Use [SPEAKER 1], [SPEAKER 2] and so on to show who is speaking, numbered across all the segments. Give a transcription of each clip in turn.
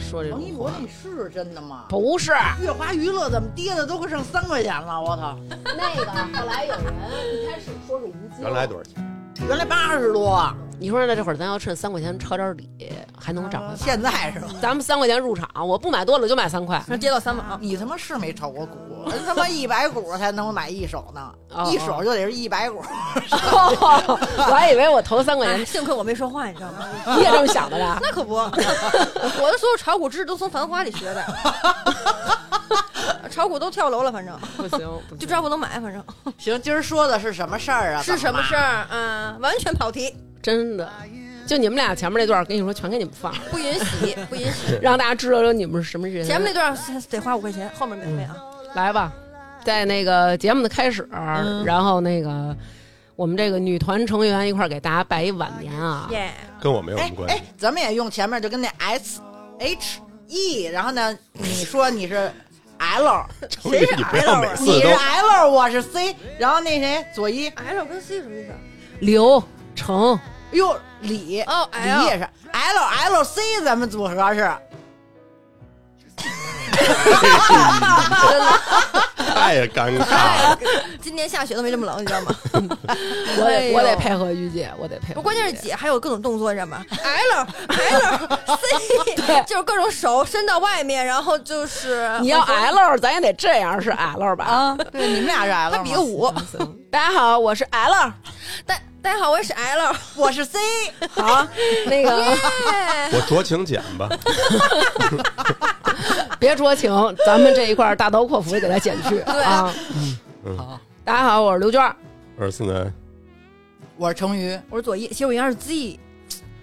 [SPEAKER 1] 说这种
[SPEAKER 2] 王一博
[SPEAKER 1] 话。
[SPEAKER 2] 那是真的吗？
[SPEAKER 1] 不是，
[SPEAKER 2] 月华娱乐怎么跌的都快剩三块钱了？我操！
[SPEAKER 3] 那个后来有人一开始说是吴京，
[SPEAKER 4] 原来多少钱？
[SPEAKER 2] 原来八十多，
[SPEAKER 1] 你说那这会儿咱要趁三块钱抄点礼，还能涨回来。
[SPEAKER 2] 现在是吧？
[SPEAKER 1] 咱们三块钱入场，我不买多了，我就买三块。
[SPEAKER 5] 接到三啊
[SPEAKER 1] 嗯
[SPEAKER 5] 网，
[SPEAKER 2] 你他妈是没炒过股， 人他妈一百股才能买一手呢
[SPEAKER 1] 哦，
[SPEAKER 2] 一手就得是一百股。
[SPEAKER 1] 我还以为我投三块
[SPEAKER 5] 哎
[SPEAKER 1] 钱，
[SPEAKER 5] 幸亏我没说话，你知道吗？
[SPEAKER 1] 你也这么想的吧？
[SPEAKER 5] 那 可不，我的所有炒股知识都从《繁花》里学的，炒股都跳楼了，反正
[SPEAKER 1] 不行，
[SPEAKER 5] 就这儿不能买，反正
[SPEAKER 2] 行，今儿说的是什么事儿啊？
[SPEAKER 5] 是什么事儿？嗯，完全跑题，
[SPEAKER 1] 真的。就你们俩前面那段，跟你说全给你们放，
[SPEAKER 5] 不允许，不允许。
[SPEAKER 1] 让大家知道说你 们是什么人。
[SPEAKER 5] 前面那段是得花五块钱，后面免费啊。
[SPEAKER 1] 来吧，在那个节目的开始，然后那个我们这个女团成员一块儿给大家拜一晚年啊。
[SPEAKER 5] 耶，
[SPEAKER 4] 跟我没有什
[SPEAKER 2] 哎
[SPEAKER 4] 么关
[SPEAKER 2] 哎
[SPEAKER 4] 系。，
[SPEAKER 2] 咱们也用前面就跟那 S H E，然后呢，你说你是 L，
[SPEAKER 4] 成宇，你不要每
[SPEAKER 2] 你
[SPEAKER 4] 次
[SPEAKER 2] 是
[SPEAKER 4] 都
[SPEAKER 2] L，我是 C，然后那谁左一
[SPEAKER 5] L 跟 C 什么意思？
[SPEAKER 1] 刘成，
[SPEAKER 2] 哟李，
[SPEAKER 5] 哦
[SPEAKER 2] 李
[SPEAKER 5] L
[SPEAKER 2] 也是 L L C，咱们组合是
[SPEAKER 5] 啊
[SPEAKER 4] 太尴尬了。
[SPEAKER 5] 今年下雪都没这么冷，你知道吗？
[SPEAKER 1] 我
[SPEAKER 5] 哎
[SPEAKER 1] 得
[SPEAKER 5] 呦
[SPEAKER 1] 我得配合于姐，我得配合于姐。
[SPEAKER 5] 不，关键是姐还有各种动作，你知道吗？L L C，就是各种手伸到外面，然后就是
[SPEAKER 1] 你要 L，咱也得这样是 L 吧？
[SPEAKER 5] 啊，
[SPEAKER 2] 对，你们俩是 L，
[SPEAKER 5] 他比个
[SPEAKER 2] 吗
[SPEAKER 5] 五。
[SPEAKER 1] 行大家好，我是 L。
[SPEAKER 5] 大大家好，我也是 L，
[SPEAKER 2] 我是 C，
[SPEAKER 1] 好，那个
[SPEAKER 4] 我酌情减吧，
[SPEAKER 1] 别酌情，咱们这一块儿大刀阔斧地给它剪去啊。
[SPEAKER 4] 嗯
[SPEAKER 1] 好，大家好，我是刘娟儿。
[SPEAKER 4] 二四男
[SPEAKER 2] 我是成瑜
[SPEAKER 5] 我是左翼，其实我应该是 Z，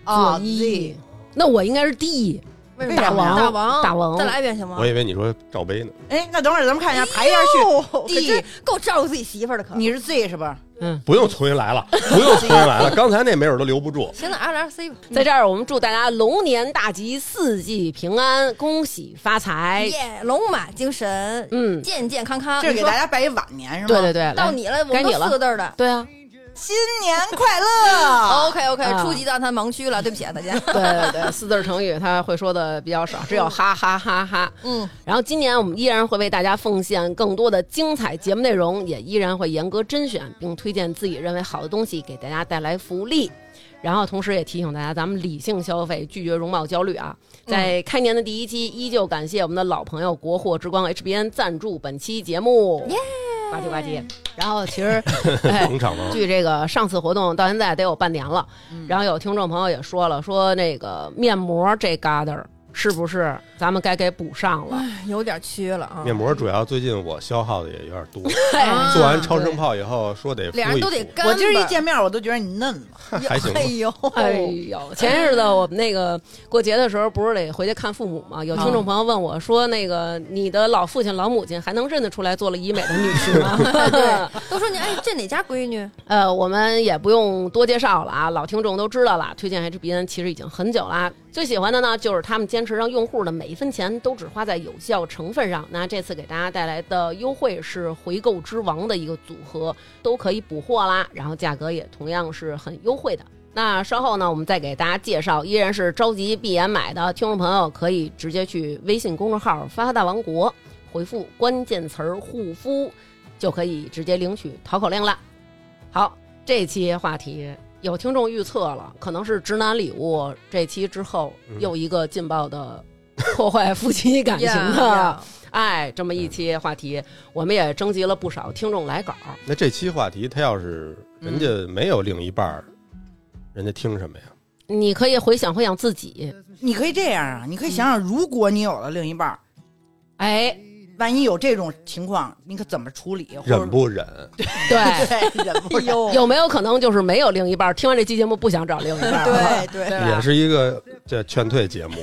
[SPEAKER 5] 哦
[SPEAKER 2] 啊
[SPEAKER 1] 左
[SPEAKER 2] Z
[SPEAKER 1] 一。那我应该是 D，
[SPEAKER 5] 为
[SPEAKER 2] 什么
[SPEAKER 5] 大王，
[SPEAKER 1] 大
[SPEAKER 5] 大
[SPEAKER 1] 王
[SPEAKER 5] 王，
[SPEAKER 1] 大王
[SPEAKER 5] 再来一遍行吗？
[SPEAKER 4] 我以为你说赵薇呢，
[SPEAKER 2] 哎，那等会儿咱们看一下排一下序，
[SPEAKER 5] 呦，
[SPEAKER 2] D
[SPEAKER 5] 可真够照顾自己媳妇儿的可。
[SPEAKER 2] 你是 Z 是吧？
[SPEAKER 4] 不用重新来了，不用重新来了。刚才那没准都留不住。
[SPEAKER 5] 行，那 L L C 吧。嗯
[SPEAKER 1] 在这儿我们祝大家龙年大吉，四季平安，恭喜发财。
[SPEAKER 5] 耶，龙马精神，
[SPEAKER 1] 嗯
[SPEAKER 5] 健健康康。
[SPEAKER 2] 这是给
[SPEAKER 5] 啊你说
[SPEAKER 2] 大家拜一晚年是吗？
[SPEAKER 1] 对对对，
[SPEAKER 5] 到
[SPEAKER 1] 来
[SPEAKER 5] 你了，我
[SPEAKER 1] 该
[SPEAKER 5] 们
[SPEAKER 1] 你
[SPEAKER 5] 都
[SPEAKER 1] 了
[SPEAKER 5] 四个字儿的。
[SPEAKER 1] 对啊，
[SPEAKER 2] 新年快 乐！
[SPEAKER 5] OK
[SPEAKER 1] 啊
[SPEAKER 5] OK，初级大餐盲区了，对不起啊，大家。
[SPEAKER 1] 对对对，四字儿成语他会说的比较少，只有哈哈哈哈。
[SPEAKER 5] 嗯，
[SPEAKER 1] 然后今年我们依然会为大家奉献更多的精彩节目内容，也依然会严格甄选并推荐自己认为好的东西给大家带来福利。然后同时也提醒大家，咱们理性消费，拒绝容貌焦虑啊！在开年的第一期，依旧感谢我们的老朋友国货之光 HBN 赞助本期节目，耶！呱唧呱唧。然后其实， 哎
[SPEAKER 4] 捧场王
[SPEAKER 1] 据这个上次活动到现在得有半年了，然后有听众朋友也说了，说那个面膜这旮瘩儿是不是咱们该给补上了？
[SPEAKER 5] 有点缺了啊。
[SPEAKER 4] 面膜主要最近我消耗的也有点多，
[SPEAKER 1] 嗯
[SPEAKER 5] 啊
[SPEAKER 4] 做完超声炮以后说得敷
[SPEAKER 5] 俩人
[SPEAKER 4] 一
[SPEAKER 5] 都得
[SPEAKER 4] 敷
[SPEAKER 5] 干巴。
[SPEAKER 2] 我今儿一见面，我都觉得你嫩了。
[SPEAKER 4] 还行吧
[SPEAKER 5] 哎呦，
[SPEAKER 1] 哎呦，前日子我们那个过节的时候，不是得回去看父母吗？有听众朋友问我说：“那个你的老父亲、老母亲还能认得出来做了医美的女婿 吗
[SPEAKER 5] 都说你哎，这哪家闺女？？”
[SPEAKER 1] 呃，我们也不用多介绍了啊，老听众都知道了。推荐 HBN 其实已经很久啦，最喜欢的呢就是他们坚持让用户的每一分钱都只花在有效成分上。那这次给大家带来的优惠是回购之王的一个组合，都可以补货啦，然后价格也同样是很优惠的。那稍后呢，我们再给大家介绍，依然是着急闭眼买的听众朋友，可以直接去微信公众号“发发大王国”回复关键词儿“护肤”，就可以直接领取淘口令了。好，这期话题有听众预测了，可能是直男礼物这期之后
[SPEAKER 4] 嗯
[SPEAKER 1] 又一个劲爆的破坏夫妻感情
[SPEAKER 5] 呀
[SPEAKER 1] 的
[SPEAKER 5] 呀
[SPEAKER 1] 哎，这么一期话题，我们也征集了不少听众来稿。
[SPEAKER 4] 那这期话题，他要是人家没有另一半儿，人家听什么呀？
[SPEAKER 1] 你可以回想回想自己，
[SPEAKER 2] 你可以这样啊，你可以想想，如果你有了另一半儿，
[SPEAKER 1] 哎，
[SPEAKER 2] 万一有这种情况，你可怎么处理？或者
[SPEAKER 4] 忍不忍？
[SPEAKER 1] 哎对。
[SPEAKER 2] 对，忍不忍？
[SPEAKER 1] 有没有可能就是没有另一半？听完这期节目不想找另一 半？
[SPEAKER 5] 对对，
[SPEAKER 1] 吧
[SPEAKER 4] 也是一个这劝退节目，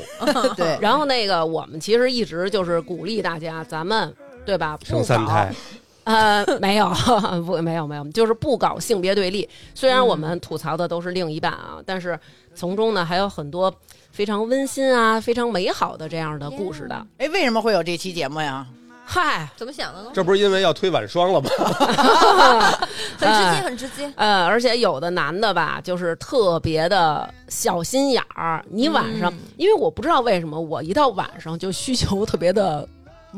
[SPEAKER 2] 对，
[SPEAKER 1] 然后那个，我们其实一直就是鼓励大家，咱们对吧？不
[SPEAKER 4] 生三
[SPEAKER 1] 搞
[SPEAKER 4] 胎，
[SPEAKER 1] 呃，没有， 不，没有，没有，就是不搞性别对立。虽然我们吐槽的都是另一半啊，但是从中呢还有很多非常温馨啊、非常美好的这样的故事的。
[SPEAKER 2] 哎，为什么会有这期节目呀？
[SPEAKER 1] 嗨，
[SPEAKER 5] 怎么想的呢？
[SPEAKER 4] 这不是因为要推晚霜了吗？
[SPEAKER 5] 很直
[SPEAKER 1] 哎
[SPEAKER 5] 接，很直接。
[SPEAKER 1] 呃，而且有的男的吧，就是特别的小心眼儿。你晚
[SPEAKER 5] 嗯
[SPEAKER 1] 上，因为我不知道为什么，我一到晚上就需求特别的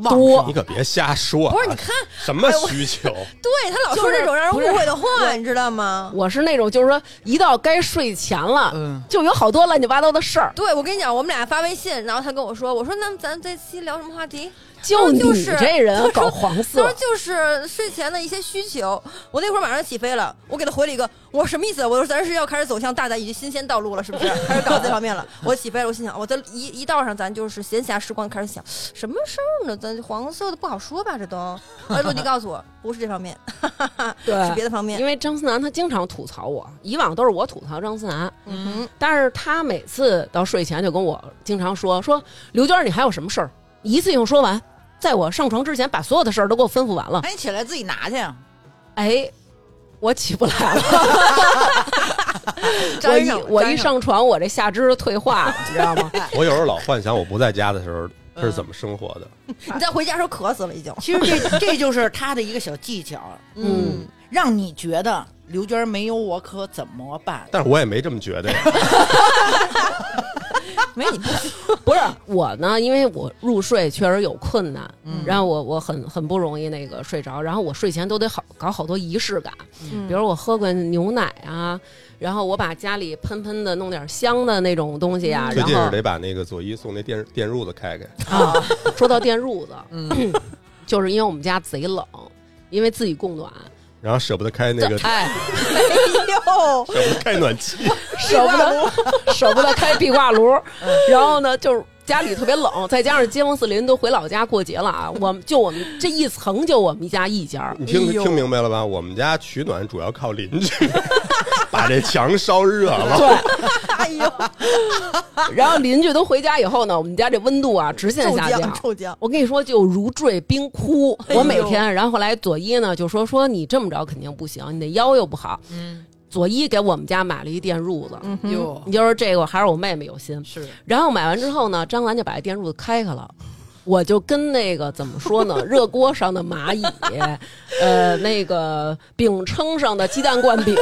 [SPEAKER 1] 多
[SPEAKER 4] 你。可别瞎说啊，
[SPEAKER 5] 不是，你看，
[SPEAKER 4] 什么需求？
[SPEAKER 5] 对他老说这种让人误会的话，你知道吗？
[SPEAKER 1] 我是那种，就是说，一到该睡前了，
[SPEAKER 6] 嗯
[SPEAKER 1] 就有好多乱七八糟的事儿。
[SPEAKER 5] 对，我跟你讲，我们俩发微信，然后他跟我说，我说那咱这期聊什么话题？
[SPEAKER 1] 就你
[SPEAKER 5] 哦就是
[SPEAKER 1] 这人搞黄
[SPEAKER 5] 他说
[SPEAKER 1] 色，
[SPEAKER 5] 就是睡前的一些需求。我那会儿马上起飞了，我给他回了一个，我说什么意思？啊我说咱是要开始走向大胆以及新鲜道路了，是不是？开始搞这方面了。我起飞了，我心想，我在一一道上，咱就是闲暇时光开始想什么事儿呢？咱黄色的不好说吧，这都。哎，陆迪告诉我，不是这 方面，是别
[SPEAKER 1] 对。
[SPEAKER 5] 的方面。
[SPEAKER 1] 因为张思楠他经常吐槽我，以往都是我吐槽张思楠，
[SPEAKER 5] 嗯
[SPEAKER 1] 但是他每次到睡前就跟我经常说说刘娟儿，你还有什么事儿？一次性说完，在我上床之前把所有的事儿都给我吩咐完了。
[SPEAKER 2] 赶紧起来自己拿去。
[SPEAKER 1] 哎，我起不来 了，我
[SPEAKER 5] 粘
[SPEAKER 1] 一
[SPEAKER 5] 上了
[SPEAKER 1] 我一
[SPEAKER 5] 粘上
[SPEAKER 1] 上床，我这下肢就退化了，你知道吗？
[SPEAKER 4] 我有时候老幻想我不在家的时候他是怎么生活的。
[SPEAKER 5] 了，你再回家的时候渴死了已经。
[SPEAKER 2] 其实这这就是他的一个小技巧，
[SPEAKER 1] 嗯，
[SPEAKER 2] 让你觉得刘娟没有我可怎么办？
[SPEAKER 4] 但是我也没这么觉得呀。
[SPEAKER 5] 没你不
[SPEAKER 1] 不是我呢，因为我入睡确实有困难，
[SPEAKER 2] 嗯
[SPEAKER 1] 然后我我很很不容易那个睡着，然后我睡前都得好搞好多仪式感，
[SPEAKER 5] 嗯
[SPEAKER 1] 比如我喝个牛奶啊，然后我把家里喷喷的弄点香的那种东西啊，
[SPEAKER 4] 最
[SPEAKER 1] 然
[SPEAKER 4] 近是
[SPEAKER 1] 后
[SPEAKER 4] 得把那个佐伊送那电电褥子开开，
[SPEAKER 1] 啊，说到电褥子，
[SPEAKER 6] 嗯，
[SPEAKER 1] 就是因为我们家贼冷，因为自己供暖，
[SPEAKER 4] 然后舍不得开那个，舍
[SPEAKER 1] 哎。
[SPEAKER 5] 哟，
[SPEAKER 4] 不得开暖气。
[SPEAKER 1] 舍不得舍不得开壁挂炉，然后呢，就是家里特别冷，再加上街坊四邻都回老家过节了啊，我们就我们这一层就我们一家一家儿，
[SPEAKER 4] 你听
[SPEAKER 6] 哎呦
[SPEAKER 4] 听明白了吧？我们家取暖主要靠邻居，把这墙烧热 了。
[SPEAKER 5] 哎呦，
[SPEAKER 1] 然后邻居都回家以后呢，我们家这温度啊直线
[SPEAKER 5] 臭
[SPEAKER 1] 下降
[SPEAKER 5] 姜，。臭姜，
[SPEAKER 1] 我跟你说，就如坠冰窟。
[SPEAKER 5] 哎呦
[SPEAKER 1] 我每天，然后后来佐伊呢就说说你这么着肯定不行，你的腰又不好。
[SPEAKER 6] 嗯，
[SPEAKER 1] 佐伊给我们家买了一电褥子，
[SPEAKER 6] 哟，
[SPEAKER 1] 你就是这个还是我妹妹有心。
[SPEAKER 6] 是
[SPEAKER 1] 然后买完之后呢，张兰就把电褥子开开了。我就跟那个怎么说呢， 热锅上的蚂蚁，呃，那个饼铛上的鸡蛋灌饼，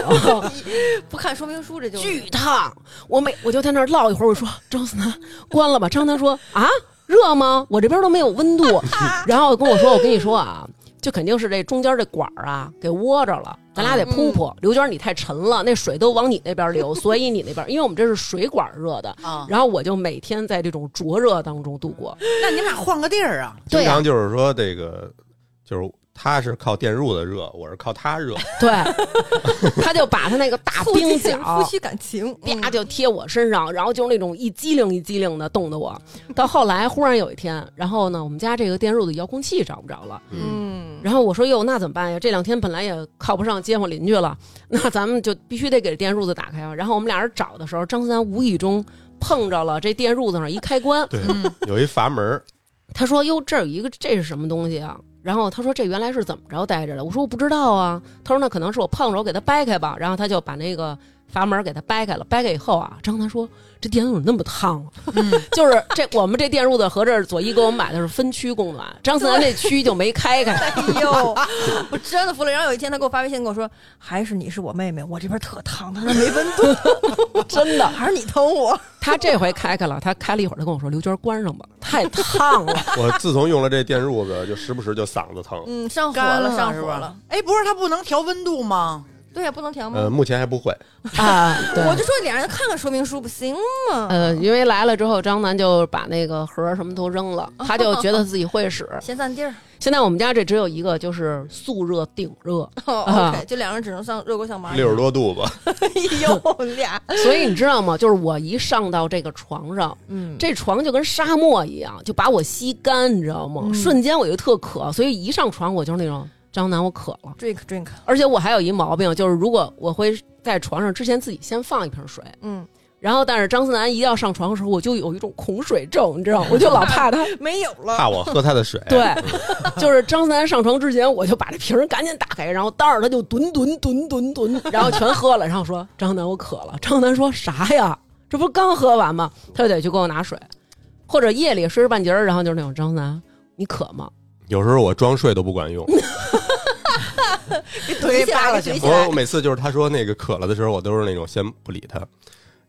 [SPEAKER 5] 不看说明书这就
[SPEAKER 1] 巨烫。我每我就在那儿唠一会儿，我说张思楠关了吧。张思楠说啊，热吗？我这边都没有温度。然后跟我说，我跟你说啊，就肯定是这中间这管儿啊给窝着了，咱俩得扑扑。刘娟，你太沉了，那水都往你那边流，所以你那边，因为我们这是水管热的。
[SPEAKER 2] 啊，
[SPEAKER 1] 然后我就每天在这种灼热当中度过。
[SPEAKER 2] 那你们俩换个地儿啊！
[SPEAKER 4] 经
[SPEAKER 1] 对呀
[SPEAKER 4] 常就是说这个，就是他是靠电褥子热，我是靠他热。
[SPEAKER 1] 对，他就把他那个大
[SPEAKER 5] 夫
[SPEAKER 1] 冰
[SPEAKER 5] 妻
[SPEAKER 1] 角
[SPEAKER 5] 夫妻感情，嗯
[SPEAKER 1] 啪就贴我身上，然后就是那种一激灵一激灵的冻得我。到后来忽然有一天，然后呢，我们家这个电褥子遥控器找不着了，
[SPEAKER 5] 嗯，
[SPEAKER 1] 然后我说哟，那怎么办呀？这两天本来也靠不上街坊邻居了，那咱们就必须得给这电褥子打开啊。然后我们俩人找的时候，张三无意中碰着了这电褥子上一开 关，
[SPEAKER 4] 对，有一阀门儿，
[SPEAKER 1] 他说：“哟，这儿有一个，这是什么东西啊？”然后他说：“这原来是怎么着待着的？”我说：“我不知道啊。”他说：“那可能是我碰着，我给它掰开吧。”然后他就把那个阀门给它掰开了。掰开以后啊，张楠说：“这电褥怎么那么烫啊？” 就是这我们这电褥子合着左一给我们买的是分区供暖，张思楠那区就没开开。
[SPEAKER 5] 哎呦，我真的服了。然后有一天他给我发微信跟我说，还是你是我妹妹，我这边特烫，他说没温度，真的，还是你疼我。
[SPEAKER 1] 他这回开开了，他开了一会儿，他跟我说：“刘娟，关上吧，太烫了。
[SPEAKER 4] 我自从用了这电褥子，就时不时就嗓子疼。
[SPEAKER 5] 嗯，上火
[SPEAKER 2] 干
[SPEAKER 5] 了，
[SPEAKER 2] 了
[SPEAKER 5] 上
[SPEAKER 2] 是
[SPEAKER 5] 火
[SPEAKER 2] 吧
[SPEAKER 5] 了。
[SPEAKER 2] 哎，不是他不能调温度吗？
[SPEAKER 5] 对呀，不能调
[SPEAKER 4] 呃，
[SPEAKER 5] 吗？
[SPEAKER 4] 目前还不会。”
[SPEAKER 1] 啊，对。
[SPEAKER 5] 我就说俩人看看说明书不行吗？
[SPEAKER 1] 呃，因为来了之后，张楠就把那个盒儿什么都扔了，他就觉得自己会使，
[SPEAKER 5] 先占地儿。
[SPEAKER 1] 现在我们家这只有一个，就是速热顶 热，
[SPEAKER 5] 哦
[SPEAKER 1] 啊
[SPEAKER 5] OK，就两人只能上热锅上蚂蚁。
[SPEAKER 4] 六十多度吧，
[SPEAKER 5] 哎呦，俩，
[SPEAKER 1] 所以你知道吗？就是我一上到这个床上，
[SPEAKER 5] 嗯，
[SPEAKER 1] 这床就跟沙漠一样，就把我吸干，你知道
[SPEAKER 5] 嗯
[SPEAKER 1] 吗？瞬间我就特渴，所以一上床我就是那种张楠，我渴了。
[SPEAKER 5] drink drink，
[SPEAKER 1] 而且我还有一毛病，就是如果我会在床上之前自己先放一瓶水，
[SPEAKER 5] 嗯，
[SPEAKER 1] 然后但是张思楠一要上床的时候，我就有一种恐水症，你知道吗？我就老怕他
[SPEAKER 5] 没有
[SPEAKER 2] 啊
[SPEAKER 5] 了。
[SPEAKER 4] 怕我喝他的水。
[SPEAKER 1] 对，就是张思楠上床之前，我就把这瓶儿赶紧打开，然后当着他就吨吨吨吨吨，然后全喝了，然后说：“张楠，我渴了。”张楠说：“啥呀？这不是刚喝完吗？”他就得去给我拿水，或者夜里睡着半截儿，然后就是那种张楠，你渴吗？
[SPEAKER 4] 有时候我装睡都不管用，
[SPEAKER 2] 堆扒拉去
[SPEAKER 5] 给怼起来给怼起来
[SPEAKER 4] 我我每次就是他说那个渴了的时候，我都是那种先不理他，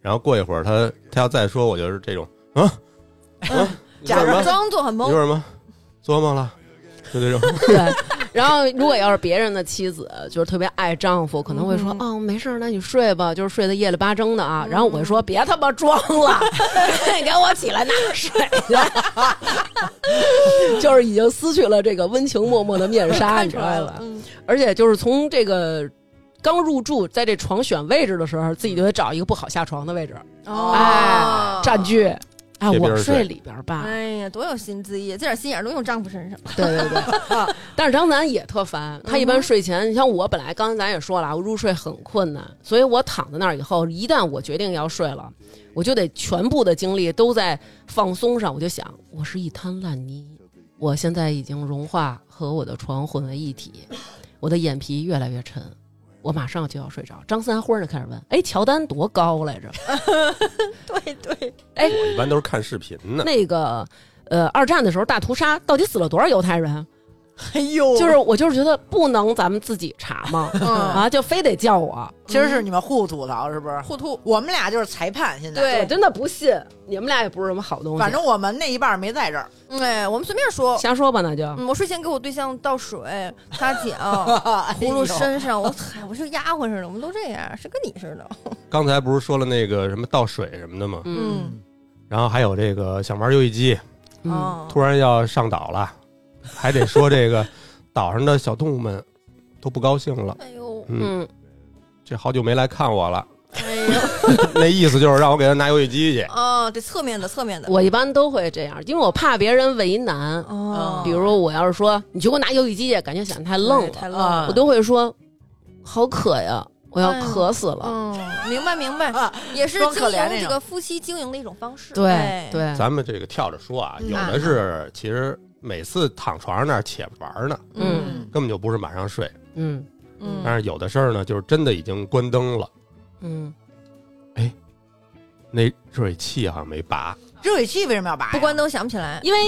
[SPEAKER 4] 然后过一会儿他他要再说，我就是这种啊啊，你说
[SPEAKER 2] 假
[SPEAKER 4] 什
[SPEAKER 2] 装
[SPEAKER 4] 么？
[SPEAKER 5] 装作很
[SPEAKER 4] 你
[SPEAKER 5] 懵，
[SPEAKER 4] 说什么？做梦了？就这种。
[SPEAKER 1] 对，然后如果要是别人的妻子，就是特别爱丈夫，可能会说：“哦，没事儿，那你睡吧，就是睡得夜里八睁的啊。”然后我会说：“别他妈装 了，你给我起来拿水了。” 就是已经撕去了这个温情脉脉的面 纱，你知道吧？
[SPEAKER 5] 嗯
[SPEAKER 1] 而且就是从这个。刚入住，在这床选位置的时候，自己就得找一个不好下床的位置，
[SPEAKER 5] 哦
[SPEAKER 1] 哎，占据，啊哎，
[SPEAKER 4] 斜边
[SPEAKER 1] 我
[SPEAKER 4] 儿睡
[SPEAKER 1] 睡里边儿吧，
[SPEAKER 5] 哎呀，多有心思意，这点心眼儿都用丈夫身上。
[SPEAKER 1] 对对对，啊但是张楠也特烦，他一般睡前，你像我本来刚才咱也说了啊，我入睡很困难，所以我躺在那儿以后，一旦我决定要睡了，我就得全部的精力都在放松上，我就想，我是一滩烂泥，我现在已经融化和我的床混为一体，我的眼皮越来越沉。我马上就要睡着，张三忽然就开始问：“哎，乔丹多高来着？
[SPEAKER 5] 对对，
[SPEAKER 4] 我一般都是看视频呢，
[SPEAKER 1] 那个，呃，二战的时候大屠杀到底死了多少犹太人？
[SPEAKER 5] 哎呦
[SPEAKER 1] 就是我就是觉得不能咱们自己查吗？
[SPEAKER 5] 嗯
[SPEAKER 1] 啊，就非得叫我，
[SPEAKER 2] 今儿是你们互吐槽是不是？
[SPEAKER 5] 互吐。
[SPEAKER 2] 我们俩就是裁判，现在
[SPEAKER 5] 对
[SPEAKER 1] 我真的不信，你们俩也不是什么好东西，
[SPEAKER 2] 反正我们那一半没在这儿，
[SPEAKER 5] 嗯哎，我们随便说。
[SPEAKER 1] 瞎说吧，那就。
[SPEAKER 5] 嗯，我睡前给我对象倒水、擦脚、
[SPEAKER 2] 葫
[SPEAKER 5] 葫芦身上， 我嗨，我是丫鬟似的，我们都这样，是跟你似的。
[SPEAKER 4] 刚才不是说了那个什么倒水什么的吗？
[SPEAKER 1] 嗯，
[SPEAKER 4] 然后还有这个想玩游戏机，
[SPEAKER 1] 嗯，
[SPEAKER 5] 啊，
[SPEAKER 4] 突然要上岛了，还得说这个岛上的小动物们都不高兴了。
[SPEAKER 5] 哎呦，
[SPEAKER 4] 嗯，
[SPEAKER 1] 嗯，
[SPEAKER 4] 这好久没来看我了，
[SPEAKER 5] 哎呦，
[SPEAKER 4] 那意思就是让我给他拿游戏机去。
[SPEAKER 5] 啊，对，侧面的，侧面的，
[SPEAKER 1] 我一般都会这样，因为我怕别人为难。
[SPEAKER 5] 哦，
[SPEAKER 1] 比如我要是说你去给我拿游戏机去，感觉显得太愣
[SPEAKER 5] 哎
[SPEAKER 1] 了，
[SPEAKER 5] 太愣了
[SPEAKER 1] 我都会说好渴呀，我要
[SPEAKER 5] 哎呦
[SPEAKER 1] 渴死了。
[SPEAKER 5] 嗯，明白明白，也是
[SPEAKER 2] 装
[SPEAKER 5] 经
[SPEAKER 2] 可怜
[SPEAKER 5] 营
[SPEAKER 2] 那
[SPEAKER 5] 这
[SPEAKER 2] 种
[SPEAKER 5] 个夫妻经营的一种方式。哎
[SPEAKER 1] 对对，
[SPEAKER 4] 咱们这个跳着说啊，
[SPEAKER 5] 嗯
[SPEAKER 4] 有的是其实每次躺床上那儿且玩呢，
[SPEAKER 1] 嗯
[SPEAKER 4] 根本就不是马上睡。
[SPEAKER 1] 嗯
[SPEAKER 5] 嗯，
[SPEAKER 4] 但是有的事儿呢，就是真的已经关灯了，
[SPEAKER 1] 嗯，
[SPEAKER 4] 那热水器好像没拔，
[SPEAKER 2] 热水器为什么要拔呀？
[SPEAKER 5] 不关灯想不起来，
[SPEAKER 1] 因为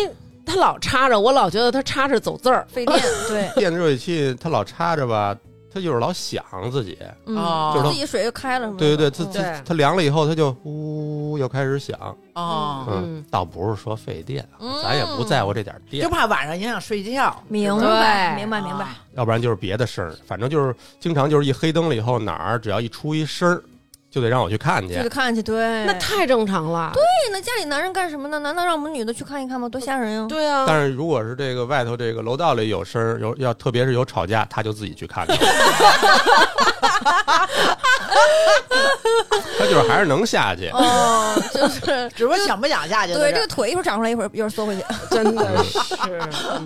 [SPEAKER 1] 他老插着，我老觉得他插着走字儿，
[SPEAKER 5] 费电。 对，
[SPEAKER 4] 电热水器它老插着吧，它就是老响自己。
[SPEAKER 5] 嗯
[SPEAKER 2] 哦
[SPEAKER 4] 就是
[SPEAKER 5] 自己水就开了，是吗？
[SPEAKER 4] 对对对，它
[SPEAKER 5] 嗯
[SPEAKER 1] 对
[SPEAKER 4] 它它凉了以后，它就呜又开始响。
[SPEAKER 2] 哦，
[SPEAKER 1] 嗯
[SPEAKER 4] 嗯，倒不是说费电啊，
[SPEAKER 5] 嗯
[SPEAKER 4] 咱也不在乎这点
[SPEAKER 2] 就
[SPEAKER 4] 电，
[SPEAKER 2] 怕晚上影响睡觉。
[SPEAKER 5] 明
[SPEAKER 2] 是吧
[SPEAKER 5] 白
[SPEAKER 1] 对
[SPEAKER 5] 明白明白。
[SPEAKER 4] 要不然就是别的声儿，反正就是经常就是一黑灯了以后，哪儿只要一出一声儿，就得让我去看去
[SPEAKER 1] 哎
[SPEAKER 5] 就。得看去，对。
[SPEAKER 1] 那太正常了。
[SPEAKER 5] 那家里男人干什么呢？难道让我们女的去看一看吗？多吓人呀！
[SPEAKER 1] 对啊，
[SPEAKER 4] 但是如果是这个外头这个楼道里有声儿，有要特别是有吵架，他就自己去 看去。他就是还是能下去，
[SPEAKER 5] 哦，就是
[SPEAKER 2] 只不过想不想下去
[SPEAKER 5] 对
[SPEAKER 2] 在
[SPEAKER 5] 这
[SPEAKER 2] 这
[SPEAKER 5] 个
[SPEAKER 2] 儿。
[SPEAKER 5] 腿一会儿长出来，一会儿又缩回去。
[SPEAKER 1] 真的是，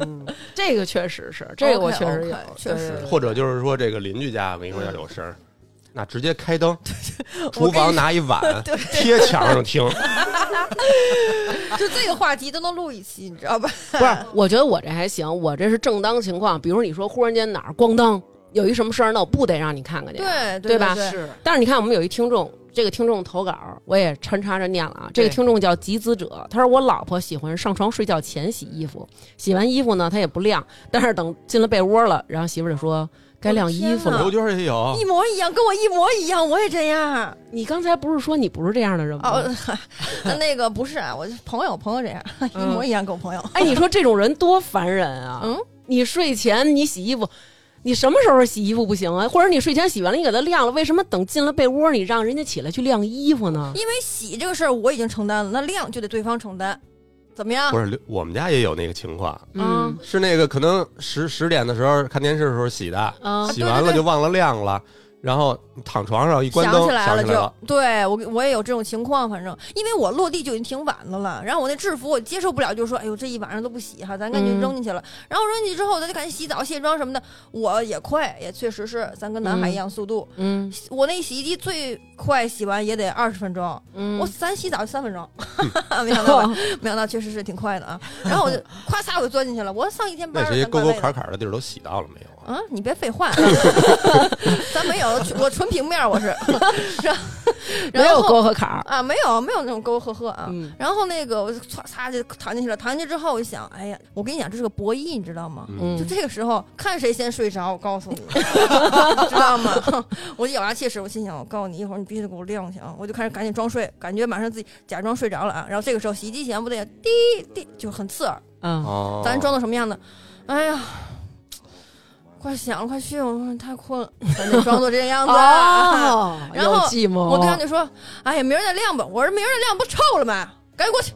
[SPEAKER 1] 嗯，这个确实是，这个我确实有
[SPEAKER 5] OK，OK，，确实
[SPEAKER 1] 对对
[SPEAKER 4] 或者就是说这个邻居家门口要有声儿，那直接开灯，
[SPEAKER 5] 我
[SPEAKER 4] 厨
[SPEAKER 5] 跟
[SPEAKER 4] 房
[SPEAKER 5] 你
[SPEAKER 4] 拿一 碗贴墙上听，
[SPEAKER 5] 就这个话题都能录一期，你知道吧？
[SPEAKER 1] 对不是，我觉得我这还行，我这是正当情况，比如你说忽然间哪儿咣当有一什么事儿，那我不得让你看看去，
[SPEAKER 5] 对
[SPEAKER 1] 对吧？
[SPEAKER 5] 对
[SPEAKER 2] 是
[SPEAKER 1] 但是你看，我们有一听众，这个听众投稿我也穿插着念了啊。这个
[SPEAKER 2] 对
[SPEAKER 1] 听众叫集资者，他说我老婆喜欢上床睡觉前洗衣服，洗完衣服呢她也不晾，但是等进了被窝了，然后媳妇儿就说该晾衣服
[SPEAKER 5] 哦我的天
[SPEAKER 1] 了
[SPEAKER 5] 哪。
[SPEAKER 4] 刘娟也有
[SPEAKER 5] 嗯一。模一样，跟我一模一样，我也这样。
[SPEAKER 1] 你刚才不是说你不是这样的人吗？
[SPEAKER 5] 哦， 那个不是啊，我就朋友朋友这样， 一模一样，跟我 朋友。
[SPEAKER 1] 哎，你说这种人多烦人啊！
[SPEAKER 5] 嗯，
[SPEAKER 1] 你睡前你洗衣服，你什么时候洗衣服不行啊？或者你睡前洗完了你给它晾了，为什么等进了被窝你让人家起来去晾衣服呢？
[SPEAKER 5] 因为洗这个事儿我已经承担了，那量就得对方承担，怎么样
[SPEAKER 4] 不？是，刘我们家也有那个情况，
[SPEAKER 1] 嗯
[SPEAKER 4] 是那个可能十十点的时候看电视的时候洗的，
[SPEAKER 1] 啊，
[SPEAKER 5] 哦嗯
[SPEAKER 4] 洗完了就忘了晾了，然后你躺床上一关
[SPEAKER 5] 想
[SPEAKER 4] 灯
[SPEAKER 5] 起来
[SPEAKER 4] 想
[SPEAKER 5] 了
[SPEAKER 4] 起来了，
[SPEAKER 5] 就对我我也有这种情况，反正因为我落地就已经挺晚的了，然后我那制服我接受不了，就说哎呦这一晚上都不洗哈，咱赶紧
[SPEAKER 1] 嗯
[SPEAKER 5] 扔进去了。然后扔进去之后，咱就赶紧洗澡、卸妆什么的，我也快，也确实是咱跟男孩一样速度。
[SPEAKER 1] 嗯
[SPEAKER 5] 我那洗衣机最快洗完也得二十分钟，
[SPEAKER 1] 嗯，
[SPEAKER 5] 我咱洗澡三 分钟，没想 到吧？没想到确实是挺快的啊。然后我就咵嚓我就钻进去了，我上一天班
[SPEAKER 4] 那
[SPEAKER 5] 儿
[SPEAKER 4] 这些
[SPEAKER 5] 咱
[SPEAKER 4] 沟
[SPEAKER 5] 怪
[SPEAKER 4] 沟
[SPEAKER 5] 累的
[SPEAKER 4] 坎坎的地儿都洗到了没有
[SPEAKER 5] 嗯
[SPEAKER 4] 啊？
[SPEAKER 5] 啊，你别废话，咱没有，我纯平面，我是。然后
[SPEAKER 1] 没
[SPEAKER 5] 然
[SPEAKER 1] 有
[SPEAKER 5] 后
[SPEAKER 1] 沟和坎儿。
[SPEAKER 5] 啊，没有没有那种沟呵呵啊。
[SPEAKER 1] 嗯
[SPEAKER 5] 然后那个我就唰擦就躺进去了，躺进去之后我就想，哎呀，我跟你讲，这是个博弈，你知道吗？
[SPEAKER 4] 嗯，
[SPEAKER 1] 嗯
[SPEAKER 5] 就，这个时候，看谁先睡着，我 告诉你，知道吗？ 我就咬牙切齿，我心想，我告诉你，一会儿你必须得给我亮醒啊！我就开始赶紧装睡，感觉马上自己假装睡着了啊。然后这个时候，洗衣机前不得滴滴就很刺耳，
[SPEAKER 1] 嗯，
[SPEAKER 4] 哦，
[SPEAKER 5] 咱装到什么样的？哎呀，快醒了，快睡了，我说太困了，咱得装作这个样子啊。
[SPEAKER 1] 哦，
[SPEAKER 5] 然后
[SPEAKER 1] 有寂寞。
[SPEAKER 5] 我跟他就说：“哎呀，明儿再晾吧。”我说：“明儿再晾不臭了吗？赶紧过去。”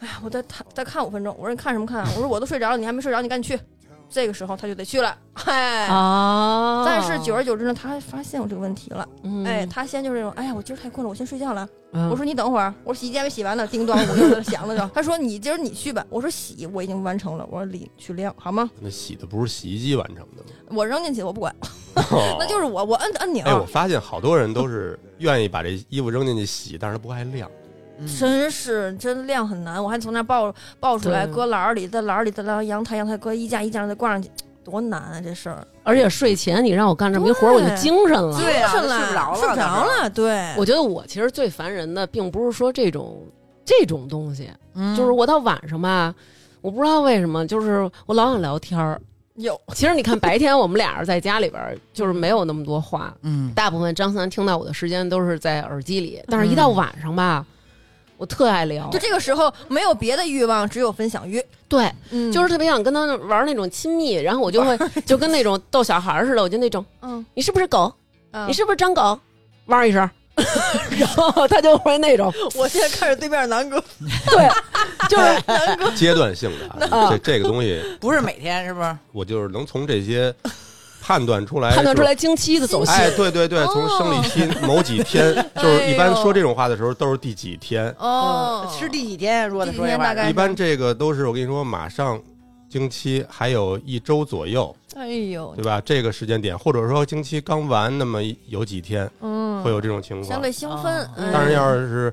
[SPEAKER 5] 哎呀，我再看再看五分钟。我说：“你看什么看、啊？”我说：“我都睡着了，你还没睡着，你赶紧去。”这个时候他就得去了。哎，
[SPEAKER 1] 啊，
[SPEAKER 5] 但是久而久之呢，他发现我这个问题了。
[SPEAKER 1] 嗯，
[SPEAKER 5] 哎，他先就是那种：“哎呀，我今儿太困了，我先睡觉了。
[SPEAKER 1] 嗯
[SPEAKER 5] 我说：“你等会儿。”我说：“洗衣机还没洗完呢。”叮咚，我又在响了着。 他说：“你今儿你去吧。”我说：“洗我已经完成了。”我说：“ 你去晾好吗
[SPEAKER 4] 那洗的不是洗衣机完成的吗？？”
[SPEAKER 5] 我扔进去，我不管，那
[SPEAKER 4] 那
[SPEAKER 5] 就是我，我摁啊按钮。
[SPEAKER 4] 哎，我发现好多人都是愿意把这衣服扔进去洗，但是它不爱晾。
[SPEAKER 5] 真是真晾很难，我还从那儿抱抱出来，
[SPEAKER 1] 对
[SPEAKER 5] 搁篮儿里，在篮儿里，在篮儿阳台，阳台搁衣架，衣架上再挂上去，多难啊这事儿！
[SPEAKER 1] 而且睡前你让我干这么一活儿，我
[SPEAKER 5] 对
[SPEAKER 1] 就精神了。
[SPEAKER 2] 对啊
[SPEAKER 5] 是
[SPEAKER 2] 睡不着
[SPEAKER 5] 了，
[SPEAKER 2] 了
[SPEAKER 5] 睡不着了，对，
[SPEAKER 1] 我觉得我其实最烦人的，并不是说这种这种东西，
[SPEAKER 2] 嗯
[SPEAKER 1] 就是我到晚上吧，我不知道为什么，就是我老想聊天儿。
[SPEAKER 5] 有
[SPEAKER 1] 其实你看，白天我们俩人在家里边儿，就是没有那么多话，
[SPEAKER 2] 嗯，
[SPEAKER 1] 大部分张三听到我的时间都是在耳机里，但是一到晚上吧，我特爱聊
[SPEAKER 5] 嗯就，这个时候没有别的欲望，只有分享欲，
[SPEAKER 1] 对，
[SPEAKER 5] 嗯
[SPEAKER 1] 就是特别想跟他玩那种亲密，然后我就会就跟那种逗小孩儿似的，我就那种
[SPEAKER 5] 嗯，
[SPEAKER 1] 你是不是狗？
[SPEAKER 5] 嗯
[SPEAKER 1] 你是不是张狗？汪一声， 然后他就会那种，
[SPEAKER 5] 我现在看着对面南哥，
[SPEAKER 1] 对，
[SPEAKER 5] 哎
[SPEAKER 1] 就是
[SPEAKER 4] 阶段性的啊，
[SPEAKER 1] 那
[SPEAKER 4] 这这个东西，
[SPEAKER 2] 不是每天是不是？
[SPEAKER 4] 我就是能从这些判断出来，
[SPEAKER 1] 判断出。来经期的走向。
[SPEAKER 4] 哎，对对对，
[SPEAKER 5] 哦
[SPEAKER 4] 从生理期某几天，就是一般说这种话的时候都是第几天，
[SPEAKER 5] 哦，
[SPEAKER 2] 是第几天？如果他说这
[SPEAKER 5] 第几天
[SPEAKER 2] 话，
[SPEAKER 5] 大概哎
[SPEAKER 4] 一般这个都是我跟你说，马上经期还有一周左右，
[SPEAKER 5] 哎呦
[SPEAKER 4] 对，吧？这个时间点，或者说经期刚完，那么有几天
[SPEAKER 5] 嗯，
[SPEAKER 4] 会有这种情况
[SPEAKER 5] 相。对兴奋
[SPEAKER 2] 哦，
[SPEAKER 5] 嗯
[SPEAKER 4] 当然，要是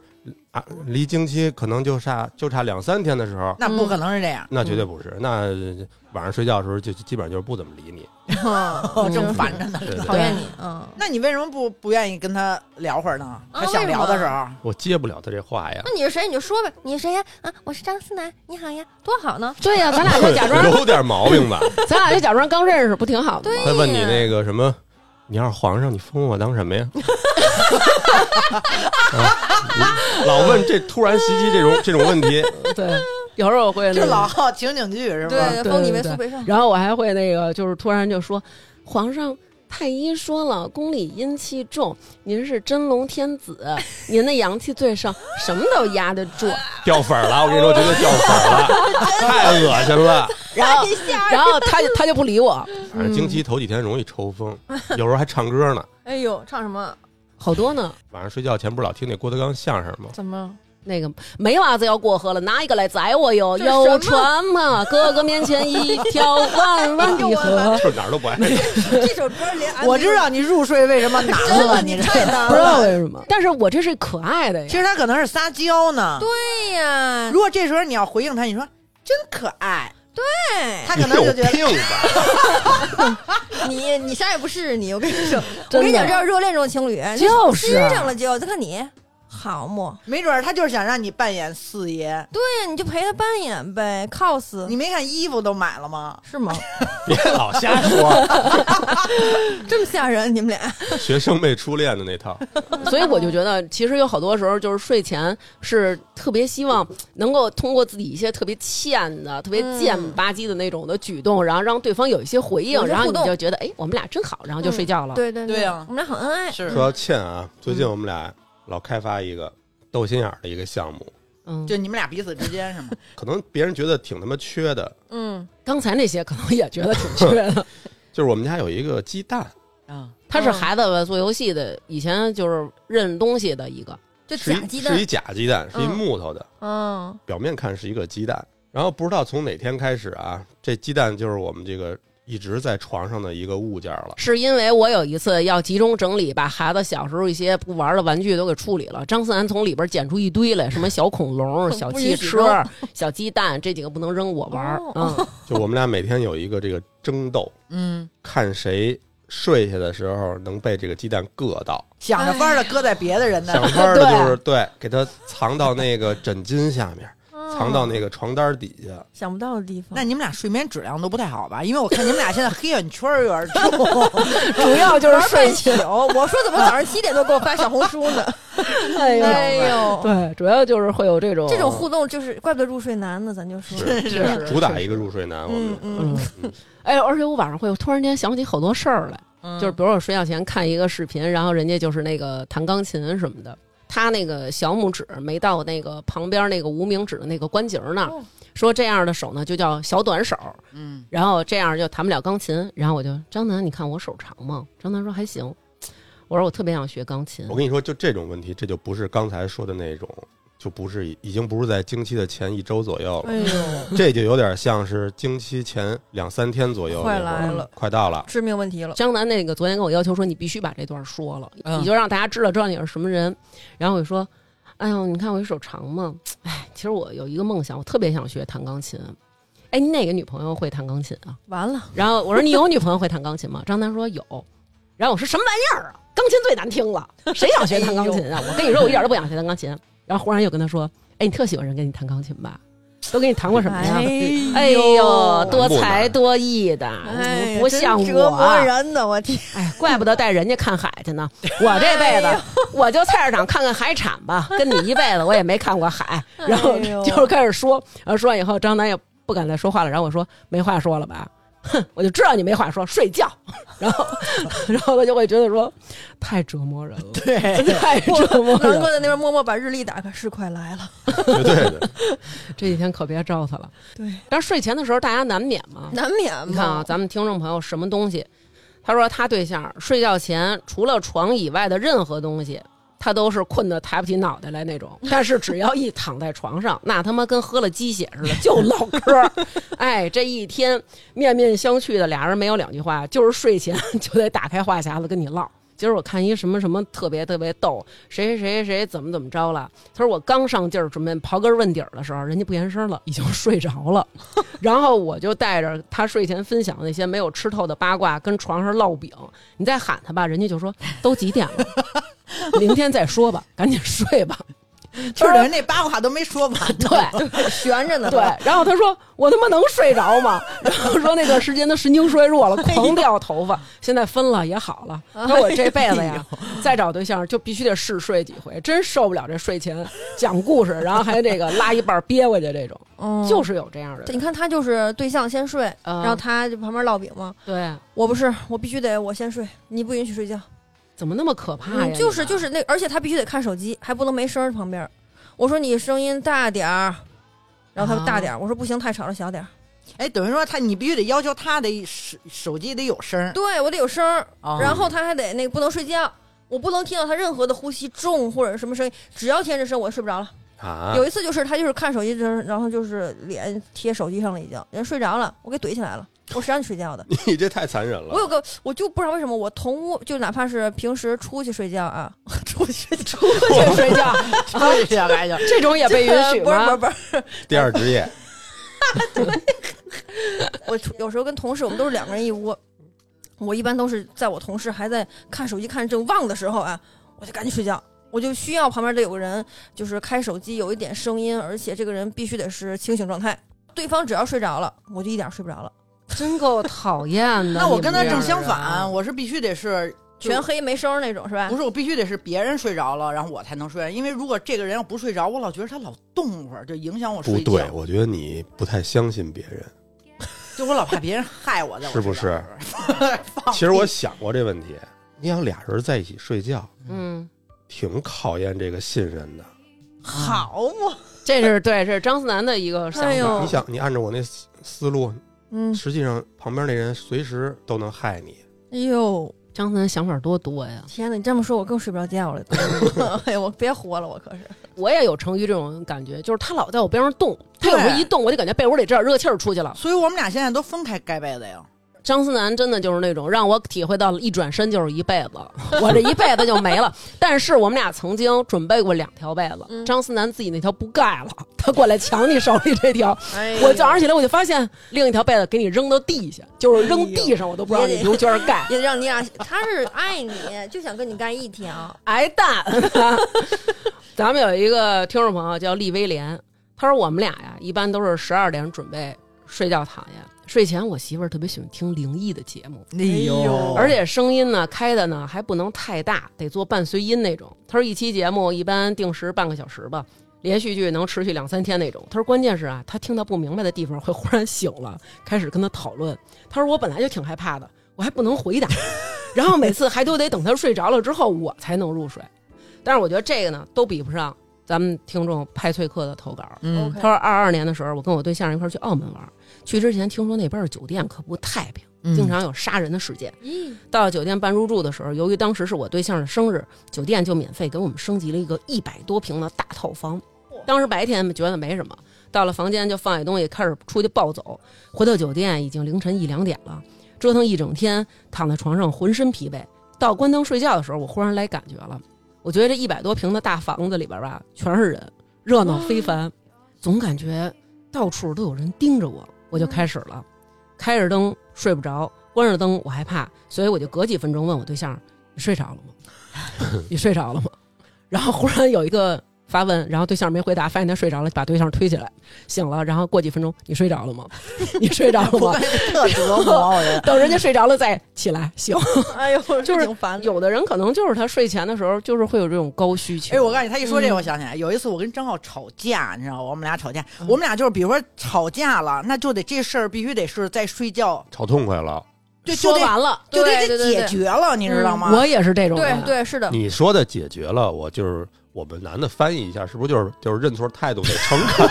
[SPEAKER 4] 啊，离经期可能就差就差两三天的时
[SPEAKER 5] 嗯
[SPEAKER 4] 候，
[SPEAKER 2] 那不可能是这样，
[SPEAKER 4] 那绝对不是。那呃晚上睡觉的时候就就基本上就是不怎么理你，
[SPEAKER 2] 哦，
[SPEAKER 5] 嗯
[SPEAKER 2] 正烦着呢。
[SPEAKER 4] 对对
[SPEAKER 5] 讨厌你，嗯，
[SPEAKER 2] 那你为什么不不愿意跟他聊会儿呢？
[SPEAKER 5] 啊
[SPEAKER 2] 他想聊的时候，
[SPEAKER 4] 我接不了他这话呀
[SPEAKER 5] 那。你是谁你就说呗，你是谁呀？啊，我是张思楠，你好呀，多好呢，
[SPEAKER 1] 对呀、咱俩就假装，
[SPEAKER 4] 有点毛病 吧？
[SPEAKER 1] 咱俩就假装刚认识，不挺好的吗？
[SPEAKER 5] 哎对呀，
[SPEAKER 4] 他问你那个什么，你要是皇上，你封我当什么 呀？啊老问这突然袭击这种这种问题，
[SPEAKER 1] 对，有时候我会
[SPEAKER 2] 就
[SPEAKER 1] 那
[SPEAKER 2] 老
[SPEAKER 1] 种，
[SPEAKER 2] 好情景剧是吧？
[SPEAKER 5] 对，
[SPEAKER 1] 对
[SPEAKER 5] 封你为
[SPEAKER 1] 对
[SPEAKER 5] 苏北上。
[SPEAKER 1] 然后我还会那个，就是突然就说，皇上。太医说了，宫里阴气重，您是真龙天子，您的阳气最盛，什么都压得住。
[SPEAKER 4] 掉粉儿了，我跟你说，绝对掉粉儿了， 太恶心了。
[SPEAKER 1] 然后，然后他就他就不理我，
[SPEAKER 4] 反正
[SPEAKER 5] 嗯
[SPEAKER 4] 经期头几天容易抽风，有时候还唱歌呢。
[SPEAKER 5] 哎呦，唱什么？
[SPEAKER 1] 好多呢。
[SPEAKER 4] 晚上睡觉前不是老听那郭德纲相声吗？
[SPEAKER 5] 怎么？
[SPEAKER 1] 那个没娃子要过河了，拿一个来宰我哟！
[SPEAKER 5] 这是什么
[SPEAKER 1] 有船吗？哥哥面前一条弯弯的河。
[SPEAKER 4] 就是哪儿都 不爱。
[SPEAKER 5] 这首歌连
[SPEAKER 2] 我知道你入睡为什么难了，你这
[SPEAKER 1] 不知道为什么，但是我这是可爱的
[SPEAKER 2] 其
[SPEAKER 1] 呀。
[SPEAKER 2] 实他可能是撒娇呢。
[SPEAKER 5] 对呀
[SPEAKER 2] 如，果这时候你要回应他，你说真可爱，
[SPEAKER 5] 哎，
[SPEAKER 2] 他可能
[SPEAKER 4] 有
[SPEAKER 2] 就觉得
[SPEAKER 4] 病 吧？
[SPEAKER 5] 你你啥也不是你，我跟你说，
[SPEAKER 1] 真的
[SPEAKER 5] 我跟你讲，这要热恋这种情侣，
[SPEAKER 1] 就是
[SPEAKER 5] 欣赏了就再看你，好么？
[SPEAKER 2] 没准儿他就是想让你扮演四爷。
[SPEAKER 5] 对，你就陪他扮演呗，cos
[SPEAKER 2] 你没看衣服都买了吗？
[SPEAKER 5] 是吗？
[SPEAKER 4] 别老瞎 说，
[SPEAKER 5] 这么吓人，你们俩
[SPEAKER 4] 学生妹初恋的那 套，
[SPEAKER 1] 所以我就觉得，其实有好多时候就是睡前是特别希望能够通过自己一些特别欠的、特别贱吧唧的那种的举动，然后让对方有一些回应
[SPEAKER 5] 有，一些
[SPEAKER 1] 然后
[SPEAKER 5] 互
[SPEAKER 1] 你
[SPEAKER 5] 动
[SPEAKER 1] 就觉得哎，我们俩真好，然后就睡觉了。
[SPEAKER 5] 对对
[SPEAKER 2] 对呀
[SPEAKER 5] 我们俩很恩爱，
[SPEAKER 2] 是
[SPEAKER 4] 说到欠啊，最近我们俩老开发一个斗心眼儿的一个项目，
[SPEAKER 1] 嗯，
[SPEAKER 2] 就你们俩彼此之间是吗？
[SPEAKER 4] 可能别人觉得挺他妈缺的，
[SPEAKER 5] 嗯，
[SPEAKER 1] 刚才那些可能也觉得挺缺的。
[SPEAKER 4] 就是我们家有一个鸡蛋，
[SPEAKER 2] 啊，
[SPEAKER 1] 他是孩子做游戏的，以前就是认东西的一个。
[SPEAKER 5] 就是假
[SPEAKER 4] 一
[SPEAKER 5] 鸡
[SPEAKER 4] 是
[SPEAKER 5] 蛋
[SPEAKER 4] 一，假鸡蛋，是一木头的，
[SPEAKER 5] 嗯，
[SPEAKER 4] 表面看是一个鸡蛋，然后不知道从哪天开始啊，这鸡蛋就是我们这个一直在床上的一个物件了。
[SPEAKER 1] 是因为我有一次要集中整理，把孩子小时候一些不玩的玩具都给处理了。张思楠从里边捡出一堆来，什么小恐龙、 小汽车、小鸡蛋，这几个不 能扔，我玩儿。
[SPEAKER 5] 哦
[SPEAKER 1] 嗯，
[SPEAKER 4] 就我们俩每天有一个这个争斗，
[SPEAKER 2] 嗯，
[SPEAKER 4] 看谁睡下的时候能被这个鸡蛋硌到，
[SPEAKER 2] 想着法儿的搁在别的人那
[SPEAKER 5] 哎
[SPEAKER 4] 想
[SPEAKER 2] 儿，
[SPEAKER 4] 法儿的就是对，给它藏到那个枕巾下面，藏到那个床单底下。
[SPEAKER 5] 想不到的地方
[SPEAKER 2] 那。你们俩睡眠质量都不太好吧？因为我看你们俩现在黑眼圈儿有点重，主要就
[SPEAKER 5] 玩 儿半宿，我说怎么早上七点多给我发小红书 呢？
[SPEAKER 1] 哎呦，
[SPEAKER 5] 哎呦，
[SPEAKER 1] 对，主要就是会有这种
[SPEAKER 5] 这种互动就是怪不得入睡难呢，咱就 说，
[SPEAKER 4] 是
[SPEAKER 2] 是
[SPEAKER 4] 主打一个入睡难，我们
[SPEAKER 5] 嗯嗯，
[SPEAKER 1] 嗯，哎，而且我晚上会突然间想起好多事儿来，就是比如我睡觉前看一个视频，然后人家就是那个弹钢琴什么的，他那个小拇指没到那个旁边那个无名指的那个关节儿那儿，
[SPEAKER 5] 哦
[SPEAKER 1] 说这样的手呢就叫小短手，
[SPEAKER 2] 嗯，
[SPEAKER 1] 然后这样就弹不了钢琴。然后我就张楠，你看我手长吗？张楠说还行。我说我特别想学钢琴
[SPEAKER 4] 我，跟你说，就这种问题，这就不是刚才说的那种，就不是已经不是在经期的前一周左右了，
[SPEAKER 5] 哎呦，
[SPEAKER 4] 这就有点像是经期前两三天左右，
[SPEAKER 5] 快
[SPEAKER 4] 那会儿
[SPEAKER 5] 来了，
[SPEAKER 4] 快到了。
[SPEAKER 5] 致命问题了，
[SPEAKER 1] 张楠那个昨天跟我要求说，你必须把这段说了，
[SPEAKER 2] 嗯
[SPEAKER 1] 你就让大家知道知道你是什么人。然后我就说，哎呦，你看我这手长吗？哎，其实我有一个梦想，我特别想学弹钢琴。哎，你哪个女朋友会弹钢琴啊？
[SPEAKER 5] 完了，
[SPEAKER 1] 然后我说你有女朋友会弹钢琴吗？张楠说有。然后我说什么玩意儿啊？钢琴最难听 了，谁想学弹钢琴
[SPEAKER 5] 哎
[SPEAKER 1] 啊？我跟你说，我一点都不想学弹钢琴。然后忽然又跟他说，哎，你特喜欢人给你弹钢琴吧？都给你弹过什么呀？哎呦，多才多艺的，
[SPEAKER 5] 哎，
[SPEAKER 1] 不像
[SPEAKER 5] 真折磨
[SPEAKER 1] 我，啊
[SPEAKER 5] 人呢，我天，
[SPEAKER 1] 哎，怪不得带人家看海去呢。我这辈
[SPEAKER 5] 哎
[SPEAKER 1] 子
[SPEAKER 5] 呦
[SPEAKER 1] 我就菜市场看看海产 吧，跟你一辈子我也没看过海。然后
[SPEAKER 5] 哎呦
[SPEAKER 1] 就是开始说，然后说完以后，张楠也不敢再说话了。然后我说没话说了吧。哼，我就知道你没话说，睡觉。 然后，然后他就会觉得说，太折磨 人了，对，太折磨
[SPEAKER 5] 难
[SPEAKER 1] 人
[SPEAKER 5] 怪
[SPEAKER 1] 了。
[SPEAKER 5] 在那边默默把日历打开，是快来了，
[SPEAKER 4] 绝对的，
[SPEAKER 1] 这几天可别招他了。
[SPEAKER 5] 对，
[SPEAKER 1] 但是睡前的时候，大家难免嘛，
[SPEAKER 5] 难免
[SPEAKER 1] 你看啊，
[SPEAKER 5] 嘛，
[SPEAKER 1] 咱们听众朋友什么东西？他说他对象睡觉前除了床以外的任何东西，他都是困得抬不起脑袋来那种。但是只要一躺在床上，那他妈跟喝了鸡血似的，就唠嗑儿。 哎，这一天面面相觑的俩人没有两句话，就是睡前 就得打开话匣子跟你唠。今儿我看一什么什么特别特别逗，谁谁谁谁怎么怎么着了？他说我刚上劲儿准备刨根问底儿的时候，人家不言声了，已经 睡着了。然后我就带着他睡前分享那些没有吃透的八卦，跟床上烙饼。你再喊他吧，人家就说都几点了，明天再说吧，赶紧睡吧。
[SPEAKER 2] 就是等于那八卦都没说完呢。
[SPEAKER 1] 对
[SPEAKER 5] 悬 着呢，
[SPEAKER 1] 对，然后他说我他妈能睡着吗？ 然后说那段时间他神经衰 弱了，狂
[SPEAKER 5] 哎
[SPEAKER 1] 掉头发，现在分了也好了。他说我这辈子呀，再找对象就必须得试睡几回，真受不了这睡前讲故事，然后还这个拉一半儿憋回去这种，
[SPEAKER 5] 嗯，
[SPEAKER 1] 就。是有这样的
[SPEAKER 5] 你
[SPEAKER 1] 人。
[SPEAKER 5] 看他就是对象先睡，
[SPEAKER 1] 嗯
[SPEAKER 5] 然后他就旁边烙饼嘛。
[SPEAKER 1] 对，
[SPEAKER 5] 我不是，我必须得我先睡，你不允许睡觉。
[SPEAKER 1] 怎么那么可怕
[SPEAKER 5] 嗯，
[SPEAKER 1] 哎呀？
[SPEAKER 5] 就是
[SPEAKER 1] 你们
[SPEAKER 5] 就是那，而且他必须得看手机，还不能没声儿旁边儿。我说你声音大点儿，然后他
[SPEAKER 1] 啊
[SPEAKER 5] 说大点儿，我说不行，太吵了，小点儿。
[SPEAKER 2] 哎，等于说他，你必须得要求他得手手机得有声儿，
[SPEAKER 5] 对我得有声儿，
[SPEAKER 2] 哦
[SPEAKER 5] 然后他还得那个不能睡觉。我不能听到他任何的呼吸重或者什么声音，只要听着声，我睡不着了。
[SPEAKER 4] 啊，
[SPEAKER 5] 有一次就是他就是看手机，就是然后就是脸贴手机上了，已经人睡着了，我给怼起来了。我谁让你睡觉的？
[SPEAKER 4] 你这太残忍了
[SPEAKER 5] 我。有个，我就不知道为什么我同屋，就哪怕是平时出去睡觉啊， 出去睡觉，
[SPEAKER 1] 去睡觉，
[SPEAKER 2] 这小孩就
[SPEAKER 1] 这种也被允 许
[SPEAKER 5] 不是不
[SPEAKER 1] 吗？
[SPEAKER 5] 是不是，
[SPEAKER 4] 第二职业，
[SPEAKER 5] 我出有时候跟同事，我们都是两个人一屋，我一般都是在我同事还在看手机看正旺的时候啊，我就赶紧睡觉。我就需要旁边得有个人，就是开手机有一点声音，而且这个人必须得是清醒状态。对方只要睡着了，我就一点儿睡不着了，
[SPEAKER 1] 真够讨厌的。
[SPEAKER 2] 那我
[SPEAKER 1] 你们
[SPEAKER 2] 跟他
[SPEAKER 1] 这样
[SPEAKER 2] 正相反，啊
[SPEAKER 1] 人，
[SPEAKER 2] 我是必须得是
[SPEAKER 5] 全黑没声儿那种，是吧
[SPEAKER 2] 不？是，我必须得是别人睡着了，然后我才能睡。因为如果这个人要不睡着，我老觉得他老动会儿，就影响我
[SPEAKER 4] 不
[SPEAKER 2] 睡觉。
[SPEAKER 4] 对，我觉得你不太相信别人。
[SPEAKER 2] 就我老怕别人害我在我
[SPEAKER 4] 是不
[SPEAKER 2] 睡着
[SPEAKER 4] 是
[SPEAKER 2] 的时 候？放
[SPEAKER 4] 其实我
[SPEAKER 2] 屁
[SPEAKER 4] 想过这问题，你想俩人在一起睡觉，
[SPEAKER 1] 嗯，
[SPEAKER 4] 挺考验这个信任的。
[SPEAKER 2] 好嘛，
[SPEAKER 1] 这是对，这是张思楠的一个想
[SPEAKER 5] 哎
[SPEAKER 2] 嗯
[SPEAKER 1] 法。
[SPEAKER 5] 呦
[SPEAKER 4] 你想，你按照我那思思路，
[SPEAKER 5] 嗯，
[SPEAKER 4] 实际上旁边那人随时都能害你。
[SPEAKER 5] 哎呦，
[SPEAKER 1] 张思楠想法多多呀，
[SPEAKER 5] 天哪！你这么说，我更睡不着觉了。 哎呦，我别活了，我可是。
[SPEAKER 1] 我也有成于这种感觉，就是他老在我边上动，他有时候一动，我就感觉被窝里这儿热气儿出去了。
[SPEAKER 2] 所以我们俩现在都分开盖被子呀。
[SPEAKER 1] 张思楠真的就是那种让我体会到了一转身就是一辈 子，我这一辈子就没了。但是我们俩曾经准备过两条被子，
[SPEAKER 5] 嗯
[SPEAKER 1] 张思楠自己那条不盖了，他过来抢你手里这条，
[SPEAKER 5] 哎
[SPEAKER 1] 我早上起来我就发现另一条被子给你扔到地下，就是扔地上我都不让
[SPEAKER 5] 哎也
[SPEAKER 1] 你
[SPEAKER 5] 得
[SPEAKER 1] 刘娟盖。
[SPEAKER 5] 也让你俩，他是爱你，就想跟你干一条。
[SPEAKER 1] 挨蛋。 咱们有一个听众朋友叫利威廉，他说我们俩呀，一般都是十二点准备睡觉躺下。睡前我媳妇儿特别喜欢听灵异的节目，
[SPEAKER 2] 哎呦
[SPEAKER 1] 而且声音呢开的呢还不能太大，得做伴随音那种。他说一期节目一般定时半个小时吧，连续剧能持续两三天那种。他说关键是啊，他听到不明白的地方会忽然醒了，开始跟他讨论。他说我本来就挺害怕的，我还不能回答，然后每次还都得等他睡着了之后我才能入睡。但是我觉得这个呢都比不上咱们听众派翠克的投稿。
[SPEAKER 2] 嗯，
[SPEAKER 1] 他说二二年的时候，我跟我对象一块儿去澳门玩儿，去之前听说那边儿的酒店可不太平，
[SPEAKER 2] 嗯
[SPEAKER 1] 经常有杀人的事件。
[SPEAKER 5] 咦，
[SPEAKER 1] 到了酒店办入住的时候，由于当时是我对象的生日，酒店就免费给我们升级了一个一百多平的大套房。当时白天觉得没什么，到了房间就放下东西，开始出去暴走。回到酒店已经凌晨一两点了，折腾一整天，躺在床上浑身疲惫。到关灯睡觉的时候，我忽然来感觉了，我觉得这一百多平的大房子里边吧，全是人，热闹非凡，总感觉到处都有人盯着我，我
[SPEAKER 2] 嗯
[SPEAKER 1] 就开始了。开着灯睡不着，关着灯我害怕，所以我就隔几分钟问我对象：“你睡着了吗？ 你睡着了吗？”然后忽然有一个发问，然后对象没回答，发现他睡着了，把对象推起来，醒了，然后过几分钟：“你睡着了吗？ 你睡着了
[SPEAKER 2] 不
[SPEAKER 1] 吗？”
[SPEAKER 2] 愧是特折 磨我觉得
[SPEAKER 1] 等人家睡着了再起来醒。
[SPEAKER 5] 哎呦，
[SPEAKER 1] 就是
[SPEAKER 5] 挺烦 的。
[SPEAKER 1] 有的人可能就是他睡前的时候就是会有这种高需求。
[SPEAKER 2] 哎，我告诉你，他一说这，我想起来，有一次我跟张浩吵架，你知道吗？我们俩吵架，我们俩就是，比如说吵架了，那就得这事儿必须得是在睡觉，
[SPEAKER 4] 吵痛快了。
[SPEAKER 2] 就就
[SPEAKER 1] 说
[SPEAKER 2] 得
[SPEAKER 1] 完了，
[SPEAKER 2] 就得
[SPEAKER 5] 对对
[SPEAKER 2] 给
[SPEAKER 5] 对
[SPEAKER 2] 解
[SPEAKER 5] 对
[SPEAKER 2] 决了，你知道吗？
[SPEAKER 1] 我也是这种
[SPEAKER 5] 对
[SPEAKER 1] 人。
[SPEAKER 5] 对，是
[SPEAKER 2] 嗯
[SPEAKER 5] 的，
[SPEAKER 4] 你说的解决了，我就是我们男的翻译一下，是不是就是就是认错态度得诚 恳，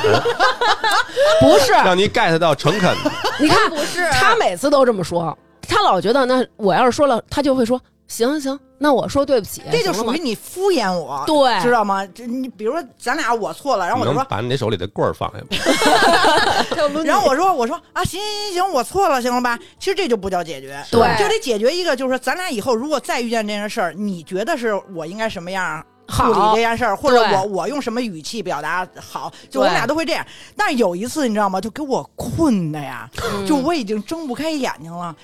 [SPEAKER 1] 不是
[SPEAKER 4] 让你 get 到诚恳？
[SPEAKER 1] 你看
[SPEAKER 5] 不是 啊
[SPEAKER 1] 他每次都这么说，他老觉得那我要是说了，他就会说行行行，那我说对不起，
[SPEAKER 2] 这
[SPEAKER 1] 行
[SPEAKER 2] 就
[SPEAKER 1] 了
[SPEAKER 2] 属
[SPEAKER 1] 吗
[SPEAKER 2] 于你敷衍我，
[SPEAKER 1] 对
[SPEAKER 2] 知道吗？这你比如说咱俩我错了，然后
[SPEAKER 4] 你
[SPEAKER 2] 我就
[SPEAKER 4] 能
[SPEAKER 2] 说，
[SPEAKER 4] 把你手里的棍儿放下吗？
[SPEAKER 2] 然后我说我说啊，行行行，我错了，行了吧？其实这就不叫解决，
[SPEAKER 1] 对
[SPEAKER 2] 就得解决一个，就是说咱俩以后如果再遇见这件事儿，你觉得是我应该什么样儿处理
[SPEAKER 1] 好
[SPEAKER 2] 这件事儿，或者
[SPEAKER 1] 对
[SPEAKER 2] 我我用什么语气表达好，就我
[SPEAKER 1] 对
[SPEAKER 2] 们俩都会这样。但是有一次你知道吗？就给我困的呀，就我已经睁不开眼睛了。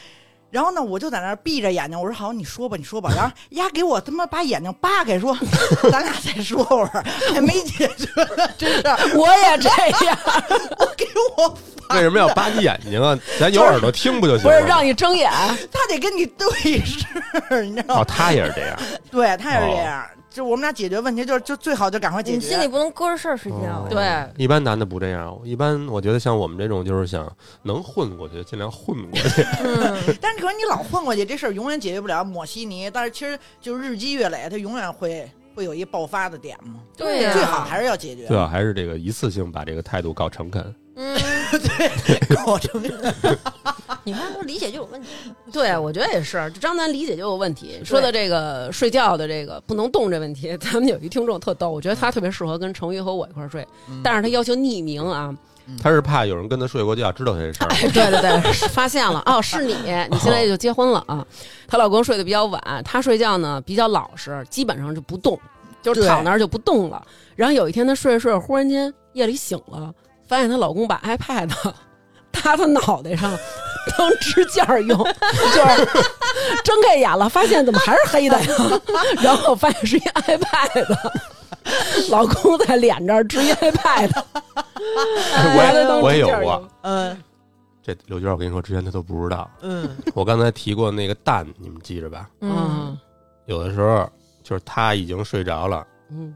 [SPEAKER 2] 然后呢，我就在那儿闭着眼睛，我说好，你说吧，你说吧。然后丫给我他妈把眼睛扒开，说 咱俩再说会儿，还没解决呢，真是
[SPEAKER 1] 我也这样，
[SPEAKER 2] 我给我
[SPEAKER 4] 为什么要扒你眼睛啊？ 咱有耳朵听不就行
[SPEAKER 1] 不
[SPEAKER 4] 了？
[SPEAKER 1] 是让你睁眼，
[SPEAKER 2] 他得跟你对视，你知道吗？
[SPEAKER 4] 哦，他也是这样。
[SPEAKER 2] 对，他也是这样。就我们俩解决问题，就就最好就赶快解
[SPEAKER 5] 你心里
[SPEAKER 2] 决。
[SPEAKER 5] 不能搁着事儿睡
[SPEAKER 4] 哦
[SPEAKER 5] 觉。
[SPEAKER 1] 对
[SPEAKER 4] 一般男的不这样。一般我觉得像我们这种，就是想能混过去，尽量混过 去。
[SPEAKER 2] 但是可是你老混过去，这事儿永远解决不了。抹稀泥，但是其实就日积月累，它永远会会有一爆发的点嘛。
[SPEAKER 5] 嗯对啊
[SPEAKER 1] 呀
[SPEAKER 2] 最好还是要解决。
[SPEAKER 4] 最好还是这个一次性把这个态度搞诚恳。
[SPEAKER 5] 嗯，
[SPEAKER 2] 搞成这样
[SPEAKER 5] 你看，我理解就有问题。
[SPEAKER 1] 对我觉得也是。张楠理解就有问题。说到这个睡觉的这个不能动这问题，咱们有一听众特逗，我觉得他特别适合跟成宇和我一块儿睡，但是他要求匿名啊。
[SPEAKER 4] 他是怕有人跟他睡过觉，知道他这事儿。
[SPEAKER 1] 对对对，是发现了哦，是你，你现在就结婚了啊。她老公睡得比较晚，她睡觉呢比较老实，基本上就不动，就是
[SPEAKER 2] 对
[SPEAKER 1] 躺那儿就不动了。然后有一天她睡着睡着，忽然间夜里醒了，发现她老公把 iPad 搭她脑袋上当支架儿用，就是睁开眼了，发现怎么还是黑的呀？ 然后发现是一 iPad。老公在脸这儿支一 iPad，
[SPEAKER 4] 哎我也我也有过。
[SPEAKER 2] 嗯
[SPEAKER 4] 这刘娟，我跟你说，之前他都不知道。
[SPEAKER 2] 嗯
[SPEAKER 4] 我刚才提过那个蛋，你们记着吧。
[SPEAKER 1] 嗯
[SPEAKER 4] 有的时候就是他已经睡着了，
[SPEAKER 1] 嗯，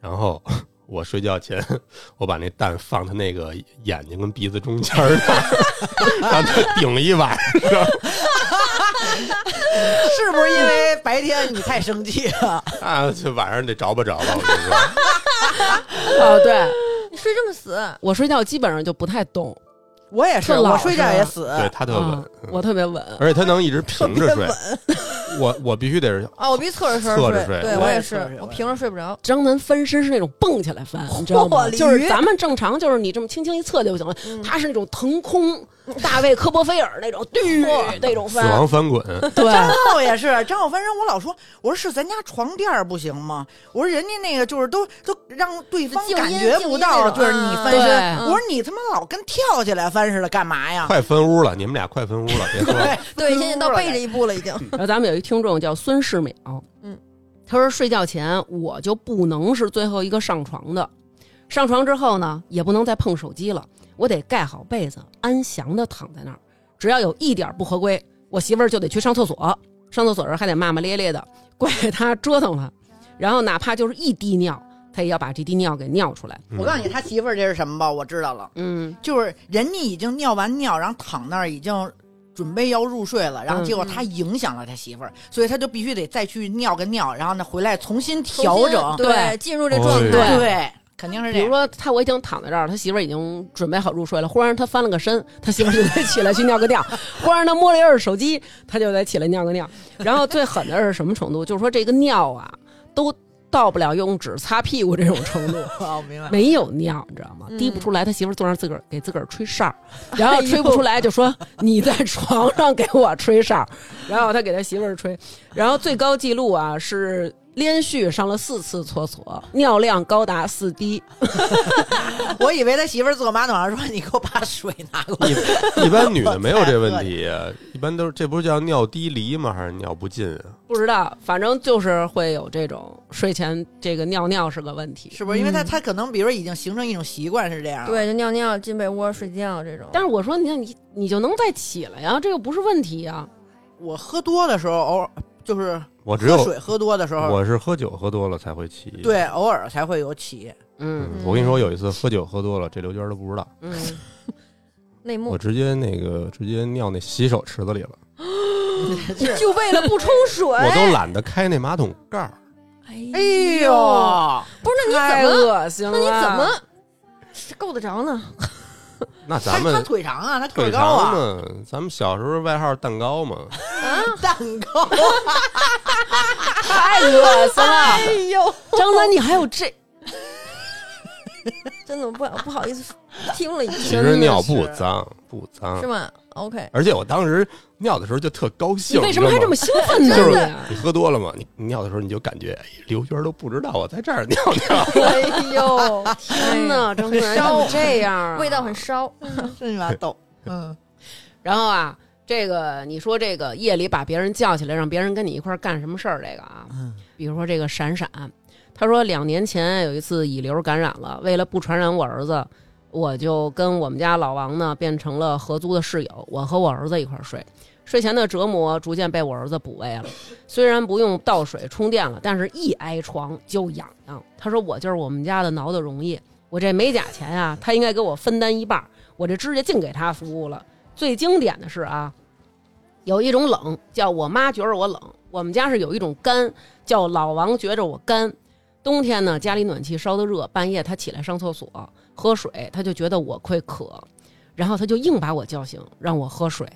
[SPEAKER 4] 然后我睡觉前，我把那蛋放他那个眼睛跟鼻子中间儿那儿，让他顶一晚上。
[SPEAKER 2] 是不是因为白天你太生气了？
[SPEAKER 4] 啊，这晚上得找吧找吧，我跟你 说，
[SPEAKER 1] 哦对。
[SPEAKER 5] 你睡这么死，啊
[SPEAKER 1] 我睡觉基本上就不太动，
[SPEAKER 2] 我也是，
[SPEAKER 1] 特老
[SPEAKER 2] 我睡觉也死。
[SPEAKER 4] 对他特稳嗯
[SPEAKER 1] 啊，我特别稳，
[SPEAKER 4] 而且他能一直平着
[SPEAKER 5] 特别
[SPEAKER 4] 睡
[SPEAKER 5] 稳。
[SPEAKER 4] 我我必须得是
[SPEAKER 5] 啊，我必须侧着身儿
[SPEAKER 4] 侧着睡
[SPEAKER 5] 对
[SPEAKER 2] 我
[SPEAKER 5] 我
[SPEAKER 2] 也
[SPEAKER 5] 也
[SPEAKER 2] 侧着睡
[SPEAKER 5] 是，我平着睡不着。
[SPEAKER 1] 张楠翻身是那种蹦起来翻，你知道吗？
[SPEAKER 5] 嚯鲤鱼嗯
[SPEAKER 1] 就是咱们正常就是你这么轻轻一侧就行了，他是那种腾空，大卫科波菲尔那 种，对那种
[SPEAKER 4] 死
[SPEAKER 1] 翻，
[SPEAKER 4] 亡啊翻滚，
[SPEAKER 1] 对，
[SPEAKER 2] 张浩也是，张浩翻身，我老说，我说是咱家床垫儿不行吗？我说人家那个就是都都让对方
[SPEAKER 5] 静音
[SPEAKER 2] 感觉不到，
[SPEAKER 5] 静音那种
[SPEAKER 2] 就是你翻
[SPEAKER 1] 对
[SPEAKER 2] 身。
[SPEAKER 1] 嗯
[SPEAKER 2] 我说你他妈老跟跳起来翻似的，干嘛呀？哎
[SPEAKER 4] 快分屋了，你们俩快分屋了，别说了。
[SPEAKER 5] 对，现在到背着一步了，已经。
[SPEAKER 1] 然后咱们有一听众叫孙世淼，
[SPEAKER 5] 嗯，
[SPEAKER 1] 他说睡觉前我就不能是最后一个上床的，上床之后呢，也不能再碰手机了，我得盖好被子，安详的躺在那儿。只要有一点不合规，我媳妇儿就得去上厕所，上厕所的时候还得骂骂咧咧的，怪他折腾他，然后哪怕就是一滴尿，他也要把这滴尿给尿出来。
[SPEAKER 4] 嗯
[SPEAKER 2] 我告诉你，他媳妇儿这是什么吧？我知道了，
[SPEAKER 1] 嗯，
[SPEAKER 2] 就是人家已经尿完尿，然后躺那儿已经。准备要入睡了，然后
[SPEAKER 1] 嗯
[SPEAKER 2] 结果他影响了他媳妇儿，所以他就必须得再去尿个尿，然后呢回来重新调 整。
[SPEAKER 5] 对，进入这状
[SPEAKER 4] 哦
[SPEAKER 5] 态。
[SPEAKER 1] 对
[SPEAKER 2] 对，肯定是这
[SPEAKER 1] 比如
[SPEAKER 2] 样。
[SPEAKER 1] 说他我已经躺在这儿，他媳妇儿已经准备好入睡了，忽然他翻了个身，他媳妇儿就得起来去尿个尿；忽然他摸了一会儿手机，他就得起来尿个尿。然后最狠的是什么程度？就是说这个尿啊，都到不了用纸擦屁股这种程度。
[SPEAKER 2] 哦，我明白。
[SPEAKER 1] 没有尿，你知道吗？
[SPEAKER 5] 嗯
[SPEAKER 1] 滴不出来，他媳妇儿坐那儿自个儿给自个儿吹哨儿，然后吹不出来就说你在床上给我吹哨儿，然后他给他媳妇儿吹，然后最高记录啊是连续上了四次厕所，尿量高达四滴，
[SPEAKER 2] 我以为他媳妇儿坐马桶上说：“你给我把水拿过来。
[SPEAKER 4] 一般女的没有这问题，啊 一般都是这不是叫尿滴离吗？还是尿不尽啊？
[SPEAKER 1] 不知道，反正就是会有这种睡前这个尿尿是个问题。
[SPEAKER 2] 是不是？因为他他可能，比如说已经形成一种习惯是这样。，
[SPEAKER 5] 对，就尿尿、进被窝、睡觉这种。
[SPEAKER 1] 但是我说，你看你你就能再起来呀，这又不是问题呀。
[SPEAKER 2] 我喝多的时候，偶尔就是
[SPEAKER 4] 我只
[SPEAKER 2] 喝
[SPEAKER 4] 有
[SPEAKER 2] 水喝多的时候，
[SPEAKER 4] 我是喝酒喝多了才会起。，
[SPEAKER 2] 对，偶尔才会有 起。
[SPEAKER 1] 嗯
[SPEAKER 4] 我跟你说，有一次喝酒喝多了，这刘娟都不知道，
[SPEAKER 1] 嗯，
[SPEAKER 5] 内
[SPEAKER 4] 我
[SPEAKER 5] 幕，
[SPEAKER 4] 直接那个直接尿那洗手池子里了，
[SPEAKER 2] 是
[SPEAKER 5] 就为了不冲水。
[SPEAKER 4] 我都懒得开那马桶盖儿。
[SPEAKER 2] 哎
[SPEAKER 5] 哎
[SPEAKER 2] 呦，
[SPEAKER 5] 呦，不是那
[SPEAKER 1] 太
[SPEAKER 5] 你怎么？
[SPEAKER 1] 恶心了。
[SPEAKER 5] 那你怎么够得着呢？
[SPEAKER 4] 那咱
[SPEAKER 2] 他他
[SPEAKER 4] 们
[SPEAKER 2] 腿长啊，他
[SPEAKER 4] 腿
[SPEAKER 2] 个高
[SPEAKER 4] 长
[SPEAKER 2] 啊，
[SPEAKER 4] 嘛，咱们小时候外号蛋糕嘛，
[SPEAKER 2] 蛋糕。
[SPEAKER 1] 太恶心了？
[SPEAKER 5] 哎呦，
[SPEAKER 1] 张楠，你还有这
[SPEAKER 5] 真的我不不好意思听了一
[SPEAKER 4] 其
[SPEAKER 5] 下，
[SPEAKER 4] 实尿不脏不脏
[SPEAKER 5] 是。吗？OK，
[SPEAKER 4] 而且我当时尿的时候就特高
[SPEAKER 1] 你
[SPEAKER 4] 兴，
[SPEAKER 1] 为什么还这么
[SPEAKER 4] 知
[SPEAKER 1] 兴奋呢？哎
[SPEAKER 4] 道吗？就
[SPEAKER 1] 你
[SPEAKER 4] 是你喝多了嘛，你你尿的时候你就感觉哎刘娟都不知道我在这儿 尿尿，
[SPEAKER 5] 哎呦，
[SPEAKER 1] 天 哎
[SPEAKER 5] 天哪，
[SPEAKER 1] 哪，张楠怎么这样啊？
[SPEAKER 5] 味道很烧。
[SPEAKER 2] 真妈逗。嗯，
[SPEAKER 1] 然后啊，这个你说这个夜里把别人叫起来，让别人跟你一块儿干什么事儿？这个啊，比如说这个闪闪，他说两年前有一次乙流感染了，为了不传染我儿子，我就跟我们家老王呢变成了合租的室友，我和我儿子一块儿睡。睡前的折磨逐渐被我儿子补位了，虽然不用倒水充电了，但是一挨床就痒痒。他说我就是我们家的挠的容易，我这美甲钱啊，他应该给我分担一半儿，我这指甲净给他服务了。最经典的是啊，有一种冷叫我妈觉着我冷，我们家是有一种干叫老王觉着我干。冬天呢，家里暖气烧得热，半夜他起来上厕所喝水，他就觉得我会渴，然后他就硬把我叫醒，让我喝水。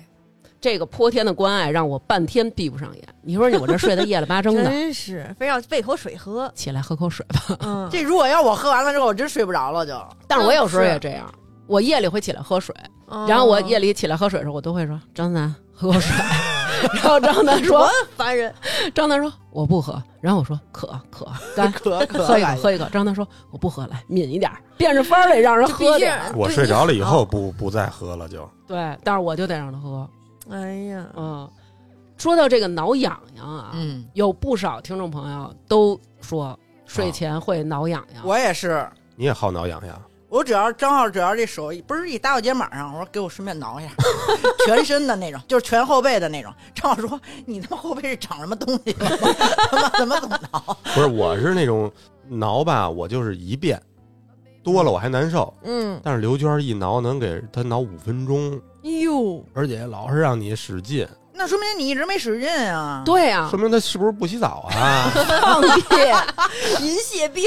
[SPEAKER 1] 这个泼天的关爱让我半天闭不上眼。你说你我这睡得夜了 吧唧的，
[SPEAKER 5] 真是非要备口水 喝，
[SPEAKER 1] 起来喝口水吧。
[SPEAKER 5] 嗯，
[SPEAKER 2] 这如果要我喝完了之后，我真睡不着了，就
[SPEAKER 1] 但是我有时候也
[SPEAKER 5] 是
[SPEAKER 1] 这样，我夜里会起来喝水，
[SPEAKER 5] 哦
[SPEAKER 1] 然后我夜
[SPEAKER 5] 里
[SPEAKER 1] 里起来喝水的时候，我都会说张楠喝口水，然后张楠说
[SPEAKER 5] 烦人，
[SPEAKER 1] 张楠说：“我不喝。”然后我说：“渴渴， 干
[SPEAKER 2] 可可
[SPEAKER 1] 喝一个
[SPEAKER 2] 感觉
[SPEAKER 1] 喝一个。”张楠说：“我不喝，来抿一点儿，变着法儿得让人喝点儿。
[SPEAKER 5] 这必须
[SPEAKER 4] 我睡着了以后不不再喝了就。”
[SPEAKER 1] 对，但是我就得让他喝。
[SPEAKER 5] 哎呀，
[SPEAKER 1] 嗯，说到这个挠痒痒啊，
[SPEAKER 2] 嗯，
[SPEAKER 1] 有不少听众朋友都说睡前会挠痒痒。
[SPEAKER 2] 我也是。
[SPEAKER 4] 你也好挠痒痒，
[SPEAKER 2] 我只要张浩，只要这手一不是一搭到肩膀上，我说给我顺便挠一下， 全身的那种，就是全后背的那种。张浩说：“你他妈后背是长什么东西了吗？他妈怎么总挠
[SPEAKER 4] 不是我是那种挠吧，我就是一遍，多了我还难受。
[SPEAKER 5] 嗯，
[SPEAKER 4] 但是刘娟一挠能给她挠五分钟，
[SPEAKER 5] 哎哟，
[SPEAKER 4] 而且老是让你使劲，？”
[SPEAKER 2] 那说明你一直没使劲啊。
[SPEAKER 1] 对啊
[SPEAKER 4] 说，明她是不是不洗澡啊？
[SPEAKER 1] 放屁！
[SPEAKER 5] 银屑病，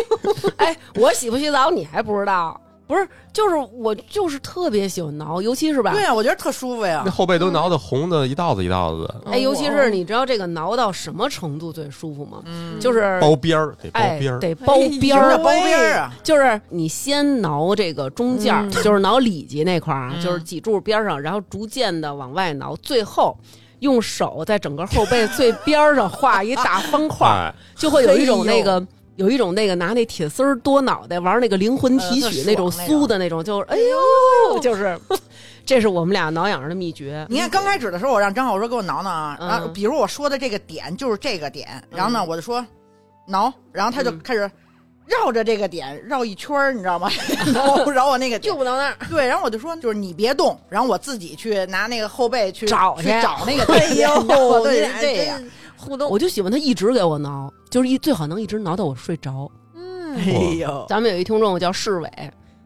[SPEAKER 1] 哎，我洗不洗澡你还不知道？不是，就是我就是特别喜欢挠，尤其是吧
[SPEAKER 2] 对，啊呀，我觉得特舒服
[SPEAKER 1] 啊
[SPEAKER 2] 呀
[SPEAKER 4] 那。后背都挠的红的一道子一道子，
[SPEAKER 2] 嗯
[SPEAKER 1] 哎，尤其是你知道这个挠到什么程度最舒服吗？
[SPEAKER 5] 嗯
[SPEAKER 1] 就是
[SPEAKER 4] 包边儿得包
[SPEAKER 1] 哎
[SPEAKER 4] 边儿，
[SPEAKER 1] 得包边
[SPEAKER 2] 嗯哎
[SPEAKER 1] 儿
[SPEAKER 2] 呦，包边儿啊
[SPEAKER 1] 就是你先挠这个中间
[SPEAKER 2] 嗯
[SPEAKER 1] 儿，就是挠里脊那块儿啊，就是脊柱边儿上，然后逐渐的往外挠，最后。用手在整个后背最边儿上画一大方块儿，
[SPEAKER 4] 哎，
[SPEAKER 1] 就会有一种
[SPEAKER 2] 哎呦
[SPEAKER 1] 那个，有一种那个拿那铁丝儿多脑袋玩那个灵魂提取
[SPEAKER 2] 呃
[SPEAKER 1] 那种
[SPEAKER 2] 那爽
[SPEAKER 1] 酥的那种，就是哎呦，就是， 这是我们俩挠痒的秘诀。
[SPEAKER 2] 你看刚开始的时候，我让张浩说给我挠挠啊，
[SPEAKER 1] 嗯
[SPEAKER 2] 然后比如我说的这个点就是这个点，然
[SPEAKER 5] 嗯
[SPEAKER 2] 后呢我就说挠，然后他就
[SPEAKER 1] 嗯
[SPEAKER 2] 开始绕着这个点绕一圈儿，你知道吗？ 挠挠我那个点
[SPEAKER 5] 就不挠那儿，
[SPEAKER 2] 对，然后我就说就是你别动，然后我自己去拿那个后背去
[SPEAKER 1] 找
[SPEAKER 2] 去
[SPEAKER 1] 去
[SPEAKER 2] 找那个
[SPEAKER 5] 哎
[SPEAKER 2] 点。
[SPEAKER 5] 呦，
[SPEAKER 2] 对
[SPEAKER 5] 你
[SPEAKER 2] 是
[SPEAKER 5] 俩
[SPEAKER 2] 这样
[SPEAKER 5] 真互动，
[SPEAKER 1] 我就喜欢他一直给我挠，就是一最好能一直挠到我睡着。
[SPEAKER 5] 嗯，
[SPEAKER 2] 哎呦，
[SPEAKER 1] 咱们有一听众叫市委，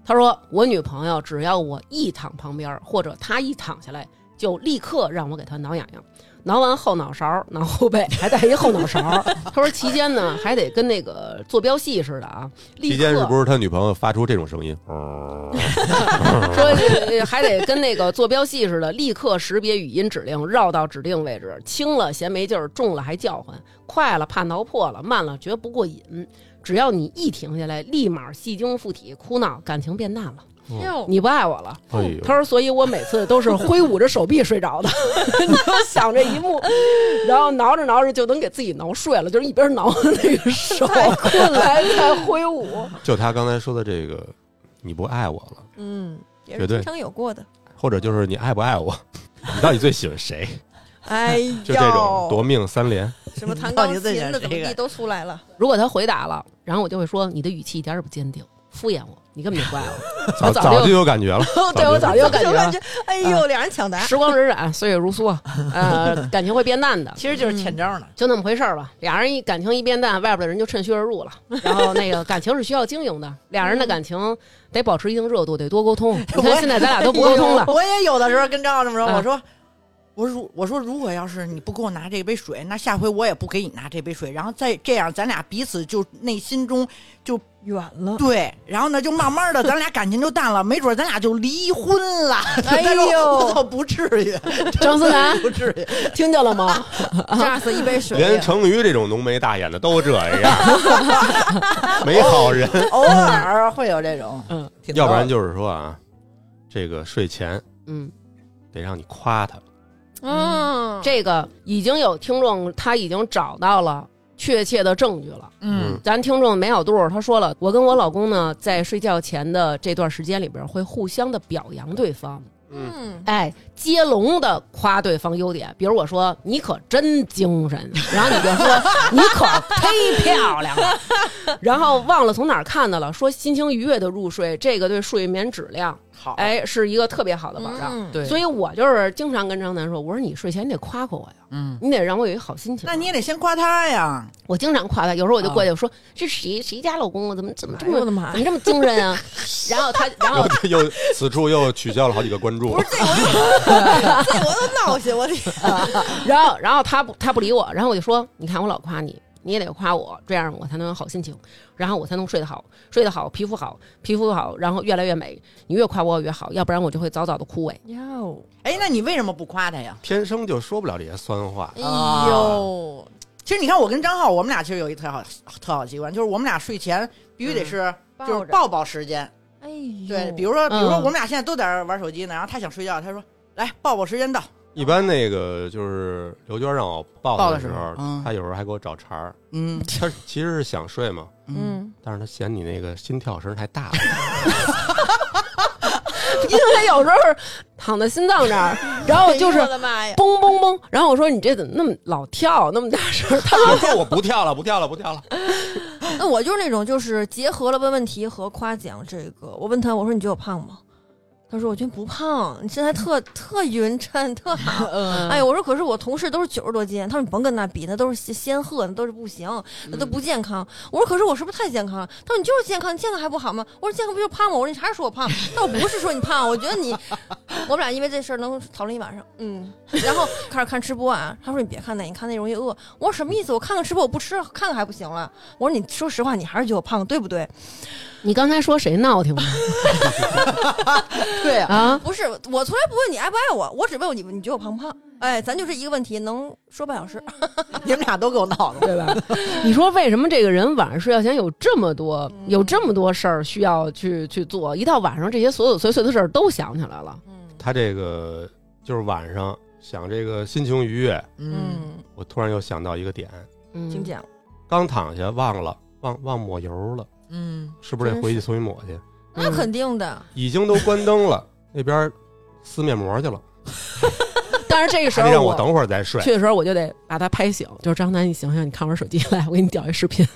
[SPEAKER 1] 他说我女朋友只要我一躺旁边，或者她一躺下来，就立刻让我给她挠痒痒，挠完后脑勺、挠后背，还带一后脑勺。 他说期间呢，还得跟那个坐标系似的啊，立刻
[SPEAKER 4] 期间是不是他女朋友发出这种声音？
[SPEAKER 1] 说呃还得跟那个坐标系似的，立刻识别语音指令，绕到指定位置，轻了嫌没劲儿，重了还叫唤，快了怕挠破了，慢了觉不过瘾。只要你一停下来，立马戏精附体，哭闹，感情变淡 了，
[SPEAKER 5] 哟，
[SPEAKER 1] 你不爱我了。
[SPEAKER 4] 哎呦，
[SPEAKER 1] 他说：“所以我每次都是挥舞着手臂睡着的，你就想这一幕，然后挠着挠着就能给自己挠睡了，就是一边挠着那个手，困了还在挥舞。
[SPEAKER 4] 就他刚才说的这个，你不爱我了，
[SPEAKER 5] 嗯，也
[SPEAKER 4] 绝
[SPEAKER 5] 是
[SPEAKER 4] 对
[SPEAKER 5] 经常有 过的，
[SPEAKER 4] 或者就是你爱不爱我？ 你到底最喜欢谁？
[SPEAKER 5] 哎呦，
[SPEAKER 4] 就这种夺命三连，
[SPEAKER 5] 什么弹
[SPEAKER 2] 到
[SPEAKER 5] 钢
[SPEAKER 2] 底
[SPEAKER 5] 琴
[SPEAKER 2] 在想
[SPEAKER 5] 的怎么
[SPEAKER 2] 谁
[SPEAKER 5] 地
[SPEAKER 2] 干
[SPEAKER 5] 都出来 了，
[SPEAKER 1] 如果他回答了，然后我就会说：你的语气一点也不坚定，敷衍我，你根本就不爱 我。我
[SPEAKER 4] 早
[SPEAKER 1] 早
[SPEAKER 4] 早
[SPEAKER 1] 就。
[SPEAKER 4] 就有感觉了
[SPEAKER 1] 对我早就有感觉
[SPEAKER 5] 就
[SPEAKER 1] 了
[SPEAKER 5] 感。觉，哎
[SPEAKER 1] 嗯
[SPEAKER 5] 呦，俩人抢答，
[SPEAKER 1] 时光荏苒，岁月如梭，呃，感情会变淡的，
[SPEAKER 2] 其实就是
[SPEAKER 5] 嗯
[SPEAKER 2] 欠招呢。
[SPEAKER 1] 就那么回事儿吧。俩人一感情一变淡，外边的人就趁虚而入 了。然后那个感情是需要经营的，俩人的感情得保持一定热度，得多沟 通。 你看现在咱俩都不沟通了，
[SPEAKER 2] 我也有的时候跟张浩这么说，
[SPEAKER 1] 啊
[SPEAKER 2] 我说。我说，我说，如果要是你不给我拿这杯水，那下回我也不给你拿这杯水。然后再这样，咱俩彼此就内心中
[SPEAKER 1] 嗯
[SPEAKER 2] 就
[SPEAKER 5] 远 了，
[SPEAKER 2] 对，然后呢，就慢慢的，咱俩感情就淡了，没准咱俩就离婚了。
[SPEAKER 5] 哎呦
[SPEAKER 2] 他说我操，不至于，
[SPEAKER 1] 张思楠
[SPEAKER 2] 不 至于。
[SPEAKER 1] 听见了 吗？
[SPEAKER 5] 哎炸死一杯水，
[SPEAKER 4] 连成瑜这种浓眉大眼的都这 样，没好人。
[SPEAKER 2] 偶尔会有这种，
[SPEAKER 1] 嗯
[SPEAKER 2] 挺逗
[SPEAKER 4] 要不然就是说啊，这个睡前
[SPEAKER 1] 嗯，
[SPEAKER 4] 得让你夸他，
[SPEAKER 5] 嗯，
[SPEAKER 1] 这个已经有听众他已经找到了确切的证据了。
[SPEAKER 2] 嗯，
[SPEAKER 1] 咱听众美好度儿他说了，我跟我老公呢，在睡觉前的这段时间里边儿，会互相的表扬对方，
[SPEAKER 5] 嗯，
[SPEAKER 1] 哎，接龙的夸对方优点。比如我说你可真精神，然后你就说你可忒漂亮了，然后忘了从哪儿看到了，说心情愉悦的入睡，这个对睡眠质量，
[SPEAKER 2] 好，
[SPEAKER 1] 哎，是一个特别好的保障。
[SPEAKER 5] 嗯
[SPEAKER 2] 对
[SPEAKER 1] 所以我就是经常跟张楠说，我说你睡前你得夸夸我呀，
[SPEAKER 2] 嗯，
[SPEAKER 1] 你得让我有一个好心情。啊
[SPEAKER 2] 那你也得先夸 他呀。
[SPEAKER 1] 我经常夸他，有时候我就过去我说：“这谁谁家老公啊？怎么怎么这
[SPEAKER 5] 啊哎呦
[SPEAKER 1] 么
[SPEAKER 5] 我的妈呀
[SPEAKER 1] 怎么这么精神 啊？”然后他，然
[SPEAKER 4] 然
[SPEAKER 1] 后
[SPEAKER 4] 后这嗯又 此处又取消了好几个关注
[SPEAKER 5] 不。是这我都这我都闹 心，我的
[SPEAKER 1] 然后然后他不他不理我，然后我就说：“你看我老夸你，你也得夸我，这样我才能有好心情，然后我才能睡得好，睡得好，皮肤好，皮肤好，然后越来越美。你越夸我越好，要不然我就会早早的枯萎。
[SPEAKER 5] 哟，
[SPEAKER 2] 哎，那你为什么不夸他呀？
[SPEAKER 4] 天生就说不了这些酸话，
[SPEAKER 1] 啊
[SPEAKER 5] 哎呦，
[SPEAKER 2] 其实你看，我跟张浩，我们俩其实有一特好特好习惯，就是我们俩睡前必须得是、
[SPEAKER 5] 嗯
[SPEAKER 2] 就是抱抱时间。
[SPEAKER 5] 哎呦，
[SPEAKER 2] 对，比如说，比如说
[SPEAKER 1] 嗯
[SPEAKER 2] 我们俩现在都在这儿玩手机呢，然后他想睡觉，他说来抱抱时间到。
[SPEAKER 4] 一般那个就是刘娟让我抱
[SPEAKER 2] 抱
[SPEAKER 4] 她
[SPEAKER 2] 的
[SPEAKER 4] 的时
[SPEAKER 2] 时候
[SPEAKER 4] 候，
[SPEAKER 2] 嗯
[SPEAKER 4] 她有时候还给我找茬儿。
[SPEAKER 2] 嗯
[SPEAKER 4] 她其实是想睡嘛，
[SPEAKER 5] 嗯，
[SPEAKER 4] 但是她嫌你那个心跳声太大了。
[SPEAKER 1] 因为有时候躺在心脏这儿，然后就是
[SPEAKER 5] 哎呦我的妈呀，
[SPEAKER 1] 嘣嘣嘣，然后我说你这怎么那么老跳那么大声？他
[SPEAKER 4] 我说我不跳了，不跳了，不跳了。
[SPEAKER 5] 那我就是那种就是结合了问问题和夸奖这个，我问他我说你觉得我胖吗？他说我觉得不胖，你身材特特匀称，特好。
[SPEAKER 2] 嗯
[SPEAKER 5] 哎呦，我说可是我同事都是九十多斤，他说你甭跟那比，那都是仙仙鹤，那都是不行，那
[SPEAKER 2] 嗯
[SPEAKER 5] 都不健康。我说可是我是不是太健康了？他说你就是健康，你健康还不好吗？我说健康不就是胖吗？我说你还是说我胖，但我不是说你胖，我觉得你， 我们俩因为这事儿能讨论一晚上，嗯，然后开始看吃播啊，他说你别看那，你看那容易饿。我说什么意思？我看看吃播，我不吃，看看还不行了？我说你说实话，你还是觉得我胖，对不对？
[SPEAKER 1] 你刚才说谁闹 挺吗？
[SPEAKER 2] 对呀、
[SPEAKER 1] 啊，
[SPEAKER 5] 不是，我从来不问你爱不爱我，我只问你，你觉得我胖不胖？哎，咱就这一个问题，能说半小时。
[SPEAKER 2] 你们俩都给我闹的，
[SPEAKER 1] 对 吧？你说为什么这个人晚上睡觉前有这么多、有这么多事儿需要去去做？一到晚上，这些琐琐碎碎的事儿都想起来了。
[SPEAKER 5] 嗯
[SPEAKER 4] 他这个就是晚上想这个心情愉悦，
[SPEAKER 2] 嗯，
[SPEAKER 4] 我突然又想到一个点，
[SPEAKER 1] 嗯，
[SPEAKER 5] 请讲。
[SPEAKER 4] 刚躺下忘了忘忘抹油了，
[SPEAKER 2] 嗯，
[SPEAKER 4] 是不是得回去重新抹去？
[SPEAKER 1] 嗯
[SPEAKER 5] 那肯定的，
[SPEAKER 4] 已经都关灯了，那边撕面膜去了，
[SPEAKER 1] 但是这个时
[SPEAKER 4] 还得
[SPEAKER 1] 候
[SPEAKER 4] 让我等会儿再睡。
[SPEAKER 1] 去的时候，我就得把他拍醒，就是张楠，你醒醒，你看会儿手机 来，我给你调一视 频，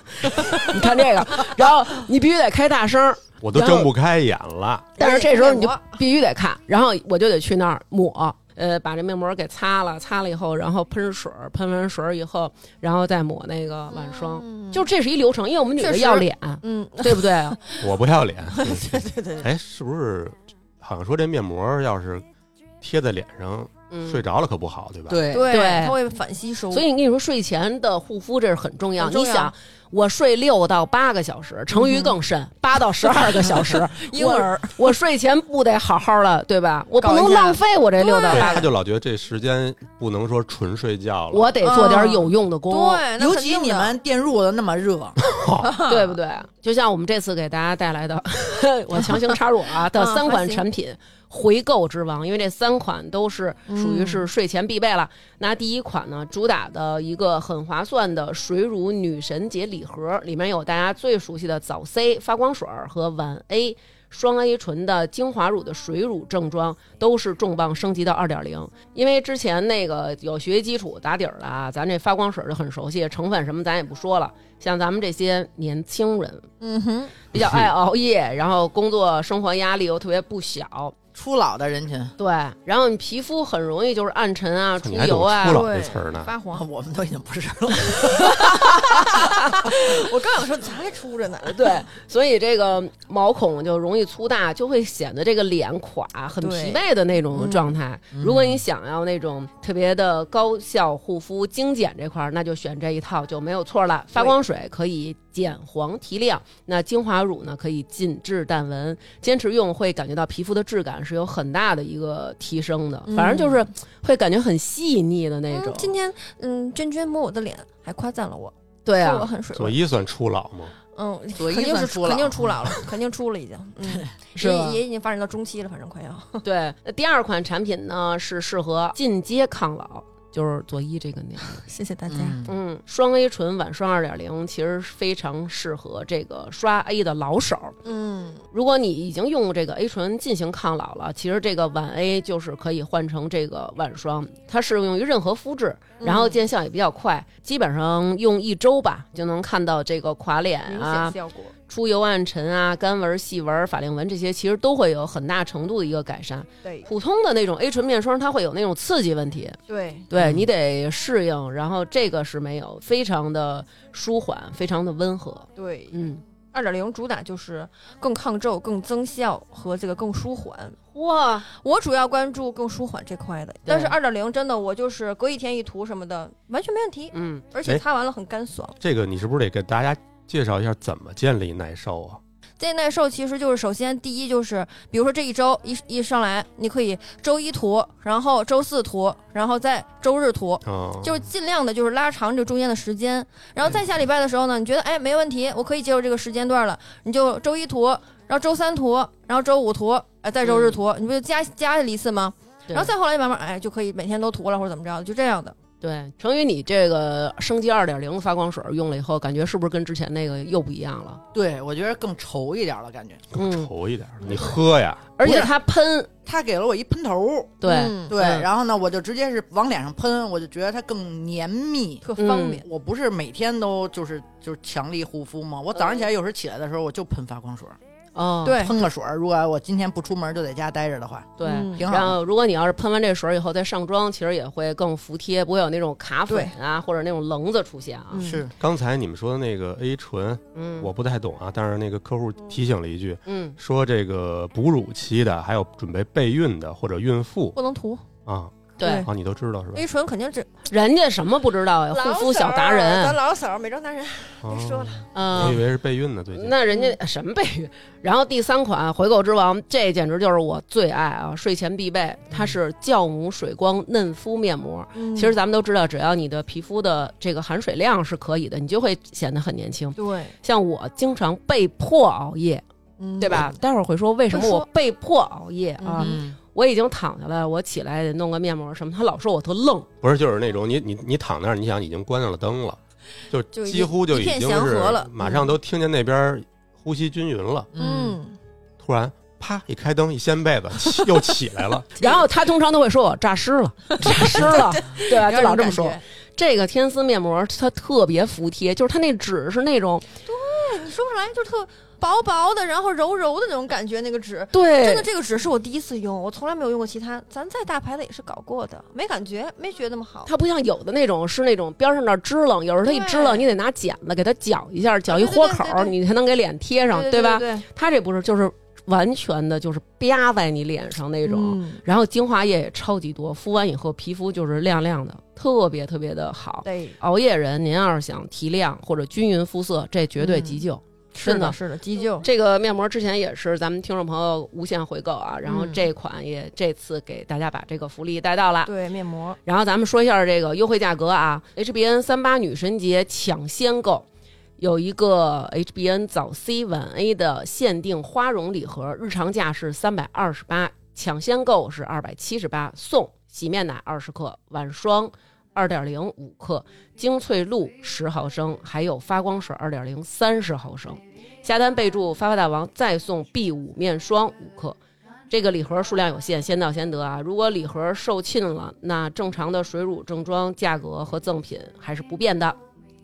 [SPEAKER 1] 你看这个，然后你必须得开大声，
[SPEAKER 4] 我都睁不开眼了，
[SPEAKER 1] 但是这时候你就
[SPEAKER 5] 面膜
[SPEAKER 1] 必须得看，然后我就得去那儿抹，呃，把这面膜给擦了，擦了以后，然后喷水儿，喷完水儿以后，然后再抹那个晚霜，就这是一流程，因为我们女
[SPEAKER 5] 嗯确
[SPEAKER 1] 的
[SPEAKER 5] 实
[SPEAKER 1] 要 脸，
[SPEAKER 5] 嗯，
[SPEAKER 1] 对不对啊？
[SPEAKER 4] 我不要脸。
[SPEAKER 5] 对对对，
[SPEAKER 4] 哎，是不是？好像说这面膜要是贴在脸上，
[SPEAKER 1] 嗯
[SPEAKER 4] 睡着了可不好，对吧？。
[SPEAKER 2] 对
[SPEAKER 5] 对
[SPEAKER 1] 对
[SPEAKER 5] 它会反吸收。
[SPEAKER 1] 所以你跟你说，睡前的护肤这是很重要。
[SPEAKER 5] 很重
[SPEAKER 1] 你
[SPEAKER 5] 要。
[SPEAKER 1] 想，我睡六到八个小时，成鱼更甚，八到十二个小时
[SPEAKER 5] 嗯 婴儿
[SPEAKER 1] 我，我睡前不得好好的，对吧？我不
[SPEAKER 5] 搞一
[SPEAKER 1] 能
[SPEAKER 5] 下
[SPEAKER 1] 浪费我这六到
[SPEAKER 4] 对，
[SPEAKER 1] 八
[SPEAKER 4] 他
[SPEAKER 1] 个，
[SPEAKER 4] 就老觉得这时间不能说纯睡觉了，
[SPEAKER 1] 我得做点有用的功，
[SPEAKER 5] 嗯对，那
[SPEAKER 2] 尤
[SPEAKER 5] 肯
[SPEAKER 2] 其
[SPEAKER 5] 定
[SPEAKER 2] 你
[SPEAKER 5] 的
[SPEAKER 2] 们电褥子那么 热，
[SPEAKER 1] 对不对？就像我们这次给大家带来 的，我强行插入啊的
[SPEAKER 5] 嗯
[SPEAKER 1] 三
[SPEAKER 5] 还
[SPEAKER 1] 款
[SPEAKER 5] 行
[SPEAKER 1] 产品回购之王，因为这三款都是属于
[SPEAKER 5] 嗯
[SPEAKER 1] 是睡前必备了。那第一款呢，主打的一个很划算的水乳女神节礼盒，里面有大家最熟悉的早 C 发光水儿和晚 A。双 A 醇的精华乳的水乳正装都是重磅升级到二点零，因为之前那个有学习基础打底儿的啊，咱这发光水儿就很熟悉，成分什么咱也不说了。像咱们这些年轻人，
[SPEAKER 5] 嗯哼，
[SPEAKER 1] 比较爱熬夜，然后工作生活压力又特别不小，
[SPEAKER 2] 初老的人群，
[SPEAKER 1] 对，然后你皮肤很容易就是暗沉啊、出
[SPEAKER 4] 你还懂
[SPEAKER 1] 油啊
[SPEAKER 4] 初，老
[SPEAKER 5] 对
[SPEAKER 4] 这词儿呢？
[SPEAKER 5] 发 黄。
[SPEAKER 2] 我们都已经不是了，
[SPEAKER 5] 我刚想说咱还出着呢，
[SPEAKER 1] 对，所以这个毛孔就容易粗大，就会显得这个脸垮、很疲惫的那种状态。如果你想要那种特别的高效护肤、精简这块儿，那就选这一套就没有错了。发光水可以减黄提亮，那精华乳呢可以紧致淡纹，坚持用会感觉到皮肤的质感是有很大的一个提升的，反正就是会感觉很细腻的那种
[SPEAKER 5] 嗯。今天嗯，娟娟摸我的脸，还夸赞了我，
[SPEAKER 1] 对
[SPEAKER 5] 说我
[SPEAKER 1] 啊，
[SPEAKER 5] 很水
[SPEAKER 4] 左
[SPEAKER 5] 润。
[SPEAKER 4] 一算初老吗？
[SPEAKER 5] 嗯，
[SPEAKER 2] 左一
[SPEAKER 5] 肯定
[SPEAKER 2] 算
[SPEAKER 5] 是
[SPEAKER 2] 出了
[SPEAKER 5] 肯定出老了，肯定出了 已经。嗯，
[SPEAKER 1] 啊是吧
[SPEAKER 5] 也也已经发展到中期了，反正快要。
[SPEAKER 1] 对，那第二款产品呢是适合进阶抗老，就是佐伊这个年龄。
[SPEAKER 5] 谢谢大家。
[SPEAKER 1] 嗯，双 A 醇晚霜二点零其实非常适合这个刷 A 的老手。
[SPEAKER 5] 嗯，
[SPEAKER 1] 如果你已经用这个 A 醇进行抗老了，其实这个晚 A 就是可以换成这个晚霜，它适用于任何肤质，然后见效也比较快，基本上用一周吧就能看到这个垮脸
[SPEAKER 5] 嗯明
[SPEAKER 1] 啊
[SPEAKER 5] 显、效果。
[SPEAKER 1] 出油暗沉啊、干纹、细纹、法令纹这些，其实都会有很大程度的一个改善。
[SPEAKER 5] 对
[SPEAKER 1] 普通的那种 A 醇面霜，它会有那种刺激问题，
[SPEAKER 5] 对，
[SPEAKER 1] 对你得适应。然后这个是没有，非常的舒缓，非常的温和。
[SPEAKER 5] 对，
[SPEAKER 1] 嗯，
[SPEAKER 5] 二点零主打就是更抗皱、更增效和这个更舒缓。
[SPEAKER 1] 哇，
[SPEAKER 5] 我主要关注更舒缓这块的，但是二点零真的我就是隔一天一涂什么的，完全没问题，
[SPEAKER 1] 嗯，哎
[SPEAKER 5] 而且擦完了很干爽。
[SPEAKER 4] 这个你是不是得给大家介绍一下怎么建立耐受啊？
[SPEAKER 5] 这耐受其实就是首先第一就是，比如说这一周一一上来，你可以周一涂，然后周四涂，然后再周日
[SPEAKER 1] 哦
[SPEAKER 5] 涂，
[SPEAKER 4] 嗯，
[SPEAKER 5] 就是尽量的，就是拉长这中间的时间，
[SPEAKER 1] 嗯
[SPEAKER 5] 然后再下礼拜的时候呢，你觉得哎没问题，我可以接受这个时间段了，你就周一涂，然后周三涂，然后周五涂，哎再周日涂，你不就加加了一次吗？
[SPEAKER 1] 嗯对
[SPEAKER 5] 然后再后来慢慢哎就可以每天都涂了或者怎么着，就这样的。
[SPEAKER 1] 对，成宇，你这个升级二点零发光水用了以后，感觉是不是跟之前那个又不一样了？
[SPEAKER 2] 对我觉得更稠一点了，感觉。
[SPEAKER 1] 嗯，
[SPEAKER 4] 稠一点，你喝呀，
[SPEAKER 1] 而且
[SPEAKER 2] 不是
[SPEAKER 1] 它喷，
[SPEAKER 2] 他给了我一喷头，
[SPEAKER 1] 对，
[SPEAKER 5] 嗯
[SPEAKER 2] 对，
[SPEAKER 1] 嗯
[SPEAKER 2] 然后呢，我就直接是往脸上喷，我就觉得它更绵密。
[SPEAKER 5] 特方便。
[SPEAKER 2] 我不是每天都就是就是强力护肤吗？我早上起来有时候起来的时候我就喷发光水，
[SPEAKER 1] 哦，
[SPEAKER 5] 对
[SPEAKER 2] 喷个水儿。如果我今天不出门就在家待着的话，
[SPEAKER 1] 对。
[SPEAKER 5] 嗯
[SPEAKER 2] 挺
[SPEAKER 1] 然
[SPEAKER 2] 好。
[SPEAKER 1] 后，如果你要是喷完这水以后再上妆，其实也会更服帖，不会有那种卡粉啊或者那种棱子出现啊。
[SPEAKER 5] 嗯
[SPEAKER 2] 是，
[SPEAKER 4] 刚才你们说的那个 A 醇，
[SPEAKER 1] 嗯，
[SPEAKER 4] 我不太懂啊，但是那个客户提醒了一句，
[SPEAKER 1] 嗯
[SPEAKER 4] 说这个哺乳期的，还有准备备孕的或者孕妇
[SPEAKER 5] 不能涂
[SPEAKER 4] 啊，
[SPEAKER 1] 对
[SPEAKER 5] 对，哎
[SPEAKER 4] 啊，你都知道是吧？
[SPEAKER 5] A 唇，肯定是
[SPEAKER 1] 人家什么不知道呀？护肤小达
[SPEAKER 5] 咱
[SPEAKER 1] 人，
[SPEAKER 5] 老手儿美妆达人，
[SPEAKER 4] 啊
[SPEAKER 5] 说了，
[SPEAKER 4] 我以
[SPEAKER 1] 嗯。
[SPEAKER 4] 为是备孕呢，最近。
[SPEAKER 1] 那人家呃什么备孕？然后第三款回购之王，这简直就是我最爱啊，睡前必备。
[SPEAKER 4] 嗯
[SPEAKER 1] 它是酵母水光嫩肤面膜，
[SPEAKER 5] 嗯
[SPEAKER 1] 其实咱们都知道，只要你的皮肤的这个含水量是可以的，你就会显得很年轻。
[SPEAKER 5] 对，
[SPEAKER 1] 像我经常被迫熬夜，
[SPEAKER 5] 嗯
[SPEAKER 1] 对？吧？待会儿会说为什么我被迫熬夜啊？
[SPEAKER 2] 嗯，
[SPEAKER 1] 我已经躺下来，我起来得弄个面膜什么，他老说我特愣。
[SPEAKER 4] 不是，就是那种你你你躺那儿，你想已经关上了灯了，就
[SPEAKER 5] 就
[SPEAKER 4] 几乎就已
[SPEAKER 5] 一
[SPEAKER 4] 经
[SPEAKER 5] 片祥
[SPEAKER 4] 是
[SPEAKER 5] 和了
[SPEAKER 4] 马上都听见那边呼吸均匀了，
[SPEAKER 2] 嗯，
[SPEAKER 5] 嗯，
[SPEAKER 4] 突然啪一开灯一掀被子起又起来了，
[SPEAKER 1] 然后他通常都会说我诈尸了，诈尸了，对啊，就老这么说
[SPEAKER 5] 有。种
[SPEAKER 1] 这个天丝面膜它特别服帖，就是它那纸是那种
[SPEAKER 5] 感觉，嗯你说不出来，就是特薄薄的，然后柔柔的那种感觉，那个纸。真
[SPEAKER 1] 对
[SPEAKER 5] 的，这个纸是我第一次用，我从来没有用过其他。咱在大牌子也是搞过的，没感觉，没觉得那么好。
[SPEAKER 1] 它不像有的那种是那种边上那儿支棱，有时候它一支棱，
[SPEAKER 5] 对
[SPEAKER 1] 你得拿剪子给它绞一下，绞一
[SPEAKER 5] 对对
[SPEAKER 1] 豁
[SPEAKER 5] 对
[SPEAKER 1] 口
[SPEAKER 5] 对
[SPEAKER 1] 儿，
[SPEAKER 5] 对
[SPEAKER 1] 你才能给脸贴上，
[SPEAKER 5] 对
[SPEAKER 1] 吧？
[SPEAKER 5] 对，
[SPEAKER 1] 它这不是就是完全的就是啪在你脸上那
[SPEAKER 5] 那
[SPEAKER 1] 种。然后精华液也超级多，敷完以后皮肤就是亮亮的，特别特别的好。
[SPEAKER 5] 对，
[SPEAKER 1] 熬夜人，您要是想提亮或者均匀肤色，这绝对急救。
[SPEAKER 5] 嗯是
[SPEAKER 1] 真的嗯
[SPEAKER 5] 是的，急救。
[SPEAKER 1] 这个面膜之前也是咱们听众朋友无限回购啊，然后这款也这次给大家把这个福利带到了。
[SPEAKER 5] 对面膜，
[SPEAKER 1] 然后咱们说一下这个优惠价格啊，HBN 三八女神节抢先购。有一个 HBN 早 C 晚 A 的限定花绒礼盒，日常价是三百二十八，抢先购是二百七十八，送洗面奶二十克，晚霜二点零五克，精粹露十毫升，还有发光水二点零三十毫升。下单备注“发发大王”，再送 B 五面霜五克。这个礼盒数量有限，先到先得啊！如果礼盒售罄了，那正常的水乳正装价格和赠品还是不变的。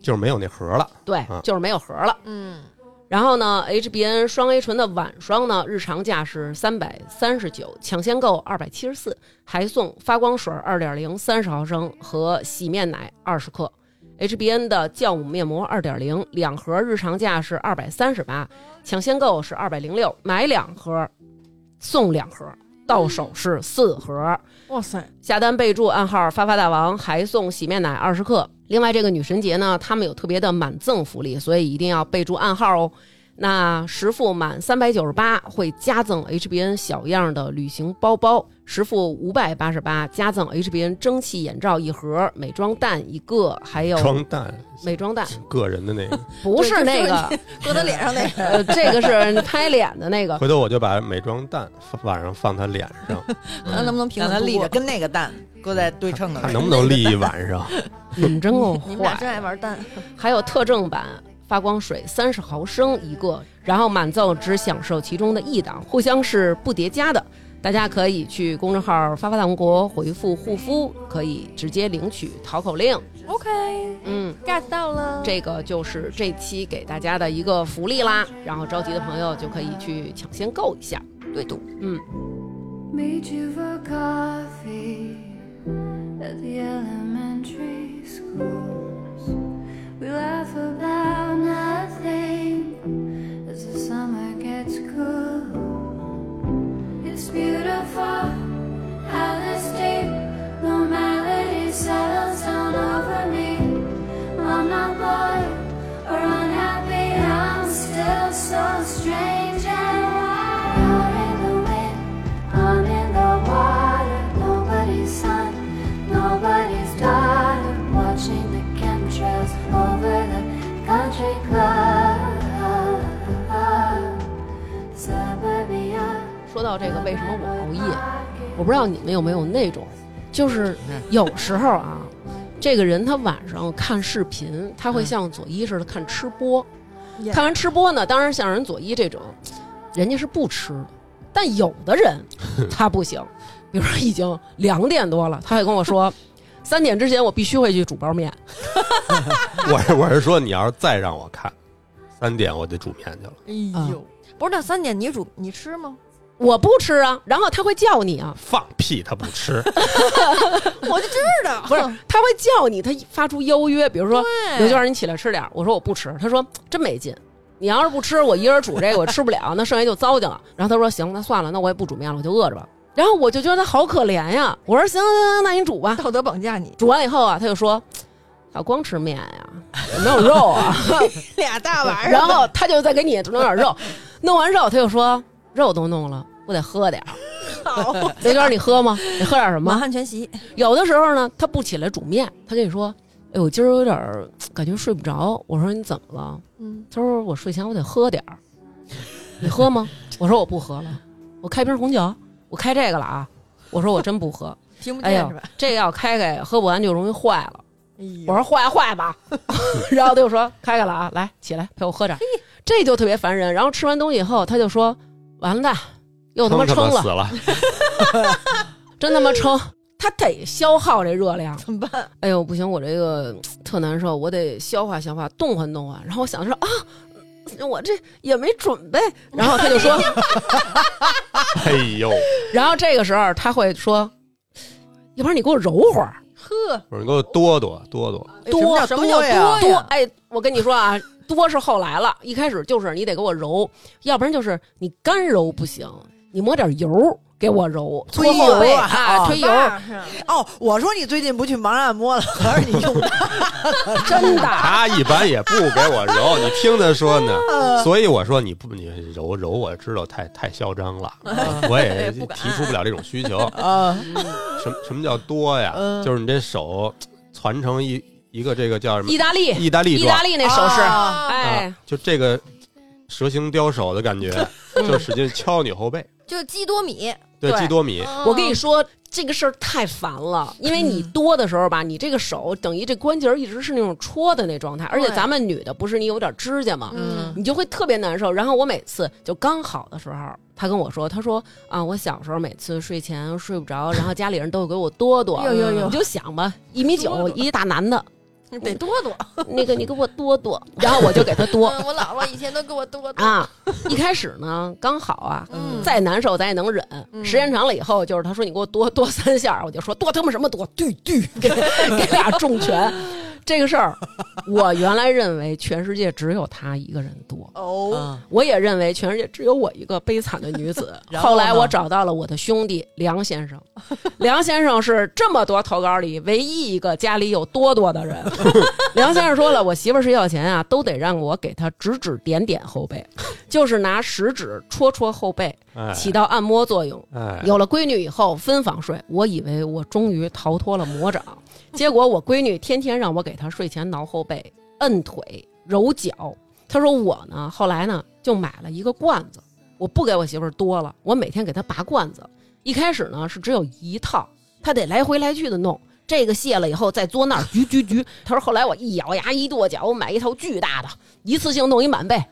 [SPEAKER 4] 就是没有那盒了。
[SPEAKER 1] 对，
[SPEAKER 4] 啊
[SPEAKER 1] 就是没有盒了。
[SPEAKER 5] 嗯，
[SPEAKER 1] 然后呢，HBN 双 A 醇的晚霜呢，日常价是三百三十九，抢先购二百七十四，还送发光水二点零三十毫升和洗面奶二十克。HBN 的酵母面膜二点零两盒，日常价是二百三十八，抢先购是二百零六，买两盒送两盒，到手是四盒。
[SPEAKER 5] 哇塞，
[SPEAKER 1] 下单备注暗号“发发大王”，还送洗面奶二十克。另外，这个女神节呢，他们有特别的满赠福利，所以一定要备注暗号哦。那实付满三百九十八会加赠 HBN 小样的旅行包包，实付五百八十八加赠 HBN 蒸汽眼罩一盒、美妆蛋一个，还有
[SPEAKER 4] 装蛋，
[SPEAKER 1] 美妆蛋，
[SPEAKER 4] 个人的那个，
[SPEAKER 1] 不是
[SPEAKER 5] 对
[SPEAKER 1] 那
[SPEAKER 5] 就是
[SPEAKER 1] 个，
[SPEAKER 5] 搁在脸 上那 个，
[SPEAKER 1] 呃，这个是拍脸的 那个。
[SPEAKER 4] 回头我就把美妆蛋放晚上放他脸 上，
[SPEAKER 5] 咱能不能平
[SPEAKER 2] 让它
[SPEAKER 5] 衡
[SPEAKER 2] 立
[SPEAKER 5] 度
[SPEAKER 2] 着，
[SPEAKER 5] 过？
[SPEAKER 2] 跟那个蛋搁在对称的位
[SPEAKER 4] 看能
[SPEAKER 2] 置。
[SPEAKER 4] 不能立一晚上。
[SPEAKER 1] 你们嗯真够
[SPEAKER 5] 你们俩
[SPEAKER 1] 坏
[SPEAKER 5] 真爱玩蛋，
[SPEAKER 1] 还有特正版发光水三十毫升一个，然后满赠只享受其中的一档，互相是不叠加的。大家可以去公众号“发发大王国”回复“护肤”，可以直接领取淘口令。
[SPEAKER 5] OK，
[SPEAKER 1] 嗯，
[SPEAKER 5] get 到了。
[SPEAKER 1] 这个就是这期给大家的一个福利啦。然后着急的朋友就可以去抢先购一下。
[SPEAKER 5] 对赌，
[SPEAKER 1] 嗯，
[SPEAKER 6] Meet you for coffee at the elementary schools. We laugh about nothing as the summer gets cool. It's beautiful how this deep normality settles down over me. I'm not bored or unhappy, I'm still so strange and wild. Out in the wind, I'm in the water, nobody's son, nobody's daughter. Watching the chemtrails over the country club, suburbia.
[SPEAKER 1] 说到这个为什么我熬夜，我不知道你们有没有那种，就是有时候啊，这个人他晚上看视频，他会像左一似的看吃播，
[SPEAKER 5] Yeah
[SPEAKER 1] 看完吃播呢，当然像人左一这种，人家是不吃的，但有的人他不行，比如说已经两点多了，他会跟我说。三点之前我必须会去煮包面，
[SPEAKER 4] 我是我是说，你要是再让我看，三点我得煮面去了。
[SPEAKER 5] 哎
[SPEAKER 1] 啊
[SPEAKER 5] 呦，不是那三点你煮你吃吗？
[SPEAKER 1] 我不吃啊，然后他会叫你啊，
[SPEAKER 4] 放屁，他不吃。
[SPEAKER 5] 我就知道，
[SPEAKER 1] 不是，他会叫你，他发出邀约，比如说
[SPEAKER 5] 对
[SPEAKER 1] 刘娟儿，你起来吃点儿。我说我不吃，他说真没劲。你要是不吃，我一人煮这个我吃不了， 那剩下就糟践了。然后他说行，那算了，那我也不煮面了，我就饿着吧。然后我就觉得他好可怜呀，我说行行行，那你煮吧。
[SPEAKER 5] 道德绑架你，
[SPEAKER 1] 煮完以后啊，他就说。啊，光吃面呀、没有肉啊。
[SPEAKER 5] 俩大玩
[SPEAKER 1] 然后他就再给你弄点肉，弄完肉他就说肉都弄了，不得喝点儿。
[SPEAKER 5] 好，
[SPEAKER 1] 刘娟儿，你喝吗？你喝点什么
[SPEAKER 5] 满？汉全席，
[SPEAKER 1] 有的时候呢，他不起来煮面，他跟你说：“哎，我今儿有点儿感觉睡不着。”我说：“你怎么了
[SPEAKER 5] 嗯？”，
[SPEAKER 1] 他说：“我睡前我得喝点儿。”你喝吗？我说我不喝了，我开瓶红酒，我开这个了啊。我说我真不喝，
[SPEAKER 5] 听不
[SPEAKER 1] 哎
[SPEAKER 5] 见
[SPEAKER 1] 呀
[SPEAKER 5] 是吧？，哎
[SPEAKER 1] 这个要开开喝不完就容易坏了。我
[SPEAKER 5] 我
[SPEAKER 1] 说坏坏吧，然后他就说开开了啊，来起来陪我喝点儿，这就特别烦人。然后吃完东西以后，他就说完了蛋，又他妈撑
[SPEAKER 4] 死
[SPEAKER 1] 了，
[SPEAKER 4] 了，
[SPEAKER 1] 真他妈撑，他得消耗这热量。
[SPEAKER 5] 怎么办？
[SPEAKER 1] 哎呦，不行，我这个特难受，我得消化消化，动换动换。然后我想着啊，我这也没准备。然后他就说，
[SPEAKER 4] 哎呦！
[SPEAKER 1] 然后这个时候他会说，要不然你给我揉会儿，
[SPEAKER 5] 呵，
[SPEAKER 4] 我说你给我多多
[SPEAKER 1] 嗯
[SPEAKER 4] 多多，
[SPEAKER 1] 多
[SPEAKER 5] 什么叫
[SPEAKER 2] 多呀
[SPEAKER 1] 多
[SPEAKER 5] 呀？
[SPEAKER 1] 哎，我跟你说啊，多是后来了，一开始就是你得给我揉，要不然就是你干揉不行，你抹点油给我揉，
[SPEAKER 2] 推
[SPEAKER 1] 搓后背
[SPEAKER 2] 油啊
[SPEAKER 1] 啊，
[SPEAKER 2] 啊
[SPEAKER 1] 推油，
[SPEAKER 7] 哦，我说你最近不去盲按摩了，合着你用
[SPEAKER 1] 真的。
[SPEAKER 4] 他一般也不给我 揉，你听他说
[SPEAKER 1] 嗯
[SPEAKER 4] 呢。所以我说你不你揉揉，我知道太太嚣张了，
[SPEAKER 1] 嗯
[SPEAKER 4] 我也提出不了这种需 求。
[SPEAKER 7] 啊？
[SPEAKER 4] 什么什么叫多呀？
[SPEAKER 1] 嗯
[SPEAKER 4] 就是你这手攒成一一个这个叫什么
[SPEAKER 1] 意大利，
[SPEAKER 4] 意大利
[SPEAKER 1] 意
[SPEAKER 4] 状
[SPEAKER 1] 大，利那手势，
[SPEAKER 7] 啊
[SPEAKER 1] 哎
[SPEAKER 4] 啊，，就这个蛇形刁手 的感觉，就使劲敲你后背。
[SPEAKER 5] 就是基多米，
[SPEAKER 4] 对，
[SPEAKER 1] 对嗯
[SPEAKER 4] 基多米，
[SPEAKER 1] 我跟你说，这个事儿太烦了，因为你多的时候吧，你这个手等于这关节儿一直是那种戳的那状态，而且
[SPEAKER 5] 对
[SPEAKER 1] 咱们女的不是你有点指甲嘛，
[SPEAKER 5] 嗯，
[SPEAKER 1] 你就会特别难受。然后我每次就刚好的时候，他跟我说，他说啊，我小时候每次睡前睡不着，然后家里人都会给我哆哆，
[SPEAKER 5] 呦呦呦
[SPEAKER 1] 你就想吧，一米九一大男的，
[SPEAKER 5] 你得多多。
[SPEAKER 1] 那个你给我哆哆， 然后我就给他哆
[SPEAKER 5] 嗯，我姥姥以前都给我多多。
[SPEAKER 1] 啊。 一开始呢，刚好啊，
[SPEAKER 5] 嗯，
[SPEAKER 1] 再难受咱也能忍。
[SPEAKER 5] 嗯
[SPEAKER 1] 时间长了以后，就是他说你给我多多三下儿，我就说多他妈什么多，对对， 给给俩重拳。这个事儿，我原来认为全世界只有他一个人多，
[SPEAKER 5] 哦，
[SPEAKER 1] 我也认为全世界只有我一个悲惨的女子。
[SPEAKER 7] 然后
[SPEAKER 1] 后
[SPEAKER 7] 呢
[SPEAKER 1] 来我找到了我的兄弟梁先生， 梁先生是这么多投稿里唯一一个家里有多多的人。 梁先生说了，我媳妇儿睡觉前啊，都得让我给她指指点点后背，就是拿食指戳戳后背，
[SPEAKER 4] 哎
[SPEAKER 1] 起到按摩作用。
[SPEAKER 4] 哎，
[SPEAKER 1] 有了闺女以后分房睡，我以为我终于逃脱了魔掌，结果我闺女天天让我给她睡前挠后背、摁腿、揉脚。她说我呢，后来呢就买了一个罐子，我不给我媳妇儿多了，我每天给她拔罐子。一开始呢是只有一套，她得来回来去的弄。这个卸了以后再嘬那儿，鞠鞠鞠。她说后来我一咬牙一跺脚，我买一套巨大的，一次性弄一满背。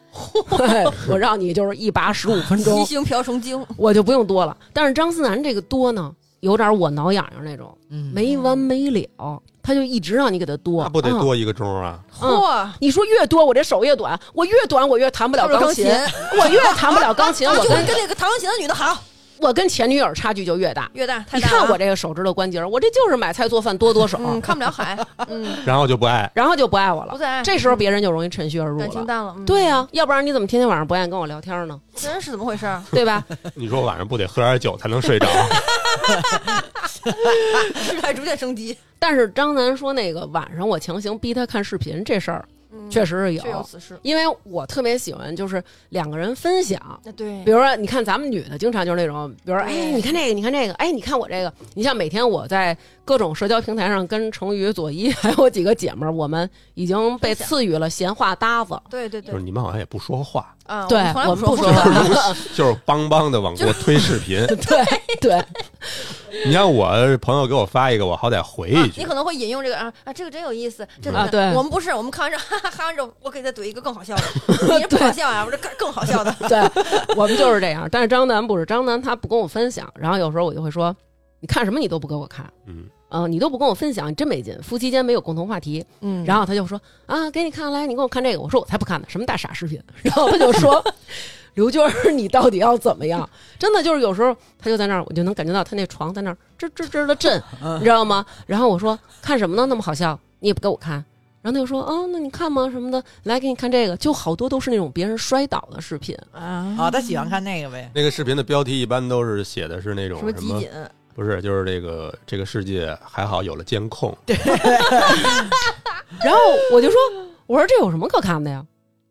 [SPEAKER 1] 我让你就是一拔十五分钟，
[SPEAKER 5] 七星瓢虫精，
[SPEAKER 1] 我就不用多了。但是张思楠这个多呢，有点我挠痒痒那种，
[SPEAKER 7] 嗯
[SPEAKER 1] 没完没了，他就一直让你给他多，
[SPEAKER 4] 那不得
[SPEAKER 1] 嗯
[SPEAKER 4] 多一个钟啊？
[SPEAKER 5] 嚯，
[SPEAKER 1] 你说越多，我这手越短，我越短，我越弹不了
[SPEAKER 5] 弹不了
[SPEAKER 1] 钢琴，
[SPEAKER 5] 钢
[SPEAKER 1] 我越弹不了钢 琴，
[SPEAKER 5] 啊
[SPEAKER 1] 我
[SPEAKER 5] 就
[SPEAKER 1] 跟
[SPEAKER 5] 跟那个弹钢琴的女的好，
[SPEAKER 1] 我跟前女友差距就越大。
[SPEAKER 5] 越大太
[SPEAKER 1] 你
[SPEAKER 5] 大。啊
[SPEAKER 1] 看我，这个手指头关节儿，我这就是买菜做饭多多手，
[SPEAKER 5] 嗯，看不了 海，嗯，
[SPEAKER 4] 然后就不爱。
[SPEAKER 1] 然后就不爱我
[SPEAKER 5] 不
[SPEAKER 1] 了。
[SPEAKER 5] 在
[SPEAKER 1] 这时候别人就容易趁虚而入
[SPEAKER 5] 嗯感情
[SPEAKER 1] 了。
[SPEAKER 5] 淡了。嗯
[SPEAKER 1] 对，呀、要不然你怎么天天晚上不爱跟我聊天呢？
[SPEAKER 5] 真是怎么回事？啊
[SPEAKER 1] 对吧？
[SPEAKER 4] 你说晚上不得喝点酒才能睡着？
[SPEAKER 5] 事态逐渐升级，
[SPEAKER 1] 但是张楠说那个晚上我强行逼他看视频这事儿，
[SPEAKER 5] 嗯
[SPEAKER 1] 确实是
[SPEAKER 5] 确有此事。
[SPEAKER 1] 因为我特别喜欢就是两个人分享。
[SPEAKER 5] 那哎对
[SPEAKER 1] 比，如说，你看咱们女的经常就是那种，比如说，
[SPEAKER 5] 对
[SPEAKER 1] 哎，你看这个，你看这个，哎，你看我这个。你像每天我在各种社交平台上跟成宇、左一还有几个姐们儿，我们已经被赐予了闲话搭子。
[SPEAKER 5] 对对
[SPEAKER 4] 就是
[SPEAKER 5] 对，
[SPEAKER 4] 你们好像也不说话，
[SPEAKER 5] 啊，
[SPEAKER 1] 对，
[SPEAKER 5] 哦从来
[SPEAKER 1] 我们不
[SPEAKER 5] 说啊
[SPEAKER 1] 说话。
[SPEAKER 4] 就是邦邦的往过推视 频。
[SPEAKER 1] 对对，
[SPEAKER 4] 你像我朋友给我发一个，我好歹回
[SPEAKER 5] 啊
[SPEAKER 4] 一
[SPEAKER 5] 你
[SPEAKER 4] 句
[SPEAKER 5] 可。能会引用这个啊啊，这个真有意思，这个
[SPEAKER 1] 啊
[SPEAKER 5] 真
[SPEAKER 1] 对
[SPEAKER 5] 我们不是，我们看完之后哈哈哈完之后，我给他怼一个更好笑 的，你这不好笑啊，我这更更好笑的，
[SPEAKER 1] 对，我们就是这样。但是张楠不是，张楠他不跟我分享，然后有时候我就会说，你看什么你都不给我看，
[SPEAKER 4] 嗯，
[SPEAKER 1] 嗯、你都不跟我分享，你真没劲。夫妻间没有共同话题，
[SPEAKER 5] 嗯
[SPEAKER 1] 然后他就说啊，给你看，来，你给我看这个。我说我才不看呢，什么大傻视频。然后他就说，刘娟儿，你到底要怎么样？真的就是有时候他就在那儿，我就能感觉到他那床在那儿吱吱吱的震，你知道吗？然后我说看什么呢？那么好笑，你也不给我看。然后他就说：“哦，那你看吗？什么的，来给你看这个，就好多都是那种别人摔倒的视频，
[SPEAKER 2] 啊，他喜欢看那个呗。
[SPEAKER 4] 那个视频的标题一般都是写的是那种
[SPEAKER 5] 什么集锦，
[SPEAKER 4] 不是，就是这个这个世界还好有了监控，
[SPEAKER 1] 然后我就说，我说这有什么可看的呀？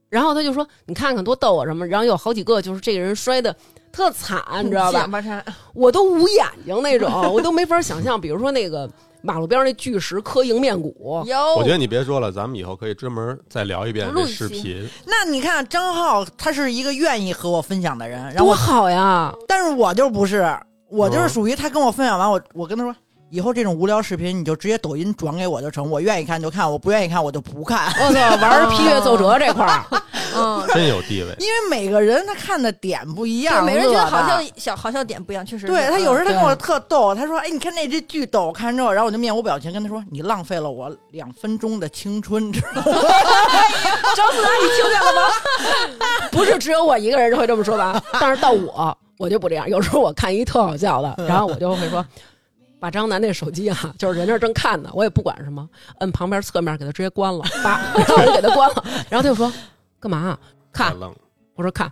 [SPEAKER 1] 然后他就说，你看看多逗啊什么。然后有好几个就是这个人摔的特惨，你知道吧？
[SPEAKER 5] 吧？叉
[SPEAKER 1] 我都捂眼睛 那种，我都没法想象。比如说那个马路边儿那巨石磕迎面骨，
[SPEAKER 5] 有，
[SPEAKER 4] 我觉得你别说了，咱们以后可以专门再聊一遍
[SPEAKER 5] 录
[SPEAKER 4] 这
[SPEAKER 5] 一期
[SPEAKER 4] 视频。
[SPEAKER 2] 那你看张浩，他是一个愿意和我分享的人，然后
[SPEAKER 1] 多
[SPEAKER 2] 我，
[SPEAKER 1] 好呀！
[SPEAKER 2] 但是我就不是，我就是
[SPEAKER 4] 嗯
[SPEAKER 2] 属于他跟我分享完，我我跟他说。以后这种无聊视频，你就直接抖音转给我就成，我愿意看就看，我不愿意看我就不看。
[SPEAKER 1] 我操，玩儿劈月奏折这块儿，
[SPEAKER 5] 嗯，
[SPEAKER 4] 真有地位，
[SPEAKER 2] 因为每个人他看的点不一
[SPEAKER 5] 对，
[SPEAKER 2] 样，
[SPEAKER 5] 每个人觉
[SPEAKER 2] 乐
[SPEAKER 5] 得
[SPEAKER 2] 的
[SPEAKER 5] 好笑小好笑点不一样，确实是。啊
[SPEAKER 2] 对他有时候他
[SPEAKER 7] 对
[SPEAKER 2] 跟我特逗，他说：“哎，你看那这剧逗，我看完之后，然后我就面无表情跟他说，你浪费了我两分钟的青春，知道吗？
[SPEAKER 1] 张思达，你听见了吗？ 不是只有我一个人会这么说 吧？但是到我，我就不这样。有时候我看一特好笑
[SPEAKER 2] 嗯
[SPEAKER 1] 的，然后我就会说。把张楠那手机啊， 就是人那儿正看呢，我也不管什么，摁旁边侧面给他直接关了，叭， 然后我就给他关了。然后他就说：“干嘛啊？
[SPEAKER 4] 太
[SPEAKER 1] 看
[SPEAKER 4] 愣。
[SPEAKER 1] 我说看，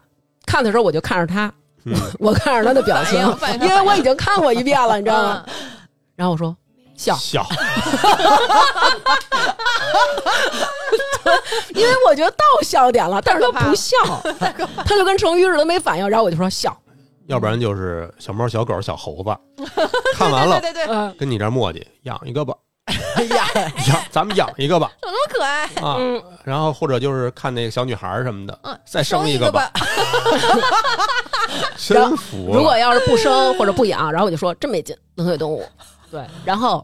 [SPEAKER 1] 看的时候我就看着他，
[SPEAKER 4] 嗯
[SPEAKER 1] 我看着他的表情，
[SPEAKER 5] 反
[SPEAKER 1] 因
[SPEAKER 5] 应
[SPEAKER 1] 为我已经看过一遍了，你知道吗？
[SPEAKER 5] 嗯
[SPEAKER 1] 然后我说 笑，
[SPEAKER 4] 笑，
[SPEAKER 1] 因为我觉得到笑点了，但是他不 笑，他就跟成鱼似的没反应。然后我就说笑，
[SPEAKER 4] 要不然就是小猫、小狗、小猴 子，看完了
[SPEAKER 5] 对对对，
[SPEAKER 1] 嗯
[SPEAKER 4] 跟你这儿磨叽，养一个 吧，
[SPEAKER 2] 呀，
[SPEAKER 4] 养咱们养一个吧
[SPEAKER 5] 怎么那么可爱？
[SPEAKER 4] 啊。
[SPEAKER 1] 嗯，
[SPEAKER 4] 然后或者就是看那个小女孩儿什么的，
[SPEAKER 5] 嗯
[SPEAKER 4] 再生
[SPEAKER 5] 一
[SPEAKER 4] 个
[SPEAKER 5] 吧，，
[SPEAKER 4] 真服。
[SPEAKER 1] 如果要是不生或者不养，然后我就说真没劲，冷血 动物。对，然后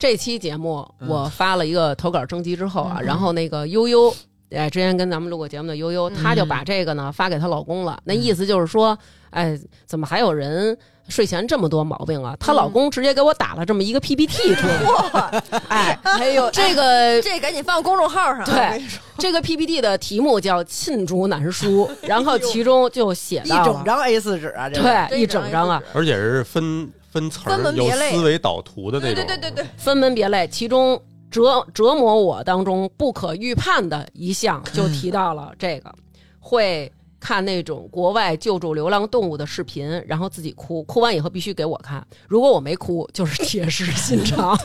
[SPEAKER 1] 这期节目我发了一个投稿征集之后啊，然后那个悠悠。哎，之前跟咱们录过节目的悠悠，她就把这个呢发给她老公了。那意思就是说，哎，怎么还有人睡前这么多毛病啊？她老公直接给我打了这么一个 PPT 出 来。哎，
[SPEAKER 5] 哎呦，
[SPEAKER 1] 这个
[SPEAKER 5] 这赶紧放公众号上啊。
[SPEAKER 1] 对
[SPEAKER 5] 我跟你说
[SPEAKER 1] 这个 PPT 的题目叫《罄竹难书》， 然后其中就写
[SPEAKER 2] 一
[SPEAKER 1] 到
[SPEAKER 2] 整
[SPEAKER 1] 了
[SPEAKER 2] 张 A 四纸啊，这个
[SPEAKER 1] 对一
[SPEAKER 5] 这
[SPEAKER 1] 整张啊，
[SPEAKER 4] 而且是分分词
[SPEAKER 5] 分
[SPEAKER 4] 儿，
[SPEAKER 5] 门
[SPEAKER 4] 有
[SPEAKER 5] 别类
[SPEAKER 4] 思维导图的那
[SPEAKER 5] 对
[SPEAKER 4] 种
[SPEAKER 5] 对。对对对，
[SPEAKER 1] 分门别类，其中折折磨我当中不可预判的一项就提到了这 个，会看那种国外救助流浪动物的视频，然后自己哭，哭完以后必须给我看，如果我没哭，就是铁石心 肠。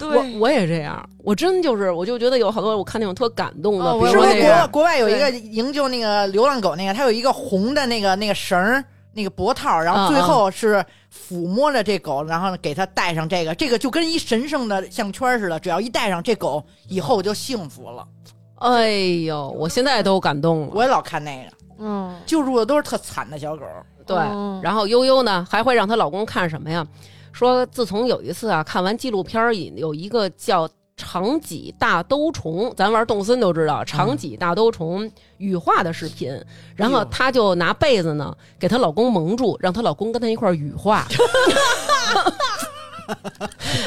[SPEAKER 1] 我我也这样，我真就是，我就觉得有好多我看那种特感动的，
[SPEAKER 5] 哦
[SPEAKER 1] 比
[SPEAKER 5] 我
[SPEAKER 1] 如
[SPEAKER 2] 是
[SPEAKER 1] 说
[SPEAKER 2] 不
[SPEAKER 5] 我
[SPEAKER 2] 是
[SPEAKER 1] 那
[SPEAKER 5] 也
[SPEAKER 1] 个
[SPEAKER 2] 国国外有一个营救那个流浪狗那个，它有一个红的那个那个绳儿。那个脖套，然后最后是抚摸着这狗，然后给它戴上这个，这个就跟一神圣的项圈似的，只要一戴上这狗，以后就幸福了。
[SPEAKER 1] 哎呦，我现在都感动了。
[SPEAKER 2] 我也老看那个，
[SPEAKER 5] 嗯，
[SPEAKER 2] 救助的都是特惨的小狗。
[SPEAKER 1] 对，
[SPEAKER 5] 哦
[SPEAKER 1] 然后悠悠呢还会让她老公看什么呀？说自从有一次啊，看完纪录片儿，有一个叫长脊大兜虫，咱玩动森都知道长脊大兜虫羽化的视频，然后她就拿被子呢给她老公蒙住，让她老公跟她一块儿羽 化。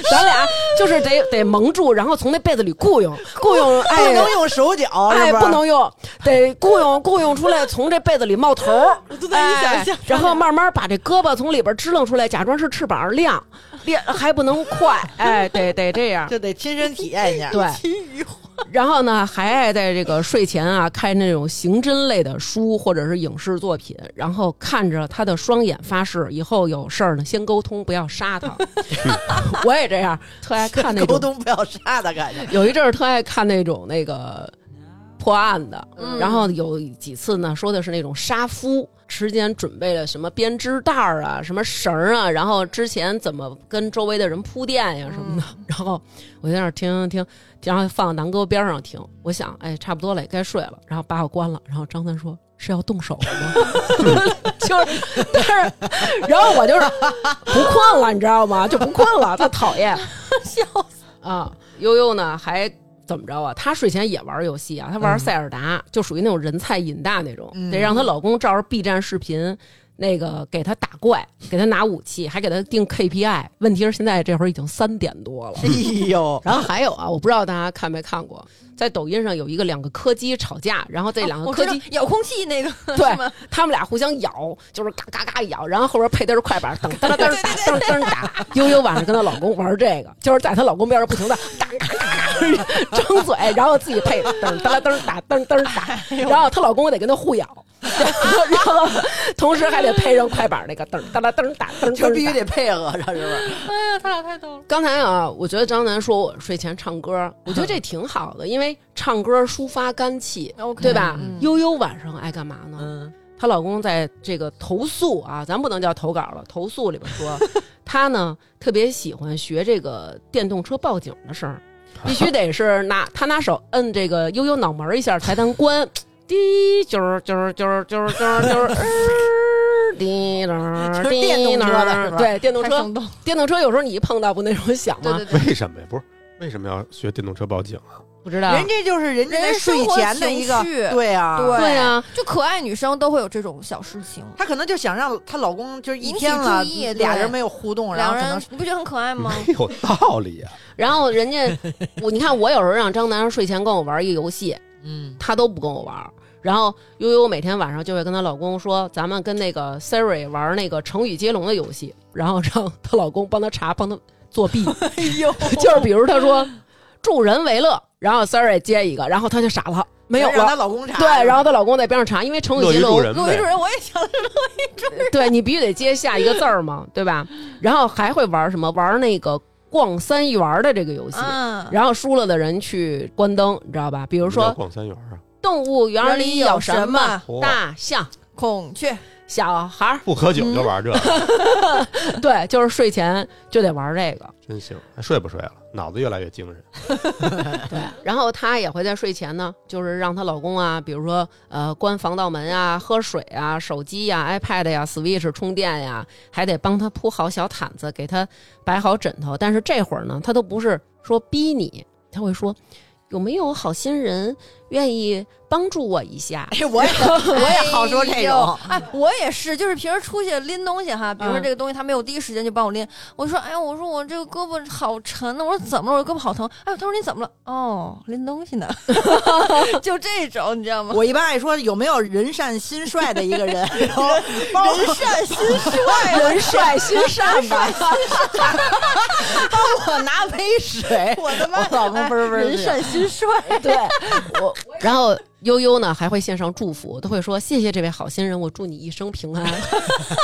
[SPEAKER 1] 咱俩就是得得蒙住，然后从那被子里雇佣雇佣，哎，
[SPEAKER 2] 哦不能用手脚，
[SPEAKER 1] 哎，
[SPEAKER 2] 是吧
[SPEAKER 1] 不能用，得雇佣雇佣出来，从这被子里冒头 儿，哎，然后慢慢把这胳膊从里边支棱出来，假装是翅膀 亮，亮还不能快，哎，得得这样，
[SPEAKER 2] 就得亲身体验一下。
[SPEAKER 1] 对，然后呢，还爱在这个睡前啊看那种刑侦类的书或者是影视作品，然后看着他的双眼发誓，以后有事儿呢先沟通，不要杀 他。我也这样，特爱看那
[SPEAKER 2] 沟
[SPEAKER 1] 种
[SPEAKER 2] 通不要杀的感觉。
[SPEAKER 1] 有一阵儿特爱看那种那个破案的，然后有几次呢说的是那种杀夫之间准备了什么编织袋儿啊、什么绳儿啊，然后之前怎么跟周围的人铺垫呀、什么的。然后我就在那儿听听，然后放南哥边上听，我想哎差不多了，也该睡了，然后把我关了，然后张三说。是要动手了吗？ 就是，但是，然后我就是不困了，你知道吗？就不困了，特讨厌。啊，悠悠呢还怎么着啊？她睡前也玩游戏啊，她玩塞尔达，就属于那种人菜瘾大那种，得让她老公照着 B 站视频。那个给他打怪，给他拿武器，还给他定 KPI。问题是现在这会儿已经三点多了。
[SPEAKER 2] 哎呦，
[SPEAKER 1] 然后还有啊，我不知道大家看没看过，在抖音上有一个两个柯基吵架，然后这两个
[SPEAKER 5] 我
[SPEAKER 1] 柯
[SPEAKER 5] 知
[SPEAKER 1] 基、
[SPEAKER 5] 道遥控器那个，是
[SPEAKER 1] 对
[SPEAKER 5] 吗，
[SPEAKER 1] 他们俩互相咬，就是嘎嘎嘎咬，然后后边配的是快板，噔噔噔噔噔噔打。悠悠晚上跟她老公玩这个，就是在她老公边上不停的嘎嘎嘎嘎张嘴，然后自己配噔噔噔打噔噔打，然后她老公得跟她互咬。然后，同时还得配上快板那个噔噔噔噔打噔，
[SPEAKER 2] 就必须得配合着，是不是？
[SPEAKER 5] 哎呀，他俩太逗了。
[SPEAKER 1] 刚才啊，我觉得张楠说我睡前唱歌，我觉得这挺好 的，因为唱歌抒发肝气，
[SPEAKER 5] OK
[SPEAKER 1] 对吧
[SPEAKER 5] 嗯？
[SPEAKER 1] 悠悠晚上爱干嘛呢？
[SPEAKER 7] 嗯，
[SPEAKER 1] 她老公在这个投诉啊，咱不能叫投稿了，投诉里边 说，她呢特别喜欢学这个电动车报警的声 儿，必须得是拿她拿手摁这个悠悠脑门儿一下才能 关，滴啾儿啾儿啾儿啾儿啾儿啾儿。呃滴噔儿，
[SPEAKER 2] 这是电
[SPEAKER 1] 滴
[SPEAKER 2] 动
[SPEAKER 1] 噔
[SPEAKER 2] 车的是
[SPEAKER 1] 儿，
[SPEAKER 2] 吧
[SPEAKER 1] 对，电动
[SPEAKER 5] 太
[SPEAKER 1] 车
[SPEAKER 5] 生动，
[SPEAKER 1] 电动车有时候你一碰到不那种响吗？
[SPEAKER 5] 对对 对，
[SPEAKER 4] 为什么呀？不是为什么要学电动车报警啊？
[SPEAKER 1] 不知道。
[SPEAKER 2] 人家就是人家在
[SPEAKER 5] 人家
[SPEAKER 2] 睡
[SPEAKER 5] 生活
[SPEAKER 2] 前的
[SPEAKER 5] 情
[SPEAKER 2] 一个，
[SPEAKER 5] 绪
[SPEAKER 2] 对啊，
[SPEAKER 5] 对
[SPEAKER 1] 对啊，
[SPEAKER 5] 就可爱女生都会有这种小事情，
[SPEAKER 7] 她可能就想让她老公就是一
[SPEAKER 5] 引起
[SPEAKER 7] 天了
[SPEAKER 5] 注意，对
[SPEAKER 7] 俩人没有互动，然
[SPEAKER 5] 两
[SPEAKER 7] 后
[SPEAKER 5] 个
[SPEAKER 7] 可能
[SPEAKER 5] 人你不觉得很可爱 吗？
[SPEAKER 4] 没有道理啊！
[SPEAKER 1] 然后人家我你看我有时候让张楠睡前跟我玩一个游戏，
[SPEAKER 7] 嗯，
[SPEAKER 1] 他都不跟我玩。然后悠悠每天晚上就会跟她老公说，咱们跟那个 Siri 玩那个成语接龙的游戏，然后让她老公帮她查，帮她作弊。哎呦，就是比如她说助人为乐，然后 Siri 接一个，然后她就傻了，没有
[SPEAKER 7] 让她
[SPEAKER 1] 了。
[SPEAKER 7] 老公查，
[SPEAKER 1] 对，然后她老公在边上查，因为成语
[SPEAKER 4] 乐
[SPEAKER 1] 接
[SPEAKER 4] 于助
[SPEAKER 1] 龙
[SPEAKER 4] 人
[SPEAKER 5] 各位
[SPEAKER 4] 呗
[SPEAKER 5] 主。任，我也想
[SPEAKER 1] 对你必须得接下一个字儿嘛，对吧？然后还会玩什么？玩那个逛三元儿的这个游戏，
[SPEAKER 5] 啊，
[SPEAKER 1] 然后输了的人去关灯，你知道吧？比如
[SPEAKER 4] 比说
[SPEAKER 1] 说
[SPEAKER 4] 逛三元啊，
[SPEAKER 1] 动物园里有什么？
[SPEAKER 4] 嚯
[SPEAKER 1] 大象、
[SPEAKER 5] 孔 雀，
[SPEAKER 1] 小孩儿，
[SPEAKER 4] 不喝酒就玩这，个，
[SPEAKER 1] 对，就是睡前就得玩这个。
[SPEAKER 4] 真行。还睡不睡了？脑子越来越精神。
[SPEAKER 1] 然后她也会在睡前呢，就是让她老公啊，比如说呃关防盗门啊、喝水啊、手机呀、iPad 呀、Switch 充电呀，还得帮她铺好小毯子，给她摆好枕头。但是这会儿呢，她都不是说逼你，她会说有没有好心人愿意帮助我一下？
[SPEAKER 7] 哎，我也 我也好说
[SPEAKER 5] 哎
[SPEAKER 7] 这
[SPEAKER 5] 呦
[SPEAKER 7] 种，
[SPEAKER 5] 哎，我也是，就是平时出去拎东西哈，比如说
[SPEAKER 1] 嗯
[SPEAKER 5] 这个东西他没有第一时间就帮我拎，我说哎呀，我说我这个胳膊好沉呢，我说怎么了？我胳膊好疼。哎，他说你怎么了？哦，拎东西呢， 就这种你知道吗？
[SPEAKER 7] 我一般爱说有没有人善心帅的一 个人，然后人善心
[SPEAKER 5] 啊
[SPEAKER 7] 帅，人
[SPEAKER 1] 帅心善 吧，
[SPEAKER 7] 帮我拿杯水，我他妈老公不是不是
[SPEAKER 5] 哎人善心帅，
[SPEAKER 1] 对我，然后悠悠呢还会献上祝福，都会说谢谢这位好心人，我祝你一生平安。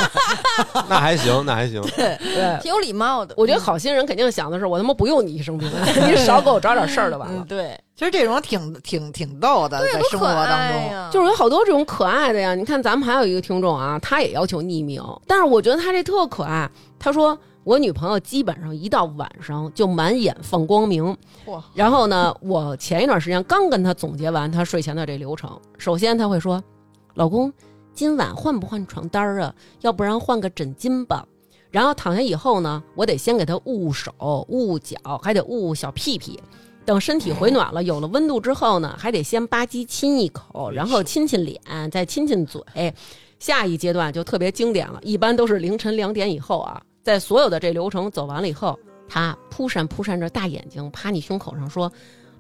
[SPEAKER 4] 那还行，那还行。
[SPEAKER 1] 对，
[SPEAKER 5] 挺有礼貌的。
[SPEAKER 1] 我觉得好心人肯定想的是，我他妈不用你一生平安，你少给我找点事儿就完
[SPEAKER 5] 嗯，
[SPEAKER 1] 了。
[SPEAKER 5] 对，
[SPEAKER 7] 其实这种挺挺挺逗的，
[SPEAKER 5] 对，
[SPEAKER 7] 在
[SPEAKER 5] 多
[SPEAKER 7] 生
[SPEAKER 5] 可
[SPEAKER 7] 活当
[SPEAKER 5] 爱
[SPEAKER 7] 中，
[SPEAKER 5] 呀！
[SPEAKER 1] 就是有好多这种可爱的呀，你看咱们还有一个听众啊，他也要求匿名，但是我觉得他这特可爱。他说我女朋友基本上一到晚上就满眼放光明
[SPEAKER 5] 哇，
[SPEAKER 1] 然后呢，我前一段时间刚跟他总结完他睡前的这流程，首先他会说，老公，今晚换不换床单儿啊？要不然换个枕巾吧。然后躺下以后呢，我得先给他捂手、捂脚，还得捂小屁屁。等身体回暖了，有了温度之后呢，还得先吧唧亲一口，然后亲亲脸，再亲亲嘴。下一阶段就特别经典了，一般都是凌晨两点以后啊，在所有的这流程走完了以后，他扑闪扑闪着大眼睛趴你胸口上说：“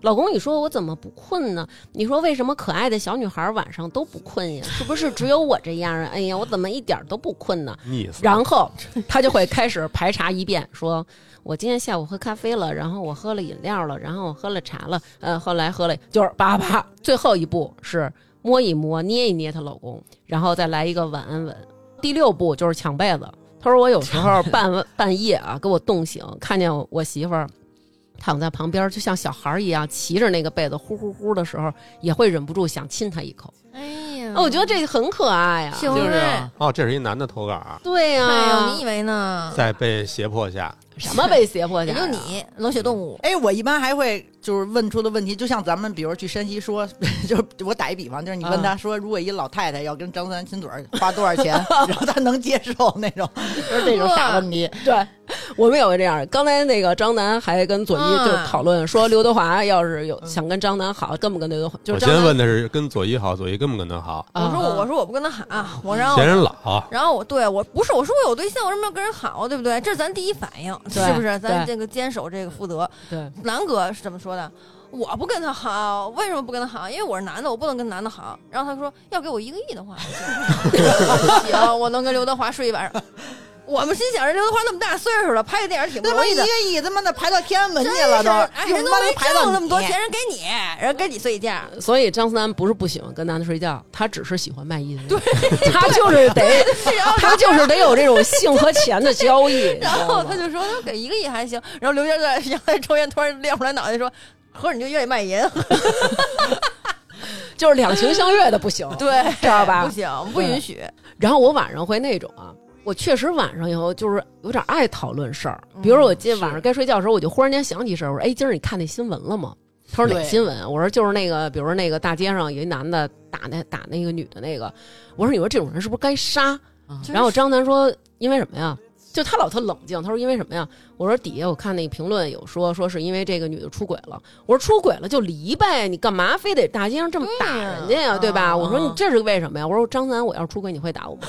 [SPEAKER 1] 老公，你说我怎么不困呢？你说为什么可爱的小女孩晚上都不困呀？是不是只有我这样啊？哎呀，我怎么一点儿都不困呢？”
[SPEAKER 4] 腻死了。
[SPEAKER 1] 然后他就会开始排查一遍，说我今天下午喝咖啡了，然后我喝了饮料了，然后我喝了茶了，呃，后来喝了就是叭叭。最后一步是摸一摸、捏一捏她老公，然后再来一个晚安吻。第六步就是抢被子。他说我有时候半 半夜啊给我冻醒，看见我媳妇儿。躺在旁边，就像小孩儿一样，骑着那个被子呼呼呼的时候，也会忍不住想亲她一口。
[SPEAKER 5] 哎呀，
[SPEAKER 1] 哦，我觉得这很可爱呀、
[SPEAKER 5] 行
[SPEAKER 7] 就是
[SPEAKER 5] 呗
[SPEAKER 7] 啊。
[SPEAKER 4] 哦，这是一男的投稿啊，
[SPEAKER 1] 对呀、
[SPEAKER 5] 哎呦，你以为呢？
[SPEAKER 4] 在被胁迫下，
[SPEAKER 1] 什么被胁迫下啊
[SPEAKER 5] 也
[SPEAKER 1] 呀？
[SPEAKER 5] 就你冷血动物，
[SPEAKER 7] 哎，我一般还会就是问出的问题，就像咱们比如去山西说， 就是我打一比方，就是你问他
[SPEAKER 5] 嗯
[SPEAKER 7] 说，如果一老太太要跟张 三亲嘴，儿，花多少钱，然后他能接受那种，就是这种傻问题。
[SPEAKER 1] 对，我们也会这样。刚才那个张楠还跟左一就讨论说，刘德华要是有想跟张楠好，跟不跟刘德华？就是
[SPEAKER 4] 我
[SPEAKER 1] 张
[SPEAKER 4] 先
[SPEAKER 1] 楠，
[SPEAKER 4] 问的是跟左一好，左一跟不跟他好？
[SPEAKER 5] 我说
[SPEAKER 1] 啊
[SPEAKER 5] 我我说我不跟他喊，我让
[SPEAKER 4] 嫌人老，
[SPEAKER 5] 然后我对我不是我说我有对象，我为什么要跟人好，对不对？这是咱第一反应，
[SPEAKER 1] 对
[SPEAKER 5] 是不是？咱
[SPEAKER 1] 对
[SPEAKER 5] 这个坚守这个负责。
[SPEAKER 1] 对，
[SPEAKER 5] 南哥是怎么说的？我不跟他好，为什么不跟他好？因为我是男的，我不能跟男的好。然后他说要给我一个亿的话，我说行，我能跟刘德华睡一晚上。我们心想，人刘德华那么大岁数了，拍个电影挺不
[SPEAKER 7] 他妈
[SPEAKER 5] 容易
[SPEAKER 7] 一
[SPEAKER 5] 的
[SPEAKER 7] 个。亿，他妈的排到天安门去
[SPEAKER 5] 真
[SPEAKER 7] 了
[SPEAKER 5] 是，哎，
[SPEAKER 7] 都，他
[SPEAKER 5] 人都
[SPEAKER 7] 妈
[SPEAKER 5] 没
[SPEAKER 7] 都排到
[SPEAKER 5] 挣那么多
[SPEAKER 7] 你
[SPEAKER 5] 钱，。人给你，人给你睡一觉。
[SPEAKER 1] 所以张楠不是不喜欢跟男的睡觉，他只是喜欢卖艺的人。对， 他就是得， 他就是得有这种性和钱的交易。你知
[SPEAKER 5] 然
[SPEAKER 1] 道
[SPEAKER 5] 后
[SPEAKER 1] 吗
[SPEAKER 5] 他就说给一个亿还行，然后刘娟在阳台抽烟，突然亮出来脑袋说。合着你就愿意卖淫，
[SPEAKER 1] 就是两情相悦的不行。
[SPEAKER 5] 对，嗯
[SPEAKER 1] 知道吧
[SPEAKER 5] 不行，不允许。
[SPEAKER 1] 然后我晚上会那种啊，我确实晚上以后就是有点爱讨论事儿，比如说我今天晚上该睡觉的时候，我就忽然间想起一事儿，我说：“哎，今儿你看那新闻了吗？”他说哪
[SPEAKER 7] 对
[SPEAKER 1] 新闻啊？我说就是那个，比如说那个大街上有一男的打那打那个女的那个，我说你说这种人是不是该杀？然后张楠说因为什么呀？就他老特冷静，他说因为什么呀？我说底下我看那个评论有说说是因为这个女的出轨了，我说出轨了就离呗，你干嘛非得大街上这么打人家呀，对吧？我说你这是为什么呀？我说张楠，我要是出轨你会打我吗？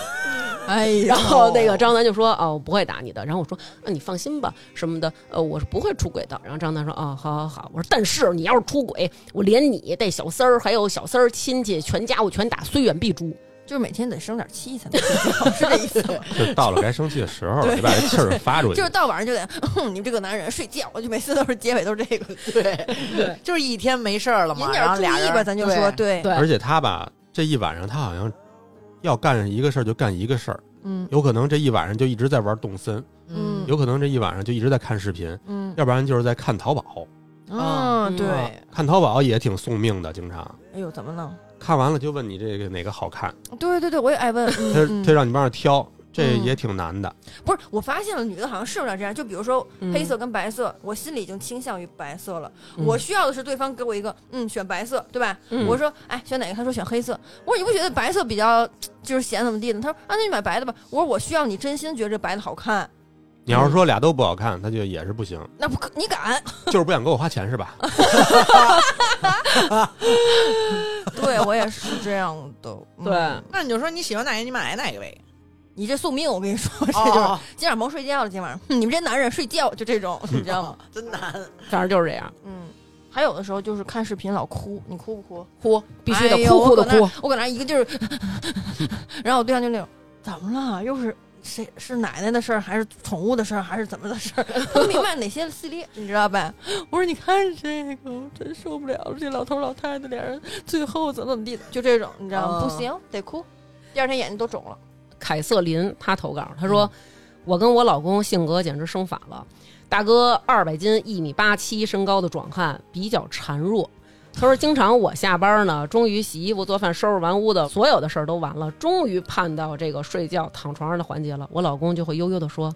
[SPEAKER 5] 哎呀
[SPEAKER 1] 然后那个张楠就说：“哦，我不会打你的。”然后我说：“那、你放心吧，什么的，呃，我是不会出轨的。”然后张楠说：“哦，好好好。”我说：“但是你要是出轨，我连你带小三儿还有小三儿亲戚全家我全打，虽远必诛。
[SPEAKER 5] 就是每天得生点气才能睡觉，是这意思吗？
[SPEAKER 4] 就到了该生气的时候了，得把这气儿发出去。
[SPEAKER 5] 就是到晚上就得，哼，你们这个男人睡觉，我就每次都是结尾都是这个，
[SPEAKER 7] 对，就是一天没事儿了
[SPEAKER 5] 引
[SPEAKER 7] 嘛，
[SPEAKER 5] 点
[SPEAKER 7] 然后
[SPEAKER 5] 注
[SPEAKER 7] 俩
[SPEAKER 5] 意
[SPEAKER 7] 人
[SPEAKER 5] 吧，咱就说，对，
[SPEAKER 1] 对
[SPEAKER 4] 而且他吧，这一晚上他好像要干一个事儿就干一个事儿，
[SPEAKER 5] 嗯
[SPEAKER 4] 有可能这一晚上就一直在玩动森，
[SPEAKER 5] 嗯
[SPEAKER 4] 有可能这一晚上就一直在看视频，
[SPEAKER 5] 嗯
[SPEAKER 4] 要不然就是在看淘宝。
[SPEAKER 5] 啊，对，
[SPEAKER 1] 嗯
[SPEAKER 4] 看淘宝也挺送命的，经常
[SPEAKER 5] 哎呦，怎么了？
[SPEAKER 4] 看完了就问你这个哪个好看，
[SPEAKER 5] 对对对，我也爱问，嗯
[SPEAKER 4] 他
[SPEAKER 5] 嗯
[SPEAKER 4] 他让你帮着挑，这
[SPEAKER 5] 嗯
[SPEAKER 4] 也挺难的。
[SPEAKER 5] 不是，我发现了，女的好像是有点这样。就比如说
[SPEAKER 1] 嗯
[SPEAKER 5] 黑色跟白色，我心里已经倾向于白色了。
[SPEAKER 1] 嗯
[SPEAKER 5] 我需要的是对方给我一个，嗯，选白色，对吧？
[SPEAKER 1] 嗯
[SPEAKER 5] 我说，哎，选哪个？他说选黑色。我说你不觉得白色比较就是显怎么地呢？他说啊，那你买白的吧。我说我需要你真心觉得这白的好看，
[SPEAKER 4] 你要是说俩都不好看，他就也是不 行，
[SPEAKER 5] 那不可你 敢？
[SPEAKER 4] 就是不想给我花钱是吧？
[SPEAKER 5] 嗯对我也是这样的。嗯
[SPEAKER 1] 对，
[SPEAKER 7] 那你就说你喜欢哪个，你买哪个呗。
[SPEAKER 5] 你这宿命，我跟你说， 这
[SPEAKER 7] 哦
[SPEAKER 5] 就是、
[SPEAKER 7] 哦
[SPEAKER 5] 今晚甭睡觉了，今晚 哼你们这男人睡觉就这种，你知道吗？
[SPEAKER 7] 真难，
[SPEAKER 1] 反正就是这样，
[SPEAKER 5] 嗯。还有的时候就是看视频老哭，你哭不哭？
[SPEAKER 1] 哭必须
[SPEAKER 5] 哎
[SPEAKER 1] 得
[SPEAKER 5] 呦
[SPEAKER 1] 哭哭的
[SPEAKER 5] 我搁那
[SPEAKER 1] 哭
[SPEAKER 5] 儿。我搁那儿一个劲儿， 然后我对象就那种，怎么了？又是谁是奶奶的事儿，还是宠物的事儿，还是怎么的事儿？不明白哪些系列，你知道吧？ 我说你看这个，我真受不了，这老头老太太俩人最后怎么怎么地的，就这种，你知道吗？
[SPEAKER 7] 嗯
[SPEAKER 5] 不行，得哭。第二天眼睛都肿了，
[SPEAKER 1] 凯瑟琳她投稿，她说：“我跟我老公性格简直生反了，大哥二百斤，一米八七身高的壮汉，比较孱弱。”她说：“经常我下班呢，终于洗衣服、做饭、收拾完屋子，所有的事儿都完了，终于盼到这个睡觉、躺床上的环节了。我老公就会悠悠地说：‘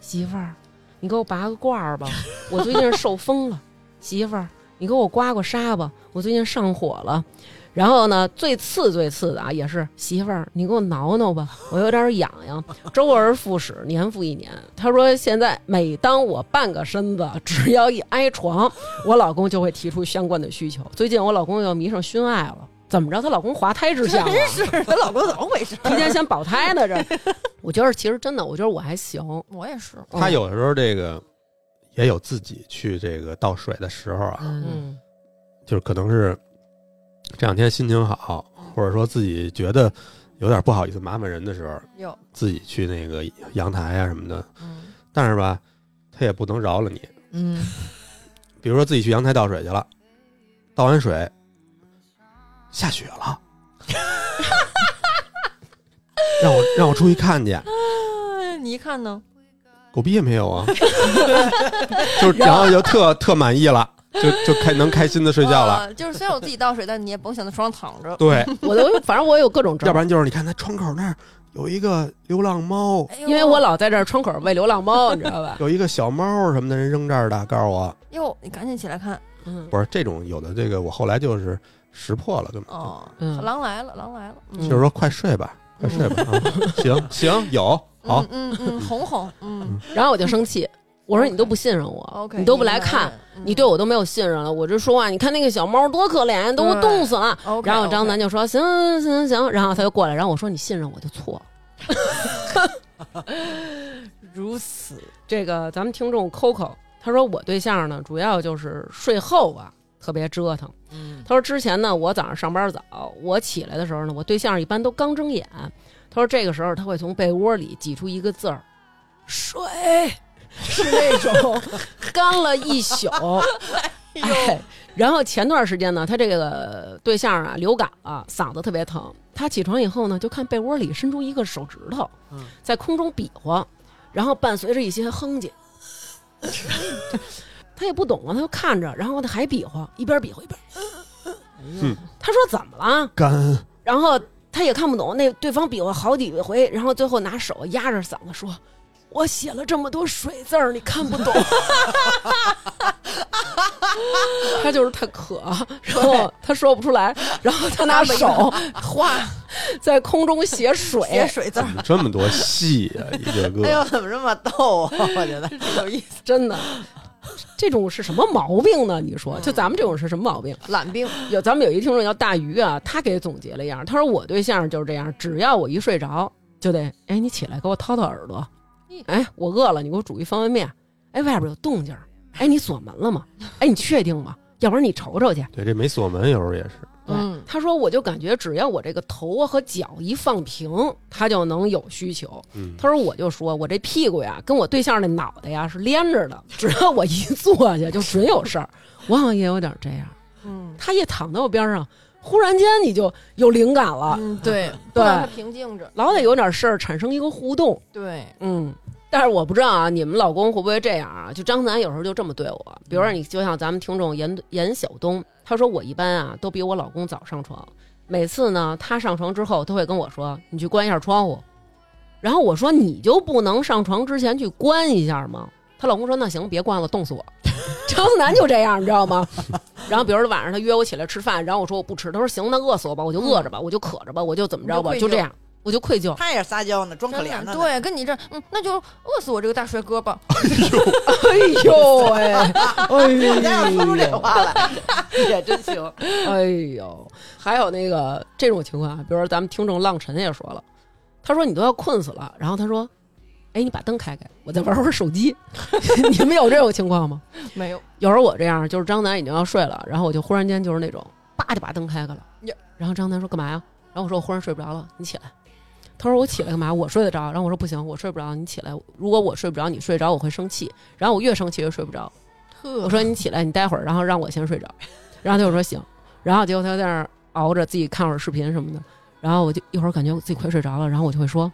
[SPEAKER 1] 媳妇儿，你给我拔个罐儿吧，我最近受风了。媳妇儿，你给我刮刮痧吧，我最近上火了。’然后呢，最次最次的啊，也是媳妇儿，你给我挠挠吧，我有点痒痒， 周而复始，年复一年。他说，现在每当我半个身子只要一挨床，我老公就会提出相关的需求。最近我老公又迷上熏爱了，怎么着？她老公滑胎之 相了，啊
[SPEAKER 5] 真是她老公怎么回事？
[SPEAKER 1] 提前先保胎呢？这， 我觉得其实真的，我觉得我还行。
[SPEAKER 5] 我也是，哎
[SPEAKER 4] 他有的时候这个也有自己去这个倒水的时候啊，
[SPEAKER 7] 嗯，
[SPEAKER 1] 嗯，
[SPEAKER 4] 就是可能是这两天心情好，或者说自己觉得有点不好意思麻烦人的时候，
[SPEAKER 5] 有，
[SPEAKER 4] 自己去那个阳台啊什么的。
[SPEAKER 5] 嗯，
[SPEAKER 4] 但是吧，他也不能饶了你。
[SPEAKER 7] 嗯，
[SPEAKER 4] 比如说自己去阳台倒水去了，倒完水下雪了，让我让我出去看去，
[SPEAKER 5] 哎你一看呢，
[SPEAKER 4] 狗逼也没有啊， 就然后就特特满意了，就就开能开心的睡觉了。
[SPEAKER 5] 啊就是虽然我自己倒水，但你也甭想在床上躺着。
[SPEAKER 4] 对，
[SPEAKER 1] 我都反正我有各种
[SPEAKER 4] 要
[SPEAKER 1] 症
[SPEAKER 4] 不。然就是你看他窗口那儿有一个流浪猫，
[SPEAKER 5] 哎呦
[SPEAKER 1] 因为我老在这儿窗口喂流浪 猫，你知道吧？
[SPEAKER 4] 有一个小猫什么的，人扔这儿的，告诉我
[SPEAKER 5] 哟，你赶紧起来看
[SPEAKER 1] 嗯，
[SPEAKER 4] 不是这种有的这个我后来就是识破了，根本
[SPEAKER 5] 哦，
[SPEAKER 1] 嗯
[SPEAKER 5] 狼来了，狼来了，嗯
[SPEAKER 4] 就是说快睡吧，快睡吧。啊 行行，有好
[SPEAKER 5] 嗯，嗯嗯，红红，嗯
[SPEAKER 1] 然后我就生气，我说你都不信任我
[SPEAKER 5] ，OK，
[SPEAKER 1] 你都不来看，，
[SPEAKER 5] 嗯
[SPEAKER 1] 你对我都没有信任了。我这说话，你看那个小猫多可怜，都
[SPEAKER 5] 对
[SPEAKER 1] 冻死了。
[SPEAKER 5] OK，
[SPEAKER 1] 然后张楠就说行行行行，然后他就过来，然后我说你信任我就错了。
[SPEAKER 5] 如此，
[SPEAKER 1] 这个咱们听众 Coco，他说我对象呢，主要就是睡后啊特别折腾。
[SPEAKER 7] 嗯，
[SPEAKER 1] 他说之前呢，我早上上班早，我起来的时候呢，我对象一般都刚睁眼。他说这个时候他会从被窝里挤出一个字儿“睡”， 是那种干了一宿。 哎，然后前段时间呢，他这个对象啊流感了、嗓子特别疼。他起床以后呢，就看被窝里伸出一个手指头，
[SPEAKER 7] 嗯
[SPEAKER 1] 在空中比划，然后伴随着一些哼唧。 他也不懂啊，他就看着，然后他还比划，一边比划一边。
[SPEAKER 4] 嗯
[SPEAKER 1] 他说怎么了？
[SPEAKER 4] 干
[SPEAKER 1] 然后他也看不懂，那对方比划好几回，然后最后拿手压着嗓子说：“我写了这么多水字儿，你看不懂。” 他就是太渴，然后他说不出来，然后他拿手画 在空中写水，
[SPEAKER 5] 写水字儿
[SPEAKER 4] 怎，么这么多戏啊？ 一个
[SPEAKER 7] 哎呦
[SPEAKER 4] 个，，
[SPEAKER 7] 怎么这么逗啊？我觉得有意思，
[SPEAKER 1] 真的。这种是什么毛病呢？你说，就咱们这种是什么毛病？
[SPEAKER 5] 嗯懒病，
[SPEAKER 1] 有咱们有一听众叫大鱼啊，他给总结了一样，他说我对象就是这样，只要我一睡着，就得哎你起来给我掏掏耳朵，
[SPEAKER 5] 嗯
[SPEAKER 1] 哎我饿了你给我煮一方便面，哎外边有动静儿，哎你锁门了吗？哎你确定吗？要不然你瞅瞅去。
[SPEAKER 4] 对，这没锁门有时候也是。
[SPEAKER 1] 对
[SPEAKER 5] 嗯
[SPEAKER 1] 他说我就感觉只要我这个头啊和脚一放平，他就能有需求。
[SPEAKER 4] 嗯，
[SPEAKER 1] 他说我就说我这屁股呀跟我对象那脑袋呀是连着的，只要我一坐下就准有事儿。我好像也有点这样。
[SPEAKER 5] 嗯
[SPEAKER 1] 他一躺在我边上，忽然间你就有灵感了，
[SPEAKER 5] 嗯，对，
[SPEAKER 1] 对
[SPEAKER 5] 让他平静着，
[SPEAKER 1] 老得有点事儿产生一个互动，
[SPEAKER 5] 对，
[SPEAKER 1] 嗯。但是我不知道啊，你们老公会不会这样啊？就张楠有时候就这么对我，比如说你就像咱们听众严严晓东，他说我一般啊都比我老公早上床，每次呢他上床之后都会跟我说你去关一下窗户，然后我说你就不能上床之前去关一下吗？她老公说那行别关了，冻死我。 张楠就这样，你知道吗？然后比如说晚上他约我起来吃饭，然后我说我不吃，他说行，那饿死我吧，我就饿着吧，我就渴着吧，我就怎么着吧，
[SPEAKER 5] 你
[SPEAKER 1] 就
[SPEAKER 5] 就愧疚
[SPEAKER 1] 这样，我就愧疚。
[SPEAKER 7] 他也是撒娇呢，装可怜
[SPEAKER 5] 真
[SPEAKER 7] 呢。，
[SPEAKER 5] 的对，跟你这，嗯，那就饿死我这个大帅哥吧。
[SPEAKER 1] 哎呦喂、哎呦，
[SPEAKER 7] 我家要说出这话 来，也真行。
[SPEAKER 1] 哎呦，还有那个这种情况啊，比如说咱们听众浪尘也说了，他说你都要困死了，然后他说，哎，你把灯开开，我再玩会儿手机。 你们有这种情况吗？
[SPEAKER 5] 没有，
[SPEAKER 1] 有时候我这样，就是张楠已经要睡了，然后我就忽然间就是那种叭就把灯开开了
[SPEAKER 5] 呀，
[SPEAKER 1] 然后张楠说干嘛呀？然后我说我忽然睡不着了，你起来。他说我起来干嘛？我睡得着。然后我说不行，我睡不着，你起来。如果我睡不着，你睡着我会生气。然后我越生气越睡不着。我
[SPEAKER 5] 呵，
[SPEAKER 1] 说你起来，你待会儿，然后让我先睡着。 然后他就说行，然后结果他就在那儿熬着，自己看会儿视频什么的。然后我就一会儿感觉我自己快睡着了，然后我就会说：“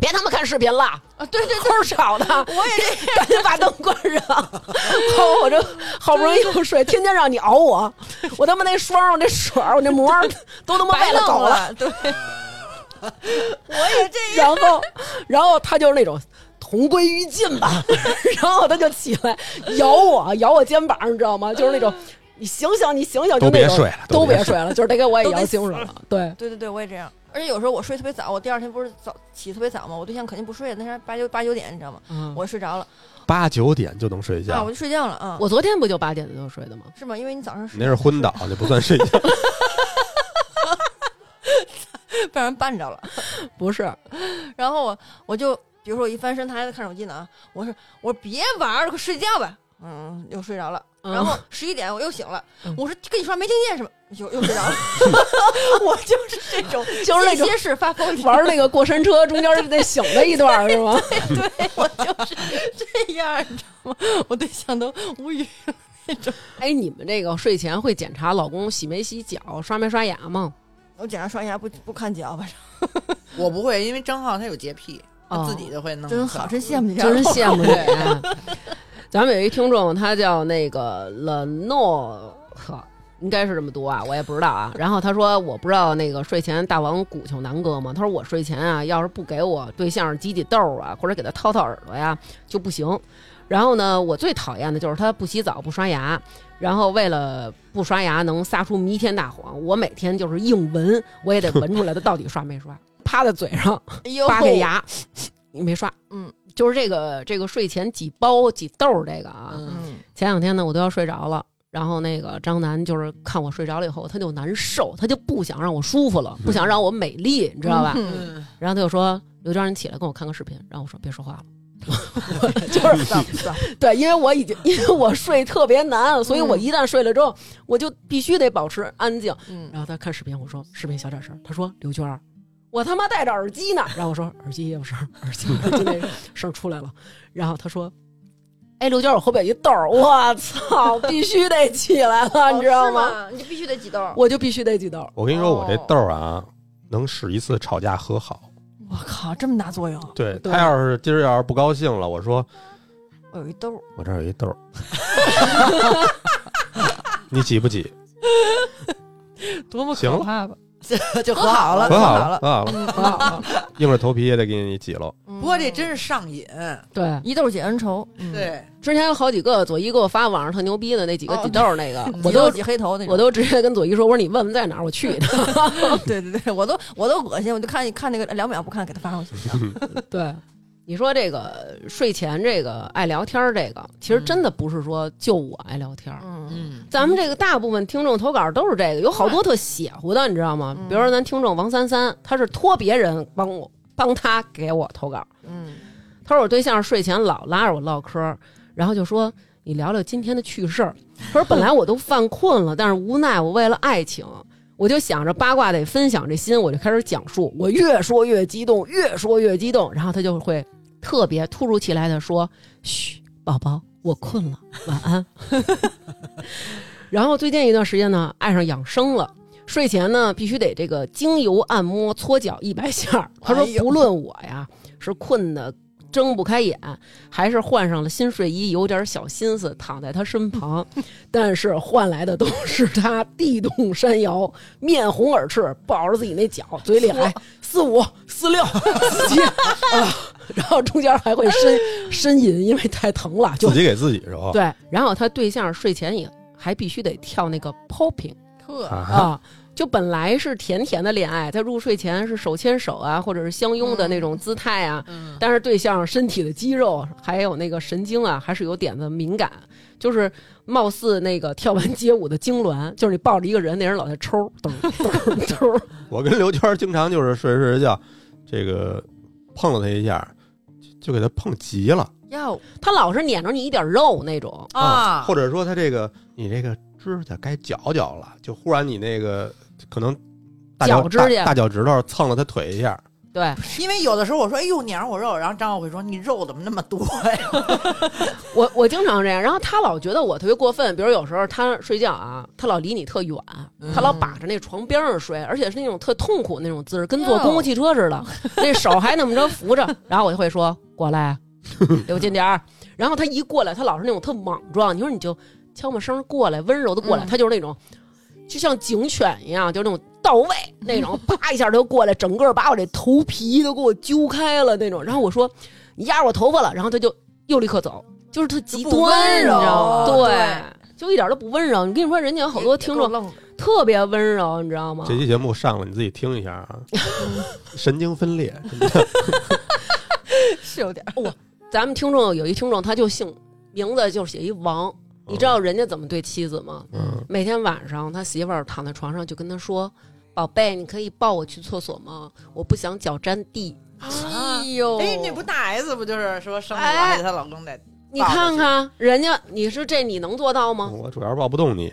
[SPEAKER 1] 别他妈看视频了，啊、对 对对，是吵的， 我也这赶紧把灯关上。”后 我就好不容易又睡，天天让你熬我，我他妈那霜，我那水儿，我那膜儿 都他妈
[SPEAKER 5] 白
[SPEAKER 1] 喂了狗
[SPEAKER 5] 弄
[SPEAKER 1] 了。
[SPEAKER 5] 了，对，
[SPEAKER 1] 然后，然后他就是那种同归于尽吧， 然后他就起来咬我，咬我肩膀，你知道吗？就是那种你醒醒，你醒醒，就
[SPEAKER 4] 都
[SPEAKER 1] 那
[SPEAKER 4] 别
[SPEAKER 1] 种
[SPEAKER 4] 睡了
[SPEAKER 1] 都
[SPEAKER 4] 都
[SPEAKER 1] 别
[SPEAKER 4] 别
[SPEAKER 1] 睡了，就是得给我也
[SPEAKER 5] 都
[SPEAKER 1] 摇
[SPEAKER 5] 得
[SPEAKER 1] 醒了。嗯对，
[SPEAKER 5] 对对对，我也这样。而且有时候我睡特别早，我第二天不是早起特别早嘛，我对象肯定不睡，那时候八九八九点，你知道吗？
[SPEAKER 1] 我
[SPEAKER 5] 我睡着了
[SPEAKER 4] 八九点就能睡
[SPEAKER 5] 啊，
[SPEAKER 4] 觉
[SPEAKER 5] 我，就睡觉了啊。
[SPEAKER 1] 我昨天不就八点多睡的吗？
[SPEAKER 5] 是吗？因为你早上
[SPEAKER 4] 你那是昏倒，那不算睡
[SPEAKER 5] 哦
[SPEAKER 4] 觉。
[SPEAKER 5] 被人绊着了，
[SPEAKER 1] 不是，
[SPEAKER 5] 然后我我就比如说我一翻身，他还在看手机呢啊，我说我说别玩了，快睡觉吧。嗯，又睡着了，
[SPEAKER 1] 嗯
[SPEAKER 5] 然后十一点我又醒了，
[SPEAKER 1] 嗯
[SPEAKER 5] 我说跟你说话没听见是吧？又又睡着了，我就是这种，
[SPEAKER 1] 就是那种
[SPEAKER 5] 歇式发疯，
[SPEAKER 1] 玩那个过山车，中间那醒了一段儿是吗？
[SPEAKER 5] 对我就是这样，你知道吗？我对象都无语。
[SPEAKER 1] 哎，你们这个睡前会检查老公洗没洗脚、刷没刷牙吗？
[SPEAKER 5] 我检查刷牙不不看脚，反正
[SPEAKER 7] 我不会，因为张浩他有洁癖，他
[SPEAKER 1] 哦
[SPEAKER 7] 自己就会
[SPEAKER 2] 嗯
[SPEAKER 7] 弄。
[SPEAKER 5] 真好，真羡慕你，啊
[SPEAKER 1] 真是羡慕你。啊 咱们有一听众，他叫那个 Leno，呵，应该是这么读啊，我也不知道啊。然后他说，我不知道那个睡前大王鼓秋南哥吗？他说我睡前啊，要是不给我对象挤挤痘啊，或者给他掏掏耳朵呀，就不行。然后呢，我最讨厌的就是他不洗澡、不刷牙，然后为了不刷牙能撒出弥天大谎，我每天就是硬闻，我也得闻出来他到底刷没刷。趴在嘴上，
[SPEAKER 5] 哎呦
[SPEAKER 1] 扒开牙， 你没刷，
[SPEAKER 5] 嗯，
[SPEAKER 1] 就是这个这个睡前挤包挤豆儿这个啊，
[SPEAKER 5] 嗯，
[SPEAKER 1] 前两天呢我都要睡着了。然后那个张楠就是看我睡着了以后，他就难受，他就不想让我舒服了，不想让我美丽，你知道吧？
[SPEAKER 7] 嗯
[SPEAKER 1] 然后他就说：“刘娟，你起来跟我看个视频。”然后我说：“别说话了。”
[SPEAKER 7] 就是算了算了
[SPEAKER 1] 对，因为我已经因为我睡特别难，所以我一旦睡了之后，我就必须得保持安静。
[SPEAKER 5] 嗯
[SPEAKER 1] 然后他看视频，我说视频小点声儿，他说刘娟儿，我他妈戴着耳机呢。然后我说耳机也有 声儿，耳机耳机那声儿出来了。然后他说。哎，刘娟儿，我后边有一痘儿，我操，必须得起来
[SPEAKER 8] 哦
[SPEAKER 1] 了，嗯你知道吗？
[SPEAKER 5] 吗？你就必须得挤痘。
[SPEAKER 1] 我就必须得挤痘儿。
[SPEAKER 4] 我跟你说，我这豆儿啊，能使一次吵架和好。
[SPEAKER 5] 我靠，这么大作用！
[SPEAKER 4] 对
[SPEAKER 1] 对
[SPEAKER 4] 他要是今儿要是不高兴了，我说
[SPEAKER 5] 我有一痘，
[SPEAKER 4] 我这儿有一豆儿，你挤不挤？
[SPEAKER 8] 多么
[SPEAKER 4] 行
[SPEAKER 8] 可
[SPEAKER 4] 了
[SPEAKER 8] 怕啊吧！
[SPEAKER 7] 就和好
[SPEAKER 5] 啊
[SPEAKER 7] 了，
[SPEAKER 4] 和好
[SPEAKER 7] 了。
[SPEAKER 4] 了，和好了，
[SPEAKER 7] 和好了
[SPEAKER 4] 硬着头皮也得给你挤了。
[SPEAKER 5] 不
[SPEAKER 7] 不过这真是上瘾，
[SPEAKER 1] 对，
[SPEAKER 5] 嗯一痘解恩仇。嗯，
[SPEAKER 7] 对，
[SPEAKER 1] 之前有好几个左一给我发网上特牛逼的那几个
[SPEAKER 5] 哦
[SPEAKER 1] 挤痘儿 那个，我
[SPEAKER 5] 挤痘
[SPEAKER 1] 都
[SPEAKER 5] 挤黑头那种。
[SPEAKER 1] 我都直接跟左一说，我说你问问在哪儿，我去一趟。
[SPEAKER 5] 对对对，我都我都恶心，我就看看那个两秒不看，给他发过去。
[SPEAKER 4] 嗯
[SPEAKER 1] 对， 你说这个睡前这个爱聊天儿，这个其实真的不是说就我爱聊天儿。
[SPEAKER 5] 嗯
[SPEAKER 7] 嗯，
[SPEAKER 1] 咱们这个大部分听众投稿都是这个，有好多特邪乎的，你知道吗？比如说咱听众王三三，他是托别人帮我帮他给我投稿，
[SPEAKER 5] 嗯，
[SPEAKER 1] 他说我对象睡前老拉着我唠嗑儿，然后就说你聊聊今天的趣事儿。他说本来我都犯困了，但是无奈我为了爱情，我就想着八卦得分享这心，我就开始讲述。我越说越激动，越说越激动，然后他就会特别突如其来的说：“嘘，宝宝，我困了，晚安。” 然后最近一段时间呢，爱上养生了。睡前呢，必须得这个精油按摩搓脚一百下儿。他说
[SPEAKER 7] 哎，呦
[SPEAKER 1] 不论我呀是困的睁不开眼，还是换上了新睡衣，有点小心思，躺在他 身旁，但是换来的都是他地动山摇、面红耳赤，抱着自己那脚，嘴里还四五 四六四七啊，然后中间还会呻呻吟，因为太疼了，就
[SPEAKER 4] 自己给自己是吧？
[SPEAKER 1] 对。然后他对象睡前也还必须得跳那个 popping
[SPEAKER 5] 特
[SPEAKER 4] 啊，
[SPEAKER 1] 啊。就本来是甜甜的恋爱，在入睡前是手牵手啊，或者是相拥的那种姿态啊，但是对象身体的肌肉还有那个神经啊，还是有点子敏感，就是貌似那个跳完街舞的痉挛，就是你抱着一个人，那人老在抽，噔噔噔，
[SPEAKER 4] 我跟刘娟儿经常就是睡着睡着觉，这个碰了他一下，就就给他碰急了
[SPEAKER 5] 要
[SPEAKER 1] 他老是撵着你一点肉那种，
[SPEAKER 7] 啊
[SPEAKER 4] 或者说他这个你这个指甲该绞绞了，就忽然你那个可能大脚
[SPEAKER 1] 脚指甲
[SPEAKER 4] 大大脚趾头蹭了他腿一下，
[SPEAKER 1] 对
[SPEAKER 7] 因为有的时候我说哎呦你让我肉，然后张浩会说你肉怎么那么多呀？
[SPEAKER 1] 我我经常这样，然后他老觉得我特别过分，比如有时候他睡觉啊，他老离你特远，
[SPEAKER 7] 嗯
[SPEAKER 1] 他
[SPEAKER 5] 嗯
[SPEAKER 1] 老把着那床边上睡，而且是那种特痛苦那种姿势，跟坐公共汽车 似的，那手还那么着扶着，然后我就会说过来，离我近点儿。然后他一过来，他老是那种特莽撞，你说你就悄没声儿过来，温柔的过来，
[SPEAKER 5] 嗯
[SPEAKER 1] 他就是那种就像警犬一样，就是那种到位那种，啪一下就过来，整个把我这头皮都给我揪开了那种。然后我说你压着我头发了，然后他就又立刻走，就是特极
[SPEAKER 5] 就不
[SPEAKER 1] 端，
[SPEAKER 5] 温
[SPEAKER 1] 你知
[SPEAKER 5] 柔
[SPEAKER 1] 道吗？
[SPEAKER 5] 对
[SPEAKER 1] 就一点都不温柔。你跟你说，人家有好多听众
[SPEAKER 5] 愣的
[SPEAKER 1] 特别温柔，你知道吗？
[SPEAKER 4] 这期节目上了，你自己听一下啊，神经分裂，真的
[SPEAKER 5] 是有点儿
[SPEAKER 1] 咱们听众有一听众，他就姓名字就写一王，你知道人家怎么对妻子吗？
[SPEAKER 4] 嗯，
[SPEAKER 1] 每天晚上他媳妇儿躺在床上就跟他说：“宝贝，你可以抱我去厕所吗？我不想脚沾地。”哎呦
[SPEAKER 7] 啊哎，那不大 S 不就是说生了
[SPEAKER 1] 哎
[SPEAKER 7] 而且她老公在
[SPEAKER 1] 你看看人家，你说这你能做到吗？
[SPEAKER 4] 我主要是抱不动你，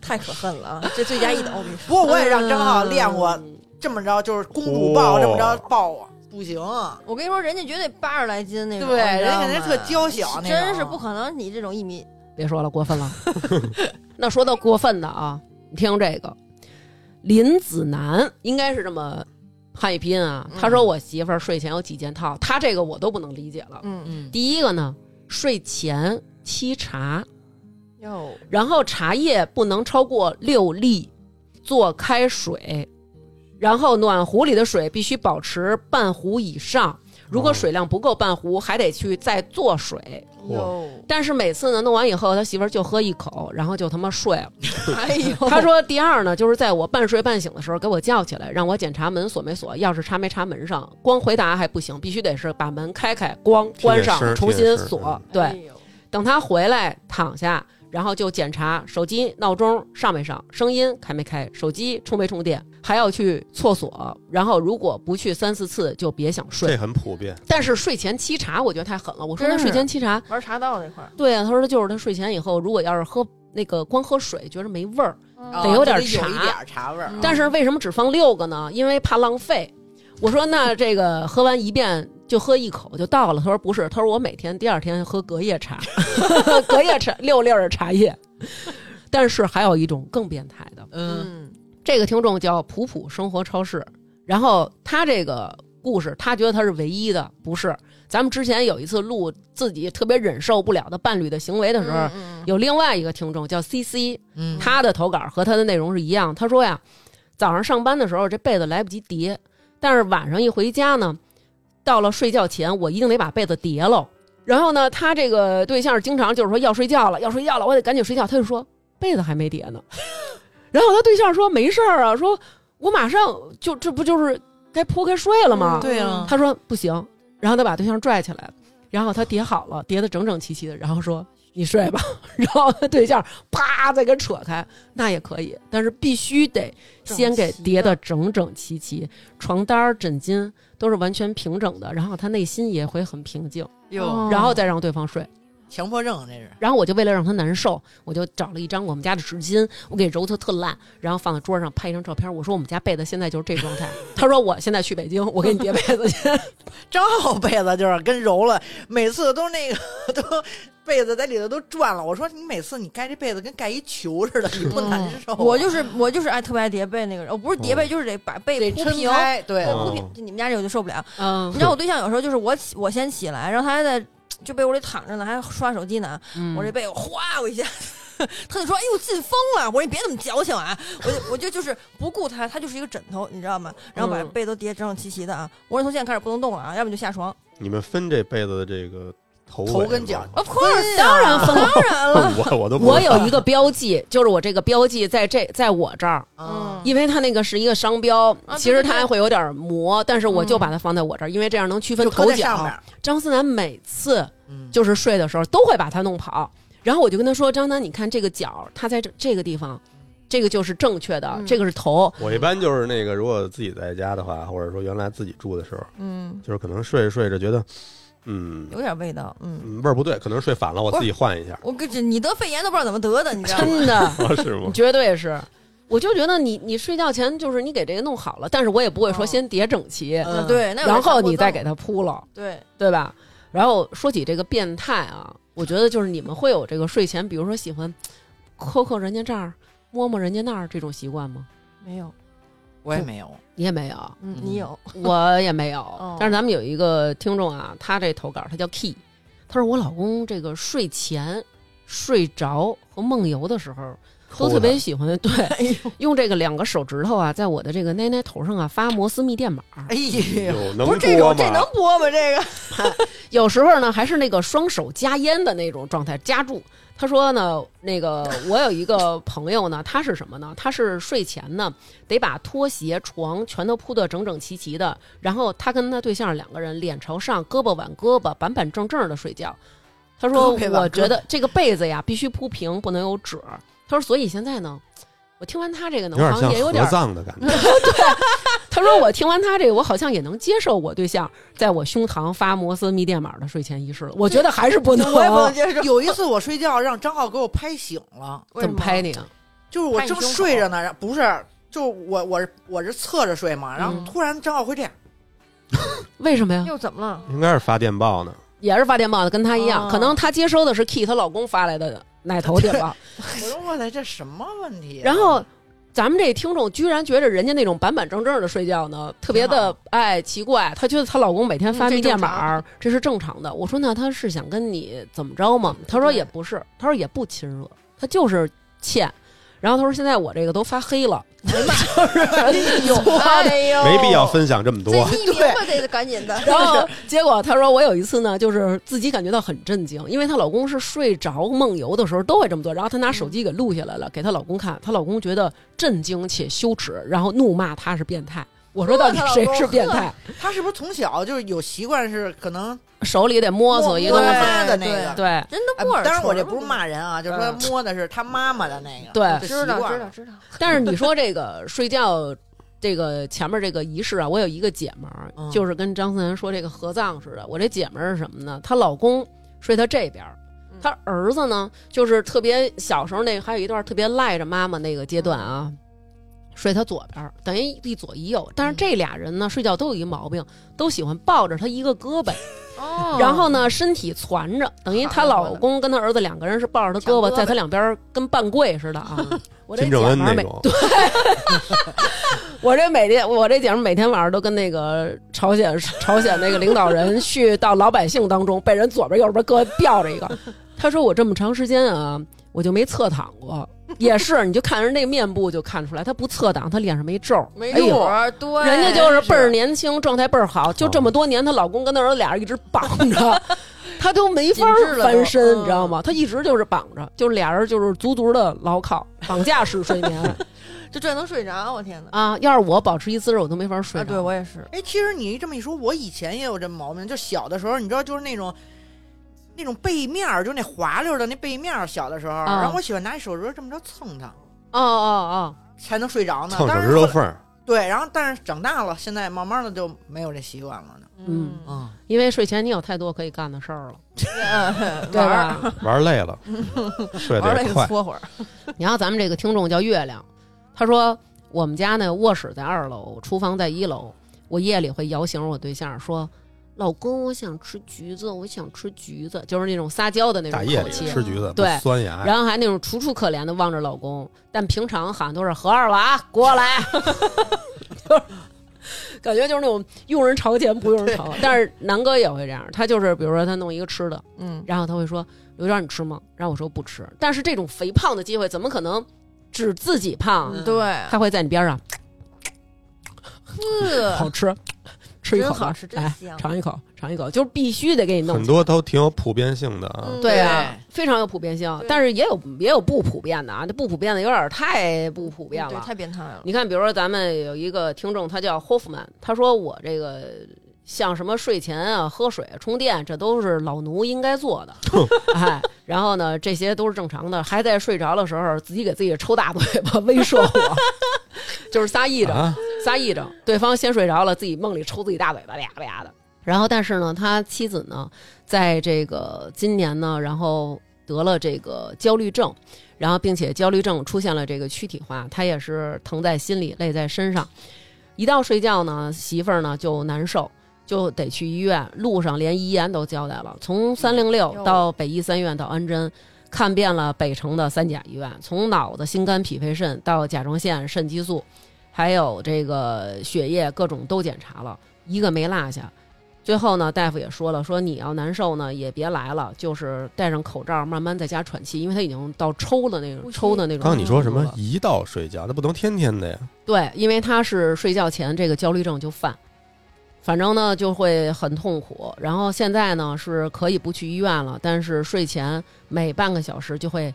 [SPEAKER 5] 太可恨了啊！这最佳一等，我跟你说。
[SPEAKER 7] 不过我也让张浩练过
[SPEAKER 1] 嗯
[SPEAKER 7] 这么着，就是公主抱
[SPEAKER 4] 哦
[SPEAKER 7] 这么着抱我，不行，
[SPEAKER 5] 我跟你说，人家绝对八十来斤那种，
[SPEAKER 7] 对，
[SPEAKER 5] 你知
[SPEAKER 7] 人家
[SPEAKER 5] 道吗
[SPEAKER 7] 肯定特娇小那种，
[SPEAKER 5] 真是不可能。你这种一米，
[SPEAKER 1] 别说了，过分了。 那说到过分的啊，你听这个，林子楠应该是这么汉语拼音啊。他说我媳妇儿睡前有几件套，他这个我都不能理解了。
[SPEAKER 5] 嗯嗯，
[SPEAKER 1] 第一个呢，睡前沏茶，
[SPEAKER 5] 哟，
[SPEAKER 1] 然后茶叶不能超过六粒，做开水，然后暖壶里的水必须保持半壶以上。如果水量不够半壶，还得去再做水。
[SPEAKER 5] 哟，
[SPEAKER 1] 但是每次呢，弄完以后，他媳妇儿就喝一口，然后就他妈睡 了。
[SPEAKER 5] 哎呦，
[SPEAKER 1] 他说第二呢，就是在我半睡半醒的时候给我叫起来，让我检查门锁没锁，钥匙插没插门上。光回答还不行，必须得是把门开开，光关上
[SPEAKER 4] 听着声，儿
[SPEAKER 1] 重
[SPEAKER 4] 听着
[SPEAKER 1] 新
[SPEAKER 4] 声儿
[SPEAKER 1] 锁
[SPEAKER 4] 嗯。
[SPEAKER 5] 哎
[SPEAKER 1] 对，，等他回来躺下，然后就检查手机闹钟上没上，声音开没开，手机充没充电，还要去厕所。然后如果不去三四次，就别想
[SPEAKER 4] 这
[SPEAKER 1] 睡。
[SPEAKER 4] 很普遍。
[SPEAKER 1] 但是睡前沏茶，我觉得太狠了。我说
[SPEAKER 5] 真
[SPEAKER 1] 他
[SPEAKER 5] 是
[SPEAKER 1] 睡前沏茶，
[SPEAKER 8] 玩茶道那块儿，
[SPEAKER 1] 对啊，他说就是他睡前以后，如果要是喝那个光喝水，觉得没味儿。
[SPEAKER 7] 哦
[SPEAKER 1] 得有点
[SPEAKER 7] 就有一
[SPEAKER 1] 茶
[SPEAKER 7] 点儿茶味儿。啊
[SPEAKER 2] 嗯
[SPEAKER 1] 但
[SPEAKER 7] 是
[SPEAKER 1] 是为什么只放六个呢？因为怕浪费。我说那这个喝完一遍就喝一口就到了。他说不是，他说我每天第二天喝隔夜茶， 隔夜茶六粒儿茶叶。但是还有一种更变态的，
[SPEAKER 7] 嗯，
[SPEAKER 5] 嗯，
[SPEAKER 1] 这个听众叫普普生活超市，然后他这个故事，他觉得他是唯一的，不是。咱们之前有一次录自己特别忍受不了的伴侣的行为的时候，
[SPEAKER 5] 嗯
[SPEAKER 1] 有另外一个听众叫 C C，
[SPEAKER 7] 嗯
[SPEAKER 1] 他的投稿和他的内容是一样。他说呀，早上上班的时候这被子来不及叠，但是晚上一回家呢，到了睡觉前我一定得把被子叠喽。然后呢，他这个对象经常就是说要睡觉了，要睡觉了，我得赶紧睡觉。他就说被子还没叠呢。 然后他对象说没事儿啊，说我马上就这不就是该铺开睡了吗？
[SPEAKER 7] 对
[SPEAKER 5] 嗯
[SPEAKER 7] 啊，
[SPEAKER 1] 他说不行，然后他把对象拽起来，然后他叠好了，叠的整整齐齐的，然后说你睡吧， 然后他对象啪再给扯开，那也可以，但是必须得先给叠的整整齐齐，床单儿、枕巾都是完全平整的，然后他内心也会很平静，
[SPEAKER 7] 哟，
[SPEAKER 1] 然后再让对方睡。
[SPEAKER 7] 强迫症这是。
[SPEAKER 1] 然后我就为了让他难受，我就找了一张我们家的纸巾，我给揉得特烂，然后放在桌上拍一张照片。我说我们家被子现在就是这状态。 他说我现在去北京，我给你叠被子去。
[SPEAKER 7] 正好被子就是跟揉了， 每次都那个都 被子在里头都转了。我说你每次你盖这被子跟盖一球似的，你不难受啊？
[SPEAKER 5] 我就是我就是爱特别爱叠被那个人，我不是叠被，就是得把
[SPEAKER 7] 得
[SPEAKER 5] 被铺
[SPEAKER 7] 撑
[SPEAKER 5] 平。
[SPEAKER 7] 开，对，
[SPEAKER 5] 对铺
[SPEAKER 4] 嗯哦
[SPEAKER 5] 平，就你们家这我就受不了。
[SPEAKER 1] 嗯
[SPEAKER 5] 你知道我对象有时候就是我起，我先起来，然后他还在就被窝里躺着呢，还刷手机呢。
[SPEAKER 1] 嗯
[SPEAKER 5] 我这被我哗我一下， 他就说：“哎呦，进风了！”我说：“你别那么矫情啊！”我就我就就是不顾他，他就是一个枕头，你知道吗？然后把
[SPEAKER 1] 嗯
[SPEAKER 5] 被都叠整整齐齐的啊。我说：“从现在开始不能动了啊，要不你就下床。
[SPEAKER 4] 你们分这被子的这个头
[SPEAKER 7] 头
[SPEAKER 4] 尾
[SPEAKER 7] 跟
[SPEAKER 4] 吗
[SPEAKER 7] 脚
[SPEAKER 5] ”Of course，当
[SPEAKER 1] 然分
[SPEAKER 5] 当然了。
[SPEAKER 4] 我我都不
[SPEAKER 1] 我
[SPEAKER 4] 知道
[SPEAKER 1] 有一个标记，就是我这个标记在这，在我这儿，
[SPEAKER 7] 嗯，
[SPEAKER 1] 因为它那个是一个商标，
[SPEAKER 5] 啊
[SPEAKER 1] 其实
[SPEAKER 5] 对对
[SPEAKER 1] 它还
[SPEAKER 5] 对
[SPEAKER 1] 会有点磨，但是我就把它放在我这儿，因为这样能区分
[SPEAKER 7] 就搁
[SPEAKER 1] 头
[SPEAKER 7] 在上
[SPEAKER 1] 脚
[SPEAKER 7] 面。。
[SPEAKER 1] 张思楠每次
[SPEAKER 7] 嗯，
[SPEAKER 1] 就是睡的时候都会把它弄跑，然后我就跟他说：“张楠，你看这个脚，它在这这个地方，这个就是正确的，
[SPEAKER 5] 嗯
[SPEAKER 1] 这个是头。
[SPEAKER 4] 我一般就是那个，如果自己在家的话，或者说原来自己住的时候，
[SPEAKER 5] 嗯，
[SPEAKER 4] 就是可能睡着睡着觉得，嗯，
[SPEAKER 5] 有点味道。嗯，，
[SPEAKER 4] 嗯味儿不对，可能睡反了，我自己换一下
[SPEAKER 5] 我跟这你得肺炎都不知道怎么得的，你知道吗？
[SPEAKER 1] 真的，
[SPEAKER 4] 啊是吗？
[SPEAKER 1] 绝对是。我就觉得你你睡觉前就是你给这个弄好了，但是我也不会说
[SPEAKER 5] 哦
[SPEAKER 1] 先叠整齐，
[SPEAKER 7] 嗯
[SPEAKER 5] 对，那有点
[SPEAKER 1] 然后
[SPEAKER 5] 强迫
[SPEAKER 1] 你再
[SPEAKER 5] 症
[SPEAKER 1] 给它铺了。
[SPEAKER 5] 对。
[SPEAKER 1] 对吧？然后说起这个变态啊，我觉得就是你们会有这个睡前，比如说喜欢抠抠人家这儿、摸摸人家那儿这种习惯吗？
[SPEAKER 5] 没有，
[SPEAKER 7] 我也没有，
[SPEAKER 1] 你也 没有，
[SPEAKER 5] 嗯，
[SPEAKER 7] 嗯
[SPEAKER 5] 你有，
[SPEAKER 1] 我也没有。
[SPEAKER 5] 哦
[SPEAKER 1] 但是咱们有一个听众啊，他这投稿他叫 Key，他说我老公这个睡前、睡着和梦游的时候。都
[SPEAKER 4] 抠
[SPEAKER 1] 特别
[SPEAKER 4] 它
[SPEAKER 1] 喜欢 对，用这个两个手指头啊，在我的这个奶奶头上啊发摩斯密电码，
[SPEAKER 7] 哎呦，
[SPEAKER 4] 有能
[SPEAKER 5] 不是这
[SPEAKER 4] 播
[SPEAKER 5] 种，这能
[SPEAKER 4] 吗？
[SPEAKER 5] 播吗？这个
[SPEAKER 1] 有时候呢，还是那个双手夹烟的那种状态夹住。他说呢，那个我有一个朋友呢，他是什么呢？他是睡前呢得把拖鞋、床全都铺得整整齐齐的，然后他跟他对象两个人脸朝上，胳膊挽胳膊，板板正正的睡觉。他说
[SPEAKER 7] 胳膊：“挽
[SPEAKER 1] 我
[SPEAKER 7] 胳
[SPEAKER 1] 觉
[SPEAKER 7] 膊
[SPEAKER 1] 得这个被子呀必须铺平，不能有褶儿。”他说：“所以现在呢，我听完他这个呢，
[SPEAKER 4] 有
[SPEAKER 1] 我
[SPEAKER 4] 点
[SPEAKER 1] 好像
[SPEAKER 4] 像
[SPEAKER 1] 也有
[SPEAKER 4] 合
[SPEAKER 1] 点儿
[SPEAKER 4] 葬的感觉，
[SPEAKER 1] 他说我听完他这个，我好像也能接受我对象在我胸膛发摩斯密电码的睡前仪式了。我觉得还是不能，
[SPEAKER 5] 我也不能接受。
[SPEAKER 7] 有一次我睡觉让张浩给我拍醒了，
[SPEAKER 5] 为
[SPEAKER 1] 怎么
[SPEAKER 5] 什
[SPEAKER 1] 拍你啊？
[SPEAKER 7] 就是我
[SPEAKER 5] 拍你
[SPEAKER 7] 正
[SPEAKER 5] 胸口
[SPEAKER 7] 睡着呢，然后不是，就是我我是我是侧着睡嘛，然
[SPEAKER 1] 嗯
[SPEAKER 7] 后突然张浩会这 样，
[SPEAKER 1] 为什么呀？
[SPEAKER 5] 又哎怎 么了？
[SPEAKER 4] 应该是发电报呢。
[SPEAKER 1] 也是发电报的，跟他一样，
[SPEAKER 5] 哦
[SPEAKER 1] 可能他接收的是 Key 她老公发来的奶头电报。
[SPEAKER 7] 我说我操，这什么问题啊？
[SPEAKER 1] 然
[SPEAKER 5] 嗯
[SPEAKER 1] 后咱们这听众居然觉着人家那种板板正正的睡觉呢，特别的哎奇怪，她觉得她老公每天发
[SPEAKER 5] 嗯这
[SPEAKER 1] 密电
[SPEAKER 5] 正
[SPEAKER 1] 码、这是正常的。我说那他是想跟你怎么着吗？他说也不是，他说也不亲热，他就是欠。然后他说现在我这个都发黑了，
[SPEAKER 2] 有
[SPEAKER 5] 哎
[SPEAKER 1] 哦
[SPEAKER 5] 呦，
[SPEAKER 4] 没必要分享这么
[SPEAKER 5] 这
[SPEAKER 4] 多。
[SPEAKER 5] 匿名吧，得赶 紧 的。
[SPEAKER 1] 然后结果她说我有一次呢，就是自己感觉到很震惊，因为她老公是睡着梦游的时候都会这么做，然后她拿手机给录下来了，给她老公看，她老公觉得震惊且羞耻，然后怒骂她是变态。我说到底谁是变态？
[SPEAKER 2] 他是不是从小就是有习惯是可能
[SPEAKER 1] 手里得摸索一
[SPEAKER 2] 摸
[SPEAKER 1] 个，
[SPEAKER 2] 妈的那个？
[SPEAKER 1] 对
[SPEAKER 5] 人都
[SPEAKER 2] 哎
[SPEAKER 7] 呃
[SPEAKER 5] 木耳
[SPEAKER 2] 当然我
[SPEAKER 5] 虫
[SPEAKER 2] 这不是骂人啊，就是说摸的是他妈妈的那个，
[SPEAKER 1] 对
[SPEAKER 2] 这
[SPEAKER 5] 嗯知
[SPEAKER 2] 习
[SPEAKER 5] 道
[SPEAKER 2] 惯
[SPEAKER 5] 知道知道，
[SPEAKER 1] 但是你说这个睡觉，这个前面这个仪式啊，我有一个姐们儿，
[SPEAKER 2] 嗯
[SPEAKER 1] 就是跟张思涵说这个合葬似的。我这姐们儿是什么呢？她老公睡她这边儿，她儿子呢，就是特别小时候那个还有一段特别赖着妈妈那个阶段啊。睡她左边儿，等于一左一右。但是这俩人呢，睡觉都有一毛病，都喜欢抱着她一个胳膊，
[SPEAKER 5] 哦
[SPEAKER 1] 然后呢，身体攒着，等于她老公跟她儿子两个人是抱着她胳膊，
[SPEAKER 5] 抢胳膊
[SPEAKER 1] 在她两边儿跟半跪似的啊。 我这
[SPEAKER 4] 金
[SPEAKER 1] 姐
[SPEAKER 4] 正恩
[SPEAKER 1] 们儿
[SPEAKER 4] 那
[SPEAKER 1] 每
[SPEAKER 4] 种，
[SPEAKER 1] 我这每天，我这姐们每天晚上都跟那个朝鲜 朝鲜那个领导 人去到老百姓当中，被人左边右边各吊着一个。 她说我这么长时间啊，我就没侧躺过，也是，你就看人那面部就看出来，她不侧躺，她脸上没皱，
[SPEAKER 5] 没
[SPEAKER 1] 哎呦
[SPEAKER 5] 准儿，对，
[SPEAKER 1] 人家就是倍儿年轻，状态倍儿好，就这么多年，她老公跟她儿子俩人一直绑 着，她都没法
[SPEAKER 5] 紧致了都
[SPEAKER 1] 翻身，
[SPEAKER 5] 嗯
[SPEAKER 1] 你知道吗？她一直就是绑着，就是俩人就是足足的牢靠，绑架式睡 眠
[SPEAKER 5] 就这能睡着，我天哪！
[SPEAKER 1] 啊！要是我保持一姿势，我都没法睡
[SPEAKER 5] 啊，
[SPEAKER 1] 着。
[SPEAKER 5] 对我也是，
[SPEAKER 2] 哎，其实你这么一说，我以前也有这毛病，就小的时候，你知道，就是那种那种背面儿，就那滑溜的那背面儿，小的时候，
[SPEAKER 5] 嗯
[SPEAKER 1] 啊
[SPEAKER 2] 然后我喜欢拿一手指头这么着蹭它，
[SPEAKER 1] 哦哦
[SPEAKER 2] 才能睡着呢。
[SPEAKER 4] 蹭手
[SPEAKER 2] 当
[SPEAKER 4] 指
[SPEAKER 2] 时
[SPEAKER 4] 头
[SPEAKER 2] 后
[SPEAKER 4] 缝儿，
[SPEAKER 2] 对，然后但是长大了，现在慢慢的就没有这习惯了呢。
[SPEAKER 1] 嗯
[SPEAKER 2] 嗯，
[SPEAKER 1] 哦，因为睡前你有太多可以干的事儿了，
[SPEAKER 5] 嗯，
[SPEAKER 1] 对
[SPEAKER 5] 玩儿
[SPEAKER 1] 吧？
[SPEAKER 4] 玩累 了，睡
[SPEAKER 5] 玩儿
[SPEAKER 4] 得
[SPEAKER 5] 了
[SPEAKER 4] 也
[SPEAKER 5] 就
[SPEAKER 4] 快。
[SPEAKER 5] 搓会儿，
[SPEAKER 1] 你看咱们这个听众叫月亮，他说我们家呢卧室在二楼，厨房在一楼，我夜里会摇醒我对象说。老公，我想吃橘子，我想吃橘子，就是那种撒娇的那种
[SPEAKER 4] 大夜
[SPEAKER 1] 口
[SPEAKER 4] 里
[SPEAKER 1] 气，
[SPEAKER 4] 吃橘子，
[SPEAKER 1] 对
[SPEAKER 4] 酸牙呀。
[SPEAKER 1] 然后还那种楚楚可怜的望着老公，但平常喊都是“何二娃过来”， 就是感觉就是那种用人朝前不用人 朝后。但是南哥也会这样，他就是比如说他弄一个吃的，
[SPEAKER 5] 嗯，
[SPEAKER 1] 然后他会说：“刘娟，你吃吗？”然后我说不吃。但是这种肥胖的机会怎么可能只自己胖？
[SPEAKER 5] 嗯对，
[SPEAKER 1] 他会在你边上，好
[SPEAKER 5] 呃
[SPEAKER 1] 吃，吃一口吧，
[SPEAKER 5] 真好吃真
[SPEAKER 1] 哎
[SPEAKER 5] 香
[SPEAKER 1] 尝一口，尝一口，就是必须得给你弄
[SPEAKER 4] 很多都挺有普遍性的
[SPEAKER 5] 嗯
[SPEAKER 4] 啊，
[SPEAKER 1] 对啊，非常有普遍性，但是也有也有不普遍的啊，这不普遍的有点太不普遍
[SPEAKER 5] 嗯对，
[SPEAKER 1] 了。
[SPEAKER 5] 太变态了。
[SPEAKER 1] 你看，比如说咱们有一个听众，他叫霍夫曼，他说我这个像什么睡前啊、喝水、充电，这都是老奴应该做的。哎，然后呢，这些都是正常的。还在睡着的时候，自己给自己抽大嘴巴， 威慑我，就是 仨癔症。
[SPEAKER 4] 啊，
[SPEAKER 1] 撒癔症，对方先睡着了，自己梦里抽自己大嘴巴，俩俩的。然后，但是呢，他妻子呢，在这个今年呢，然后得了这个焦虑症，然后并且焦虑症出现了这个躯体化，他也是疼在心里，累在身上。一到睡觉呢，媳妇儿呢就难受，就得去医院。路上连遗言都交代了，从三零六
[SPEAKER 5] 哟
[SPEAKER 1] 到北医三院到安贞，看遍了北城的三甲医院，从脑子、心肝、脾肺肾到甲状腺、肾激素，还有这个血液各种都检查了，一个没落下。最后呢，大夫也说了，说你要难受呢也别来了，就是戴上口罩，慢慢在家喘气，因为他已经到抽的那
[SPEAKER 5] 呼
[SPEAKER 1] 种
[SPEAKER 5] 吸
[SPEAKER 1] 抽的那种。
[SPEAKER 4] 刚刚你说什
[SPEAKER 2] 嗯
[SPEAKER 4] 么？一到睡觉，那不能天天的呀。
[SPEAKER 1] 对，因为他是睡觉前这个焦虑症就犯，反正呢就会很痛苦。然后现在呢是可以不去医院了，但是睡前每半个小时就会，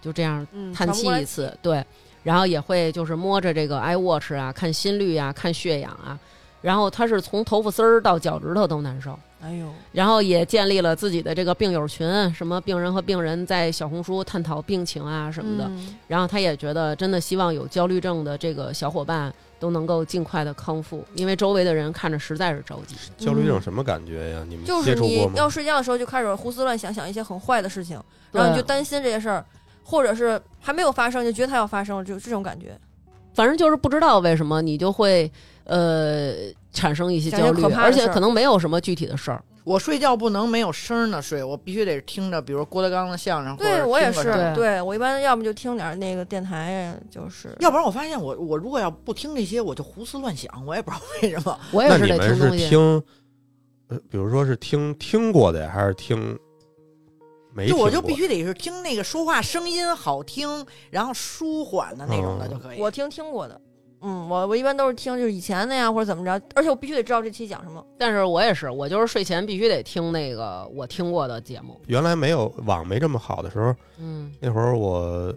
[SPEAKER 1] 就这样
[SPEAKER 5] 嗯，
[SPEAKER 1] 叹
[SPEAKER 5] 喘不
[SPEAKER 1] 气
[SPEAKER 5] 过来
[SPEAKER 1] 一次，对，然后也会就是摸着这个 iWatch 啊，看心率啊，看血氧啊，然后他是从头发丝儿到脚趾头都难受。
[SPEAKER 5] 哎呦，
[SPEAKER 1] 然后也建立了自己的这个病友群，什么病人和病人在小红书探讨病情啊什么的。
[SPEAKER 5] 嗯
[SPEAKER 1] 然后他也觉得，真的希望有焦虑症的这个小伙伴都能够尽快的康复，因为周围的人看着实在是着急。
[SPEAKER 4] 焦虑症什么感觉呀？你们
[SPEAKER 5] 就是
[SPEAKER 4] 接触
[SPEAKER 5] 你
[SPEAKER 4] 过吗
[SPEAKER 5] 要？睡觉的时候就开始胡思乱想，想一些很坏的事情，然后你就
[SPEAKER 1] 对
[SPEAKER 5] 担心这些事儿，或者是还没有发生，就觉得它要发生了，就这种感觉。
[SPEAKER 1] 反正就是不知道为什么你就会呃产生一些
[SPEAKER 5] 想一些
[SPEAKER 1] 焦虑
[SPEAKER 5] 可，怕的
[SPEAKER 1] 而且
[SPEAKER 5] 事儿
[SPEAKER 1] 可能没有什么具体的事儿。
[SPEAKER 2] 我睡觉不能没有声儿呢睡，我必须得听着，比如郭德纲的相声，或
[SPEAKER 5] 对
[SPEAKER 2] 者
[SPEAKER 5] 我也
[SPEAKER 2] 听
[SPEAKER 5] 是
[SPEAKER 2] 个什么，
[SPEAKER 5] 对我一般要么就听点儿那个电台，就是
[SPEAKER 2] 要不然我发现我我如果要不听这些，我就胡思乱想，我也不知道为什么。
[SPEAKER 1] 我也
[SPEAKER 4] 那
[SPEAKER 1] 是
[SPEAKER 4] 你
[SPEAKER 1] 得
[SPEAKER 4] 们
[SPEAKER 1] 听
[SPEAKER 4] 是
[SPEAKER 1] 东西，
[SPEAKER 4] 听，呃，比如说是听听过的呀，还是听没
[SPEAKER 2] 就我
[SPEAKER 4] 听
[SPEAKER 2] 就
[SPEAKER 4] 过
[SPEAKER 2] 必须得是听那个说话声音好听，然后舒缓的那种的
[SPEAKER 4] 嗯
[SPEAKER 2] 就可以。
[SPEAKER 5] 我听听过的。嗯，我我一般都是听就是以前的呀，或者怎么着，而且我必须得知道这期讲什么。
[SPEAKER 1] 但是我也是，我就是睡前必须得听那个我听过的节目。
[SPEAKER 4] 原来没有网没这么好的时候，
[SPEAKER 1] 嗯，
[SPEAKER 4] 那会儿我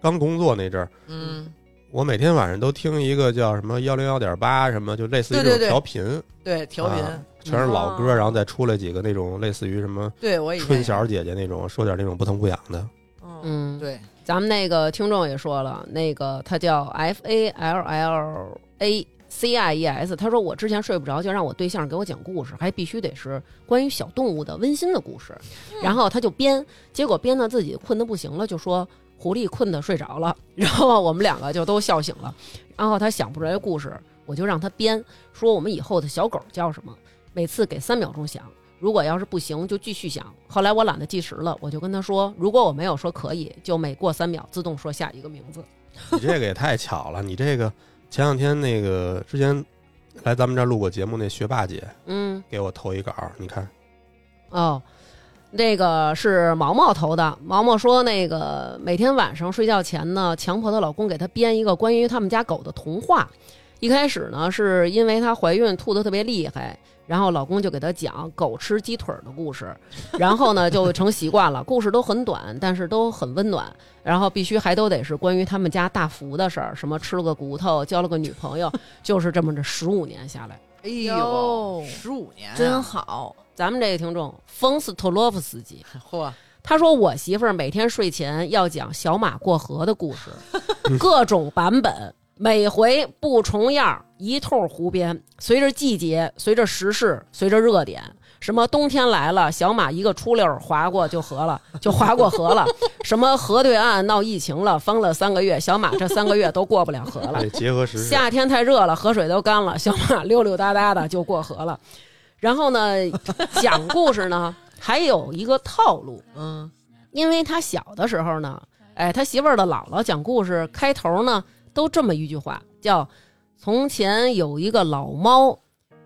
[SPEAKER 4] 刚工作那阵儿，
[SPEAKER 2] 嗯，
[SPEAKER 4] 我每天晚上都听一个叫什么幺零幺点八什么，就类似于
[SPEAKER 2] 对对
[SPEAKER 4] 这种
[SPEAKER 2] 对
[SPEAKER 4] 调频，
[SPEAKER 2] 对，调频，
[SPEAKER 4] 啊全是老歌，
[SPEAKER 5] 哦
[SPEAKER 4] 然后再出来几个那种类似于什么
[SPEAKER 2] 对我以前
[SPEAKER 4] 春晓姐姐那种，说点那种不疼不痒的。
[SPEAKER 5] 嗯，
[SPEAKER 1] 嗯，
[SPEAKER 2] 对
[SPEAKER 1] 咱们那个听众也说了，那个他叫 F A L L A C I E S，他说我之前睡不着，就让我对象给我讲故事，还必须得是关于小动物的温馨的故事。然后他就编，结果编的自己困得不行了，就说狐狸困得睡着了， 然后我们两个就都笑醒了。然后他想不出来故事，我就让他编，说我们以后的小狗叫什么，每次给三秒钟想。如果要是不行，就继续想。后来我懒得计时了，我就跟他说，如果我没有说可以，就每过三秒自动说下一个名字。
[SPEAKER 4] 你这个也太巧了，你这个前两天那个之前来咱们这儿录过节目那学霸姐
[SPEAKER 1] 嗯，
[SPEAKER 4] 给我投一稿，你看
[SPEAKER 1] 哦，那个是毛毛投的。毛毛说，那个每天晚上睡觉前呢，强迫她老公给她编一个关于他们家狗的童话。一开始呢，是因为她怀孕吐得特别厉害，然后老公就给她讲狗吃鸡腿儿的故事，然后呢就成习惯了。故事都很短，但是都很温暖。然后必须还都得是关于他们家大福的事儿，什么吃了个骨头，交了个女朋友，就是这么着十五年下来。
[SPEAKER 2] 哎
[SPEAKER 5] 哟
[SPEAKER 2] 呦，十五年、啊，
[SPEAKER 5] 真好。
[SPEAKER 1] 咱们这个听众冯斯托洛夫斯基，
[SPEAKER 2] 嚯，
[SPEAKER 1] 他说：“我媳妇儿每天睡前要讲小马过河的故事，各种版本，每回不重样儿，一通胡编。随着季节，随着时事，随着热点，什么冬天来了，小马一个出溜儿划过就河了，就划过河了；什么河对岸闹疫情了，封了三个月，小马这三个月都过不了河了。
[SPEAKER 4] 这结合时事，
[SPEAKER 1] 夏天太热了，河水都干了，小马 溜溜达达的就过河了。然后呢，讲故事呢还有一个套路，
[SPEAKER 2] 嗯，
[SPEAKER 1] 因为他小的时候呢，哎，他媳妇儿的姥姥讲故事开头呢都这么一句话，叫“从前有一个老猫”，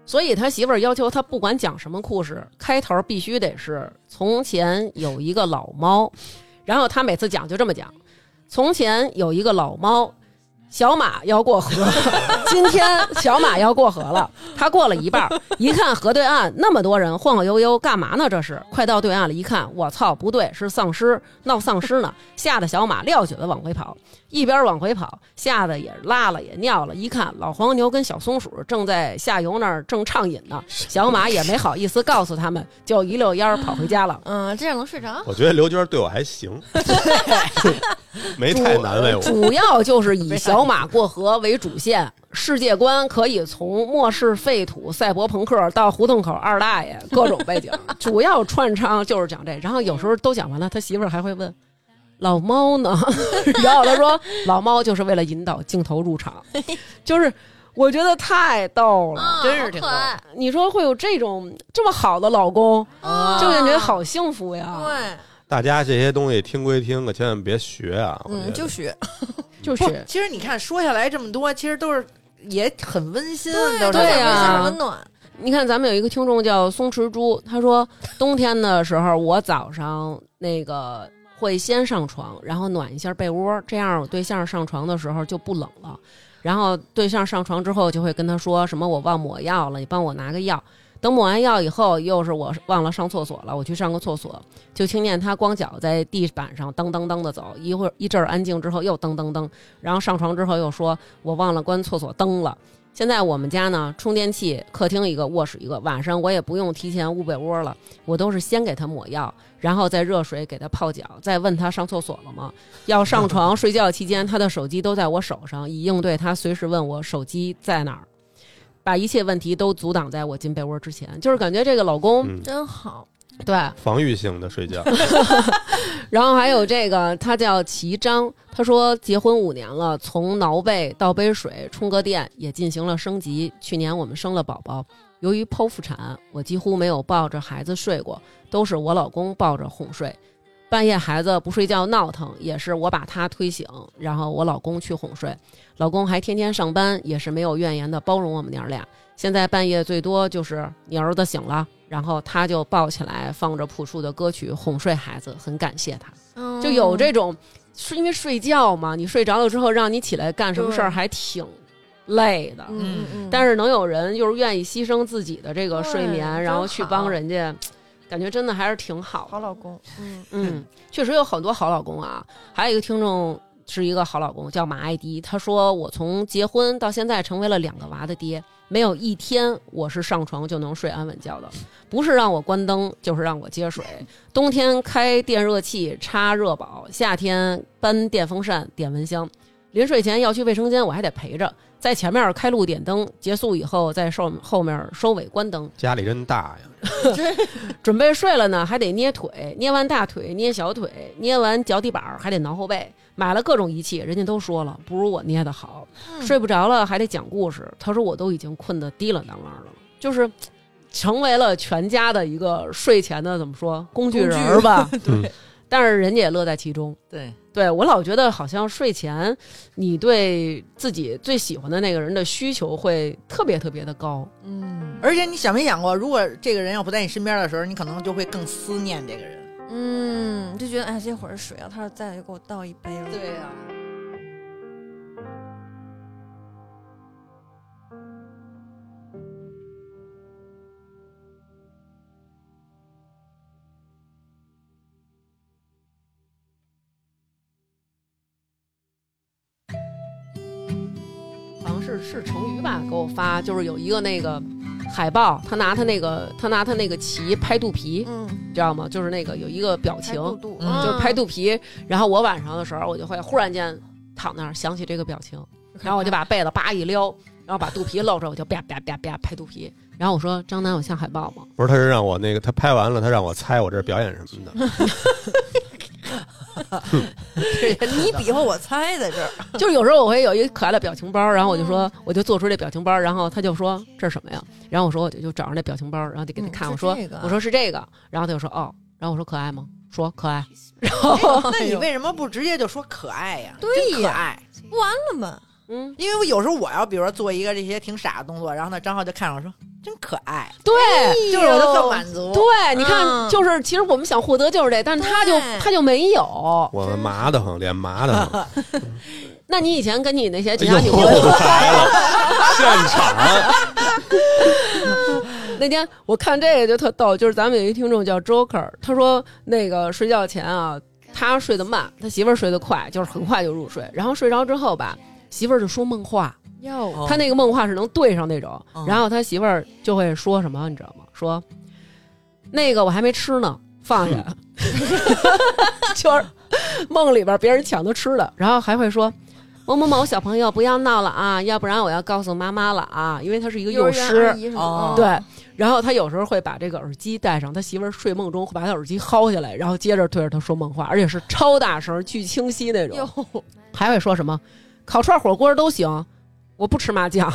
[SPEAKER 1] 所以他媳妇儿要求他不管讲什么故事，开头必须得是“从前有一个老猫”，然后他每次讲就这么讲：“从前有一个老猫。”小马要过河，今天小马要过河了。他过了一半儿，一看河对岸那么多人，晃晃悠悠，干嘛呢？这是快到对岸了，一看，我操，不对，是丧尸，闹丧尸呢，吓得小马撂蹶子往回跑，一边往回跑，吓得也拉了也尿了，一看老黄牛跟小松鼠正在下游那儿正畅饮呢，小马也没好意思告诉他们，就一溜烟儿跑回家了。
[SPEAKER 5] 嗯，这样能睡着？
[SPEAKER 4] 我觉得刘娟对我还行，没太难为我。
[SPEAKER 1] 主要就是以小马过河为主线，世界观可以从末世废土、赛博朋克到胡同口二大爷各种背景， 主要串场就是讲这。然后有时候都讲完了，他媳妇儿还会问。老猫呢？ 然后他说，老猫就是为了引导镜头入场，就是我觉得太逗了。
[SPEAKER 5] 啊
[SPEAKER 2] 嗯真是挺逗
[SPEAKER 5] 好可爱，
[SPEAKER 1] 你说会有这种这么好的老公，
[SPEAKER 2] 嗯
[SPEAKER 1] 就感觉好幸福呀！
[SPEAKER 5] 啊对，嗯
[SPEAKER 4] 大家这些东西听归听，可千万别学啊！我觉
[SPEAKER 5] 嗯，
[SPEAKER 4] 得
[SPEAKER 5] 就学。
[SPEAKER 1] 就
[SPEAKER 2] 不
[SPEAKER 1] 是，
[SPEAKER 2] 其实你看说下来这么多，其实都是也很温馨，都是
[SPEAKER 1] 对呀
[SPEAKER 5] 呀，温暖。
[SPEAKER 1] 你看，咱们有一个听众叫松弛猪，他说冬天的时候，我早上那个会先上床，然后暖一下被窝，这样我对象上床的时候就不冷了。然后对象上床之后，就会跟他说什么我忘抹药了，你帮我拿个药。等抹完药以后，又是我忘了上厕所了，我去上个厕所，就听见他光脚在地板上噔噔噔的走，一会儿一阵儿安静之后又噔噔噔，然后上床之后又说我忘了关厕所灯了。现在我们家呢，充电器客厅一个，卧室一个。晚上我也不用提前捂被窝了，我都是先给他抹药，然后再热水给他泡脚，再问他上厕所了吗？要上床睡觉期间，他的手机都在我手上，以应对他随时问我手机在哪儿。把一切问题都阻挡在我进被窝之前，就是感觉这个老公、
[SPEAKER 4] 嗯，
[SPEAKER 5] 真好，
[SPEAKER 1] 对，
[SPEAKER 4] 防御性的睡觉，
[SPEAKER 1] 然后还有这个，他叫齐章，他说结婚五年了，从挠背到杯水、充个电也进行了升级。去年我们生了宝宝，由于剖腹产，我几乎没有抱着孩子睡过，都是我老公抱着哄睡。半夜孩子不睡觉闹腾，也是我把他推醒，然后我老公去哄睡。老公还天天上班，也是没有怨言的包容我们娘俩。现在半夜最多就是你儿子醒了，然后他就抱起来放着朴树的歌曲哄睡孩子，很感谢他。
[SPEAKER 5] 嗯
[SPEAKER 1] 就有这种，是因为睡觉嘛，你睡着了之后让你起来干什么事儿
[SPEAKER 5] 对
[SPEAKER 1] 还挺累的，
[SPEAKER 5] 嗯，嗯嗯，
[SPEAKER 1] 但是能有人就是愿意牺牲自己的这个睡眠，
[SPEAKER 5] 对
[SPEAKER 1] 然后
[SPEAKER 5] 真
[SPEAKER 1] 去
[SPEAKER 5] 好
[SPEAKER 1] 帮人家，感觉真的还是挺好的。
[SPEAKER 5] 好老公， 嗯，
[SPEAKER 1] 嗯，确实有很多好老公啊。还有一个听众是一个好老公，叫马爱迪，他说我从结婚到现在成为了两个娃的爹，没有一天我是上床就能睡安稳觉的，不是让我关灯，就是让我接水。冬天开电热器插热宝，夏天搬电风扇点蚊香。临睡前要去卫生间，我还得陪着，在前面开路点灯，结束以后再收后面收尾关灯，
[SPEAKER 4] 家里真大呀，
[SPEAKER 1] 准备睡了呢，还得捏腿，捏完大腿捏小腿，捏完脚底板儿还得挠后背。买了各种仪器，人家都说了不如我捏的好，睡不着了还得讲故事。他说我都已经困得滴了当啷了，就是成为了全家的一个睡前的怎么说工具人儿吧？
[SPEAKER 4] 对，
[SPEAKER 1] 但是人家也乐在其中。
[SPEAKER 7] 对，
[SPEAKER 1] 对我老觉得好像睡前你对自己最喜欢的那个人的需求会特别特别的高。
[SPEAKER 8] 嗯，
[SPEAKER 7] 而且你想没想过，如果这个人要不在你身边的时候，你可能就会更思念这个人。
[SPEAKER 5] 嗯，就觉得哎，这会儿水啊，他要再给我倒一杯了。
[SPEAKER 7] 对呀、
[SPEAKER 1] 好像是是成语吧，给我发就是有一个那个海报，他拿他那个他拿他那个旗拍肚皮，
[SPEAKER 5] 嗯，
[SPEAKER 1] 你知道吗？就是那个有一个表情，
[SPEAKER 5] 肚肚，
[SPEAKER 7] 嗯
[SPEAKER 1] 就是拍肚皮。然后我晚上的时候，我就会忽然间躺那儿想起这个表情，然后我就把被子叭一撩，然后把肚皮露出来，我就啪啪啪啪拍肚皮。然后我说：“张楠，我像海豹吗
[SPEAKER 4] 不是，他是让我那个，他拍完了，他让我猜我这是表演什么的。
[SPEAKER 5] 你比划我猜在这儿，？”
[SPEAKER 1] 就是有时候我会有一个可爱的表情包，然后我就
[SPEAKER 5] 嗯
[SPEAKER 1] 说，我就做出这表情包，然后他就说这是什么呀？然后我说我就就找着那表情包，然后就给他
[SPEAKER 5] 嗯
[SPEAKER 1] 看，
[SPEAKER 5] 是
[SPEAKER 1] 我说
[SPEAKER 5] 这个啊
[SPEAKER 1] 我说是这个，然后他就说哦，然后我说可爱吗？说可爱，然后
[SPEAKER 7] 那你为什么不直接就说可爱呀、
[SPEAKER 5] 对
[SPEAKER 7] 真可
[SPEAKER 5] 呀
[SPEAKER 7] 爱。
[SPEAKER 5] 完了吗？
[SPEAKER 1] 嗯，
[SPEAKER 7] 因为我有时候我要比如说做一个这些挺傻的动作，然后呢，张浩就看着我说真可爱，
[SPEAKER 1] 对。
[SPEAKER 7] 就是我就算满足。
[SPEAKER 1] 哎对，你看，
[SPEAKER 5] 嗯
[SPEAKER 1] 就是其实我们想获得就是这，但是他就
[SPEAKER 5] 对
[SPEAKER 1] 他就没有。
[SPEAKER 4] 我们麻的很，脸麻的很。
[SPEAKER 1] 那你以前跟你那些其
[SPEAKER 4] 哎
[SPEAKER 1] 他女
[SPEAKER 4] 呦，
[SPEAKER 1] 朋友，
[SPEAKER 4] 来了，现场啊
[SPEAKER 1] 那天我看这个就特逗，就是咱们有一听众叫 Joker，他说那个睡觉前啊，他睡得慢，他媳妇儿睡得快，就是很快就入睡，然后睡着之后吧，媳妇儿就说梦话，
[SPEAKER 5] 哟，
[SPEAKER 1] 他那个梦话是能对上那种。
[SPEAKER 7] 嗯
[SPEAKER 1] 然后他媳妇儿就会说什么，你知道吗？说那个我还没吃呢，放下， 就是梦里边别人抢他吃的，然后还会说。某某某小朋友，不要闹了啊！要不然我要告诉妈妈了啊！因为他是一个幼
[SPEAKER 5] 幼儿园阿
[SPEAKER 1] 师，
[SPEAKER 5] 姨是
[SPEAKER 7] 哦
[SPEAKER 5] 吗？
[SPEAKER 1] 对。然后他有时候会把这个耳机戴上，他媳妇儿睡梦中会把他耳机薅下来，然后接着对着他说梦话，而且是超大声、巨清晰那种。
[SPEAKER 5] 哟，
[SPEAKER 1] 还会说什么烤串、火锅都行，我不吃麻酱。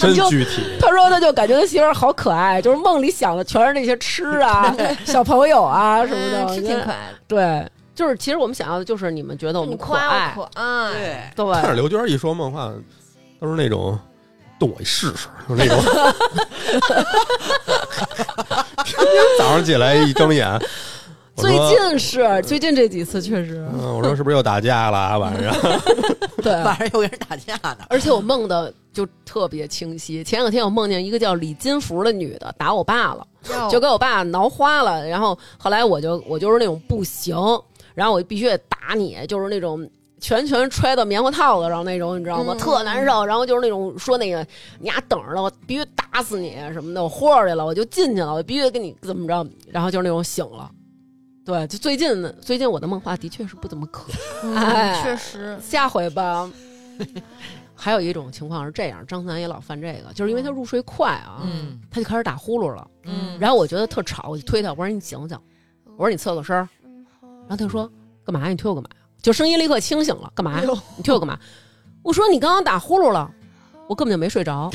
[SPEAKER 4] 真
[SPEAKER 1] 你就
[SPEAKER 4] 具体。
[SPEAKER 1] 他说他就感觉他媳妇儿好可爱，就是梦里想的全是那些吃 啊、小朋友啊什么的，
[SPEAKER 5] 嗯是挺可爱的，
[SPEAKER 1] 对，就是其实我们想要的就是你们觉得我
[SPEAKER 5] 你
[SPEAKER 1] 们可
[SPEAKER 5] 夸
[SPEAKER 1] 爱，
[SPEAKER 5] 我可爱，
[SPEAKER 7] 对，
[SPEAKER 4] 但是
[SPEAKER 1] 对，
[SPEAKER 4] 刘娟一说梦话，都是那种动我一试试，就是那种。天天早上起来一睁眼，我
[SPEAKER 1] 最
[SPEAKER 4] 说
[SPEAKER 1] 近是最近这几次确实
[SPEAKER 4] 嗯，我说是不是又打架了啊？晚上
[SPEAKER 1] 对，
[SPEAKER 7] 晚上又跟人打架呢。
[SPEAKER 1] 而且我梦的就特别清晰。前两天我梦见一个叫李金福的女的打我爸了。
[SPEAKER 5] 哟
[SPEAKER 1] 就给我爸挠花了。然后后来我就我就是那种不行，然后我必须得打你，就是那种。全全揣到棉花套子上那种，你知道吗？
[SPEAKER 5] 嗯
[SPEAKER 1] 特难受。然后就是那种说那个，你丫等着了，我必须打死你什么的。我豁出去了，我就进去了，我必须得跟你怎么着。然后就是那种醒了，对，就最近最近我的梦话的确是不怎么可哎
[SPEAKER 5] 嗯确实，
[SPEAKER 1] 下回吧。还有一种情况是这样，张楠也老犯这个，就是因为他入睡快啊，
[SPEAKER 7] 嗯
[SPEAKER 1] 他就开始打呼噜了。
[SPEAKER 7] 嗯，
[SPEAKER 1] 然后我觉得特吵，我就推他，我说你醒醒，我说你侧个身儿。然后他说干嘛呀？你推我干嘛呀？就声音立刻清醒了，干嘛呀？你推我干嘛？我说你刚刚打呼噜了，我根本就没睡着，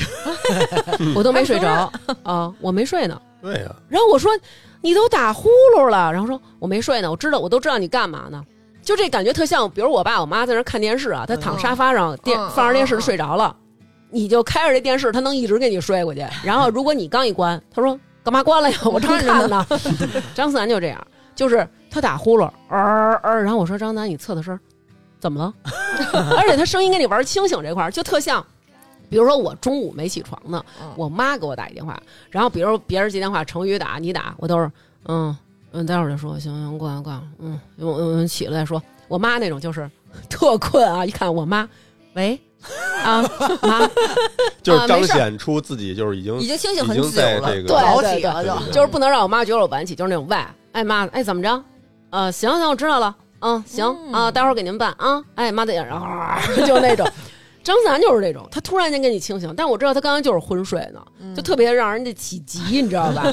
[SPEAKER 1] 我都没睡着啊，我没睡呢。
[SPEAKER 4] 对呀、
[SPEAKER 1] 然后我说你都打呼噜了，然后说我没睡呢，我知道，我都知道你干嘛呢。就这感觉特像，比如我爸我妈在那儿看电视啊，他躺沙发上电
[SPEAKER 5] 嗯
[SPEAKER 1] 放着电视
[SPEAKER 5] 嗯嗯
[SPEAKER 1] 睡着了，你就开着这电视，它能一直给你睡过 去。然后如果你刚一关，他说干嘛关了呀？我正看 呢。张思楠就这样，就是他打呼噜，嗷、呃、嗷、呃，然后我说张楠，你侧侧身，怎么了？ 而且他声音跟你玩清醒这块儿，就特像。比如说我中午没起床呢，
[SPEAKER 5] 嗯
[SPEAKER 1] 我妈给我打一电话，然后比如别人接电话，成宇打你打，我都是嗯嗯，待会儿就说行行挂了挂了，嗯我我起来再说。我妈那种就是特困啊，一看我妈，喂啊妈，
[SPEAKER 4] 就是彰显出自己就是已经
[SPEAKER 5] 已经清醒很
[SPEAKER 4] 已经
[SPEAKER 5] 久
[SPEAKER 4] 在
[SPEAKER 5] 了
[SPEAKER 4] 这 个
[SPEAKER 1] 对对
[SPEAKER 7] 起
[SPEAKER 1] 对
[SPEAKER 7] 了
[SPEAKER 4] 对
[SPEAKER 7] 就
[SPEAKER 4] 对
[SPEAKER 1] 就是不能让我妈觉得我晚起，就是那种喂，哎妈，哎怎么着？呃，行行，我知道了，嗯，行啊、待会儿给您办啊，哎妈的，然后、啊、 就那种。张思楠就是这种，他突然间给你清醒，但我知道他刚刚就是昏睡呢，
[SPEAKER 5] 嗯
[SPEAKER 1] 就特别让人家起急，你知道吧？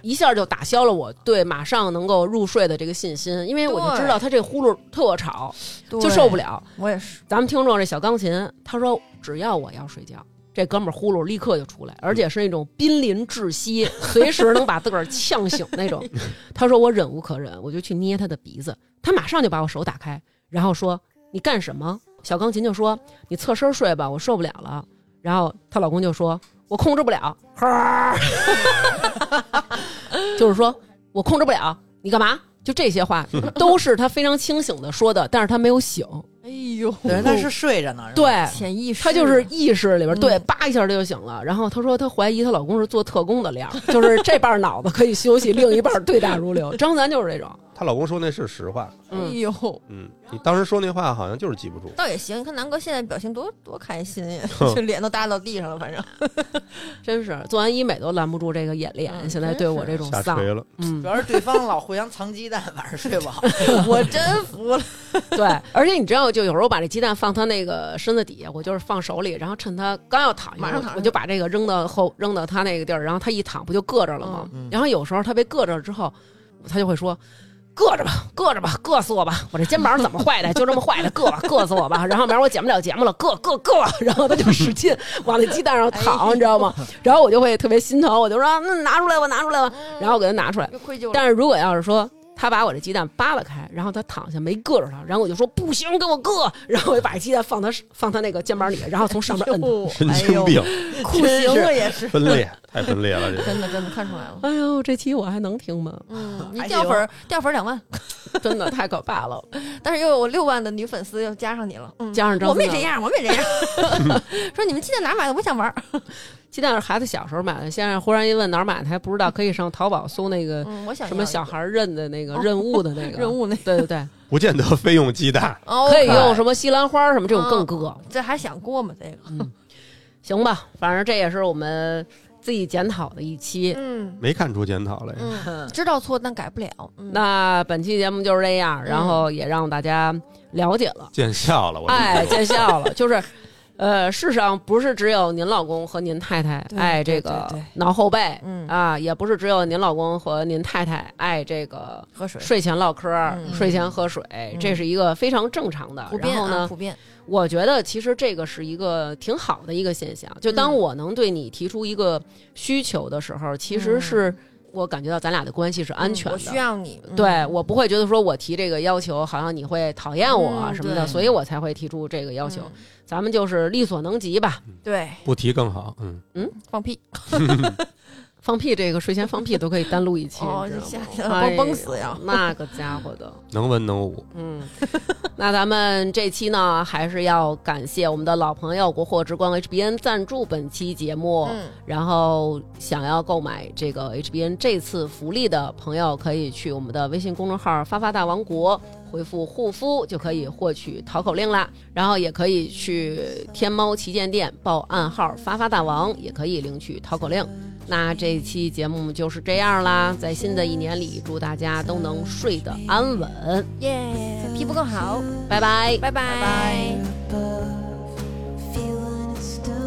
[SPEAKER 1] 一下就打消了我对马上能够入睡的这个信心，因为我就知道他这呼噜特吵，就受不
[SPEAKER 5] 了。
[SPEAKER 1] 了。
[SPEAKER 5] 我也是，
[SPEAKER 1] 咱们听众这小钢琴，他说只要我要睡觉，这哥们儿呼噜立刻就出来，而且是那种濒临窒息，随时能把自个儿呛醒那种。他说我忍无可忍，我就去捏他的鼻子，他马上就把我手打开，然后说你干什么？小钢琴就说你侧身睡吧，我受不了了。然后她老公就说我控制不了， 就是说我控制不了，你干嘛？就这些话都是他非常清醒的说的，但是他没有醒。
[SPEAKER 8] 哎呦，
[SPEAKER 7] 等于他是睡着呢，是吧，
[SPEAKER 1] 对，
[SPEAKER 5] 潜意识
[SPEAKER 1] 她就是意识里边，
[SPEAKER 5] 嗯
[SPEAKER 1] 对，叭一下她就醒了。然后她说她怀疑她老公是做特工的料， 就是这半脑子可以休息，另一半对答如流。 张三就是这种，
[SPEAKER 4] 她老公说那是实话，
[SPEAKER 8] 哎
[SPEAKER 1] 嗯，
[SPEAKER 8] 呦，
[SPEAKER 4] 嗯，你当时说那话好像就是记不住，
[SPEAKER 5] 倒也行。你看南哥现在表情多多开心 呀，就脸都耷到地上了，反正
[SPEAKER 1] 真是做完医美都拦不住这个眼脸。
[SPEAKER 5] 嗯
[SPEAKER 1] 现在对我这种
[SPEAKER 4] 下
[SPEAKER 1] 丧，
[SPEAKER 4] 垂了。
[SPEAKER 1] 嗯
[SPEAKER 7] 主，要是对方老互相藏鸡蛋，晚上睡不好。
[SPEAKER 5] 我真服了。
[SPEAKER 1] 对。而且你知道，就有时候我把这鸡蛋放他那个身子底下，我就是放手里，然后趁他刚要躺下，
[SPEAKER 5] 马上躺
[SPEAKER 1] 我
[SPEAKER 5] 下
[SPEAKER 1] 我就把这个扔到后，扔到他那个地儿，然后他一躺不就硌
[SPEAKER 5] 嗯
[SPEAKER 1] 着了吗？然后有时候他被硌着了之后，他就会说。硌着吧，硌着吧，硌死我吧！我这肩膀怎么坏的？ 就这么坏的，硌吧，硌死我吧！然后明儿我剪不了节目了，硌硌硌！ 然后他就使劲往那鸡蛋上 躺，你知道吗？然后我就会特别心疼，我就说那拿出来吧，拿出来吧，然后我给他拿出来。
[SPEAKER 5] 又愧疚了。
[SPEAKER 1] 但是如果要是说他把我这鸡蛋扒拉开，然后他躺下没硌着他，然后我就说不行，给我硌，然后我就把鸡蛋放他放他那个肩膀里，然后从上面摁他。
[SPEAKER 4] 神经病，
[SPEAKER 5] 酷刑了也哎是，
[SPEAKER 4] 分裂，太分裂了，这个
[SPEAKER 5] 真的真的看出来了。
[SPEAKER 1] 哎呦，这期我还能听吗？
[SPEAKER 5] 嗯，你
[SPEAKER 7] 还
[SPEAKER 5] 掉
[SPEAKER 7] 行
[SPEAKER 5] 粉儿掉粉儿两万，
[SPEAKER 1] 真的太可怕了。
[SPEAKER 5] 但是又有六万的女粉丝又加上你了。嗯，
[SPEAKER 1] 加上张
[SPEAKER 5] 我们也
[SPEAKER 1] 思
[SPEAKER 5] 这样，我们也这 样。 说你们鸡蛋哪儿买的？我想玩儿。
[SPEAKER 1] 鸡蛋是孩子小时候买的，现在忽然一问哪儿买的还不知道，可以上淘宝搜那个
[SPEAKER 5] 嗯嗯，我想
[SPEAKER 1] 什么
[SPEAKER 5] 要一
[SPEAKER 1] 小
[SPEAKER 5] 个
[SPEAKER 1] 孩认的那个任务的那个
[SPEAKER 5] 哦 任。务那
[SPEAKER 1] 对对对，
[SPEAKER 4] 不见得非用鸡蛋。
[SPEAKER 5] 哦
[SPEAKER 1] 可以用什么西兰花什么这种更硌，
[SPEAKER 5] 嗯这还想过吗？这个
[SPEAKER 1] 行吧？反正这也是我们自己检讨的一期。
[SPEAKER 5] 嗯
[SPEAKER 4] 没看出检讨来，
[SPEAKER 5] 嗯，知道错但改不了。嗯
[SPEAKER 1] 那本期节目就是这样，然后也让大家了解了，
[SPEAKER 4] 见笑了，我这么
[SPEAKER 1] 哎，
[SPEAKER 4] 说
[SPEAKER 1] 见笑了，就是。呃，世上不是只有您老公和您太太
[SPEAKER 5] 对
[SPEAKER 1] 爱
[SPEAKER 5] 对
[SPEAKER 1] 这个
[SPEAKER 5] 对对
[SPEAKER 1] 挠后背，
[SPEAKER 5] 嗯
[SPEAKER 1] 啊，也不是只有您老公和您太太爱这个
[SPEAKER 5] 喝水
[SPEAKER 1] 睡前唠嗑儿、
[SPEAKER 5] 嗯
[SPEAKER 1] 睡前喝水，这是一个非常正常的。
[SPEAKER 5] 普遍
[SPEAKER 1] 然后
[SPEAKER 5] 啊，
[SPEAKER 1] 呢
[SPEAKER 5] 普，遍。
[SPEAKER 1] 我觉得其实这个是一个挺好的一个现象。就当
[SPEAKER 5] 嗯
[SPEAKER 1] 我能对你提出一个需求的时候，其实是我感觉到咱俩的关系是安全
[SPEAKER 5] 嗯
[SPEAKER 1] 的。
[SPEAKER 5] 我需要你。嗯
[SPEAKER 1] 对我不会觉得说我提这个要求，好像你会讨厌我啊
[SPEAKER 5] 嗯
[SPEAKER 1] 什么的，
[SPEAKER 5] 对嗯
[SPEAKER 1] 所以我才会提出这个要求。咱们就是力所能及吧，
[SPEAKER 5] 对，
[SPEAKER 4] 不提更好。嗯，
[SPEAKER 5] 放屁
[SPEAKER 1] 放屁这个睡前放屁都可以 单录一期，
[SPEAKER 5] 哦
[SPEAKER 1] 你知，道吗
[SPEAKER 5] 吓得我崩死
[SPEAKER 1] 哎
[SPEAKER 5] 呀
[SPEAKER 1] 呦！那个家伙的。
[SPEAKER 4] 能文能武，
[SPEAKER 1] 嗯，那咱们这期呢，还是要感谢我们的老朋友国货之光 HBN 赞助本期节目。
[SPEAKER 5] 嗯
[SPEAKER 1] 然后想要购买这个 HBN 这次福利的朋友，可以去我们的微信公众号“发发大王国”回复“护肤”就可以获取淘口令啦。然后也可以去天猫旗舰店报暗号“发发大王”，也可以领取淘口令。那这期节目就是这样啦，在新的一年里，祝大家都能睡得安稳。
[SPEAKER 5] 耶，皮肤更好，
[SPEAKER 1] 拜拜。
[SPEAKER 5] 拜拜。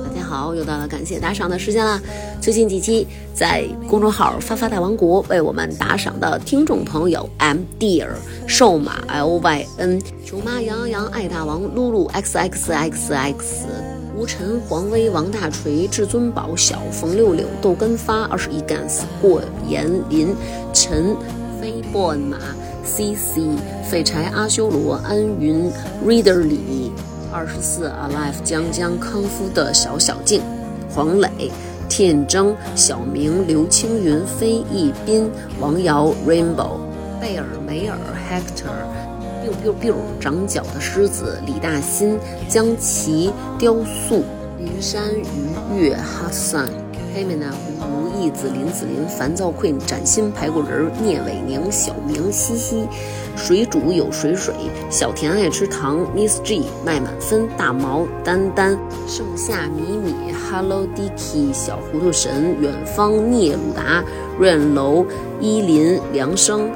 [SPEAKER 1] 大家好，又到了感谢打赏的时间啦！最近几期在公众号“发发大王国”为我们打赏的听众朋友：M Dear、瘦马 L Y N、熊妈羊羊羊爱大王、露露 X X X X、吴晨、黄威、王大锤、至尊宝、小冯六六、豆根发、二十一 gans、过延林、陈飞 born 马、C C、废柴阿修罗、安云、Reader 李。
[SPEAKER 9] 二十四 Alive 江江康夫的小小静、黄磊、天征、小明、刘青云、飞逸斌、王瑶、Rainbow、贝尔梅尔、Hector。biu biu biu，长角的狮子李大新、江奇、雕塑、林山、于月、哈桑、黑妹呢、吴义子、林子林、樊兆坤、崭新排骨人、聂伟宁、小明、西西、水煮有水水、小甜爱吃糖、Miss G、麦满分、大毛、丹丹、盛夏、米米、Hello Dicky、小糊涂神、远方聂鲁达、润楼、依林、梁生。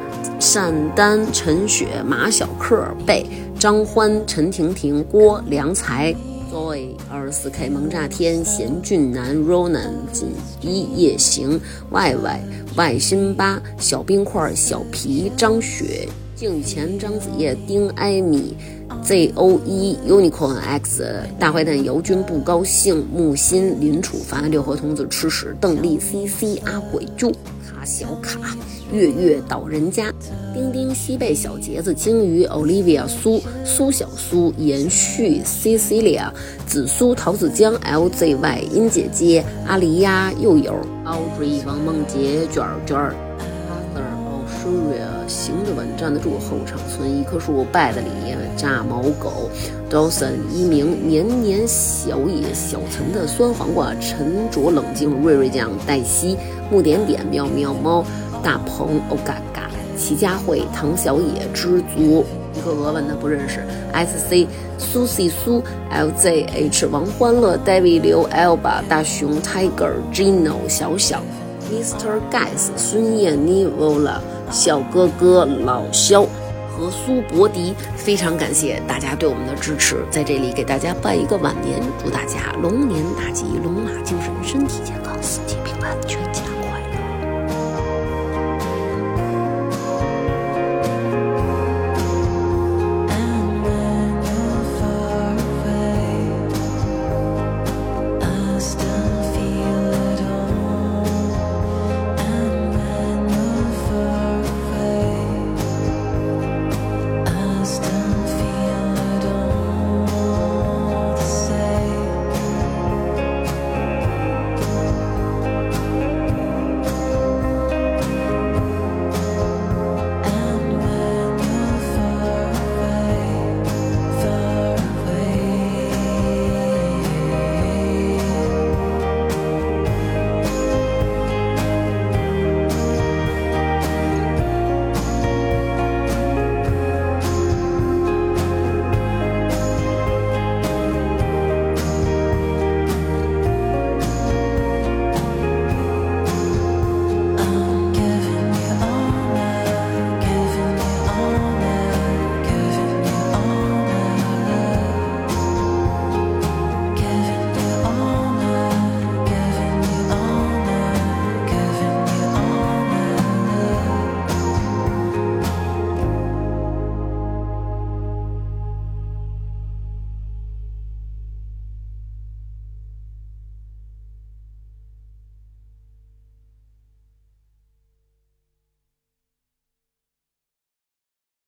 [SPEAKER 9] 单丹、陈雪、马小克、贝、张欢、陈婷婷、郭良才、Zoe、二十四 K 萌炸天、贤俊男、Ronan、锦衣夜行、Y Y、外辛巴、小冰块、小皮、张雪、敬雨前、张子夜、丁艾米。Z O E Unicorn X 大坏蛋姚军不高兴，木心林处罚六合童子吃屎，邓丽 C C 阿鬼就卡小卡月月岛人家，丁丁西贝小杰子鲸鱼 Olivia 苏苏小苏延续 Cecilia 紫苏桃子江 L Z Y 殷姐姐阿狸呀又有 Audrey 王梦洁卷儿卷儿。Father of Syria 行得稳站得住，后场村一棵树败的里炸毛狗，Dawson 一鸣年年小野小岑的酸黄瓜，沉着冷静瑞瑞酱黛西木点点喵喵猫大鹏哦嘎嘎齐佳慧唐小野知足。一个俄文的不认识，S C 苏西苏 L Z H 王欢乐 David 刘 Elba 大熊 Tiger Gino 小小 Mr. Guys、孙燕妮、Vola、小哥哥、老肖和苏博迪，非常感谢大家对我们的支持，在这里给大家拜一个晚年，祝大家龙年大吉，龙马精神，身体健康，四季平安，全家。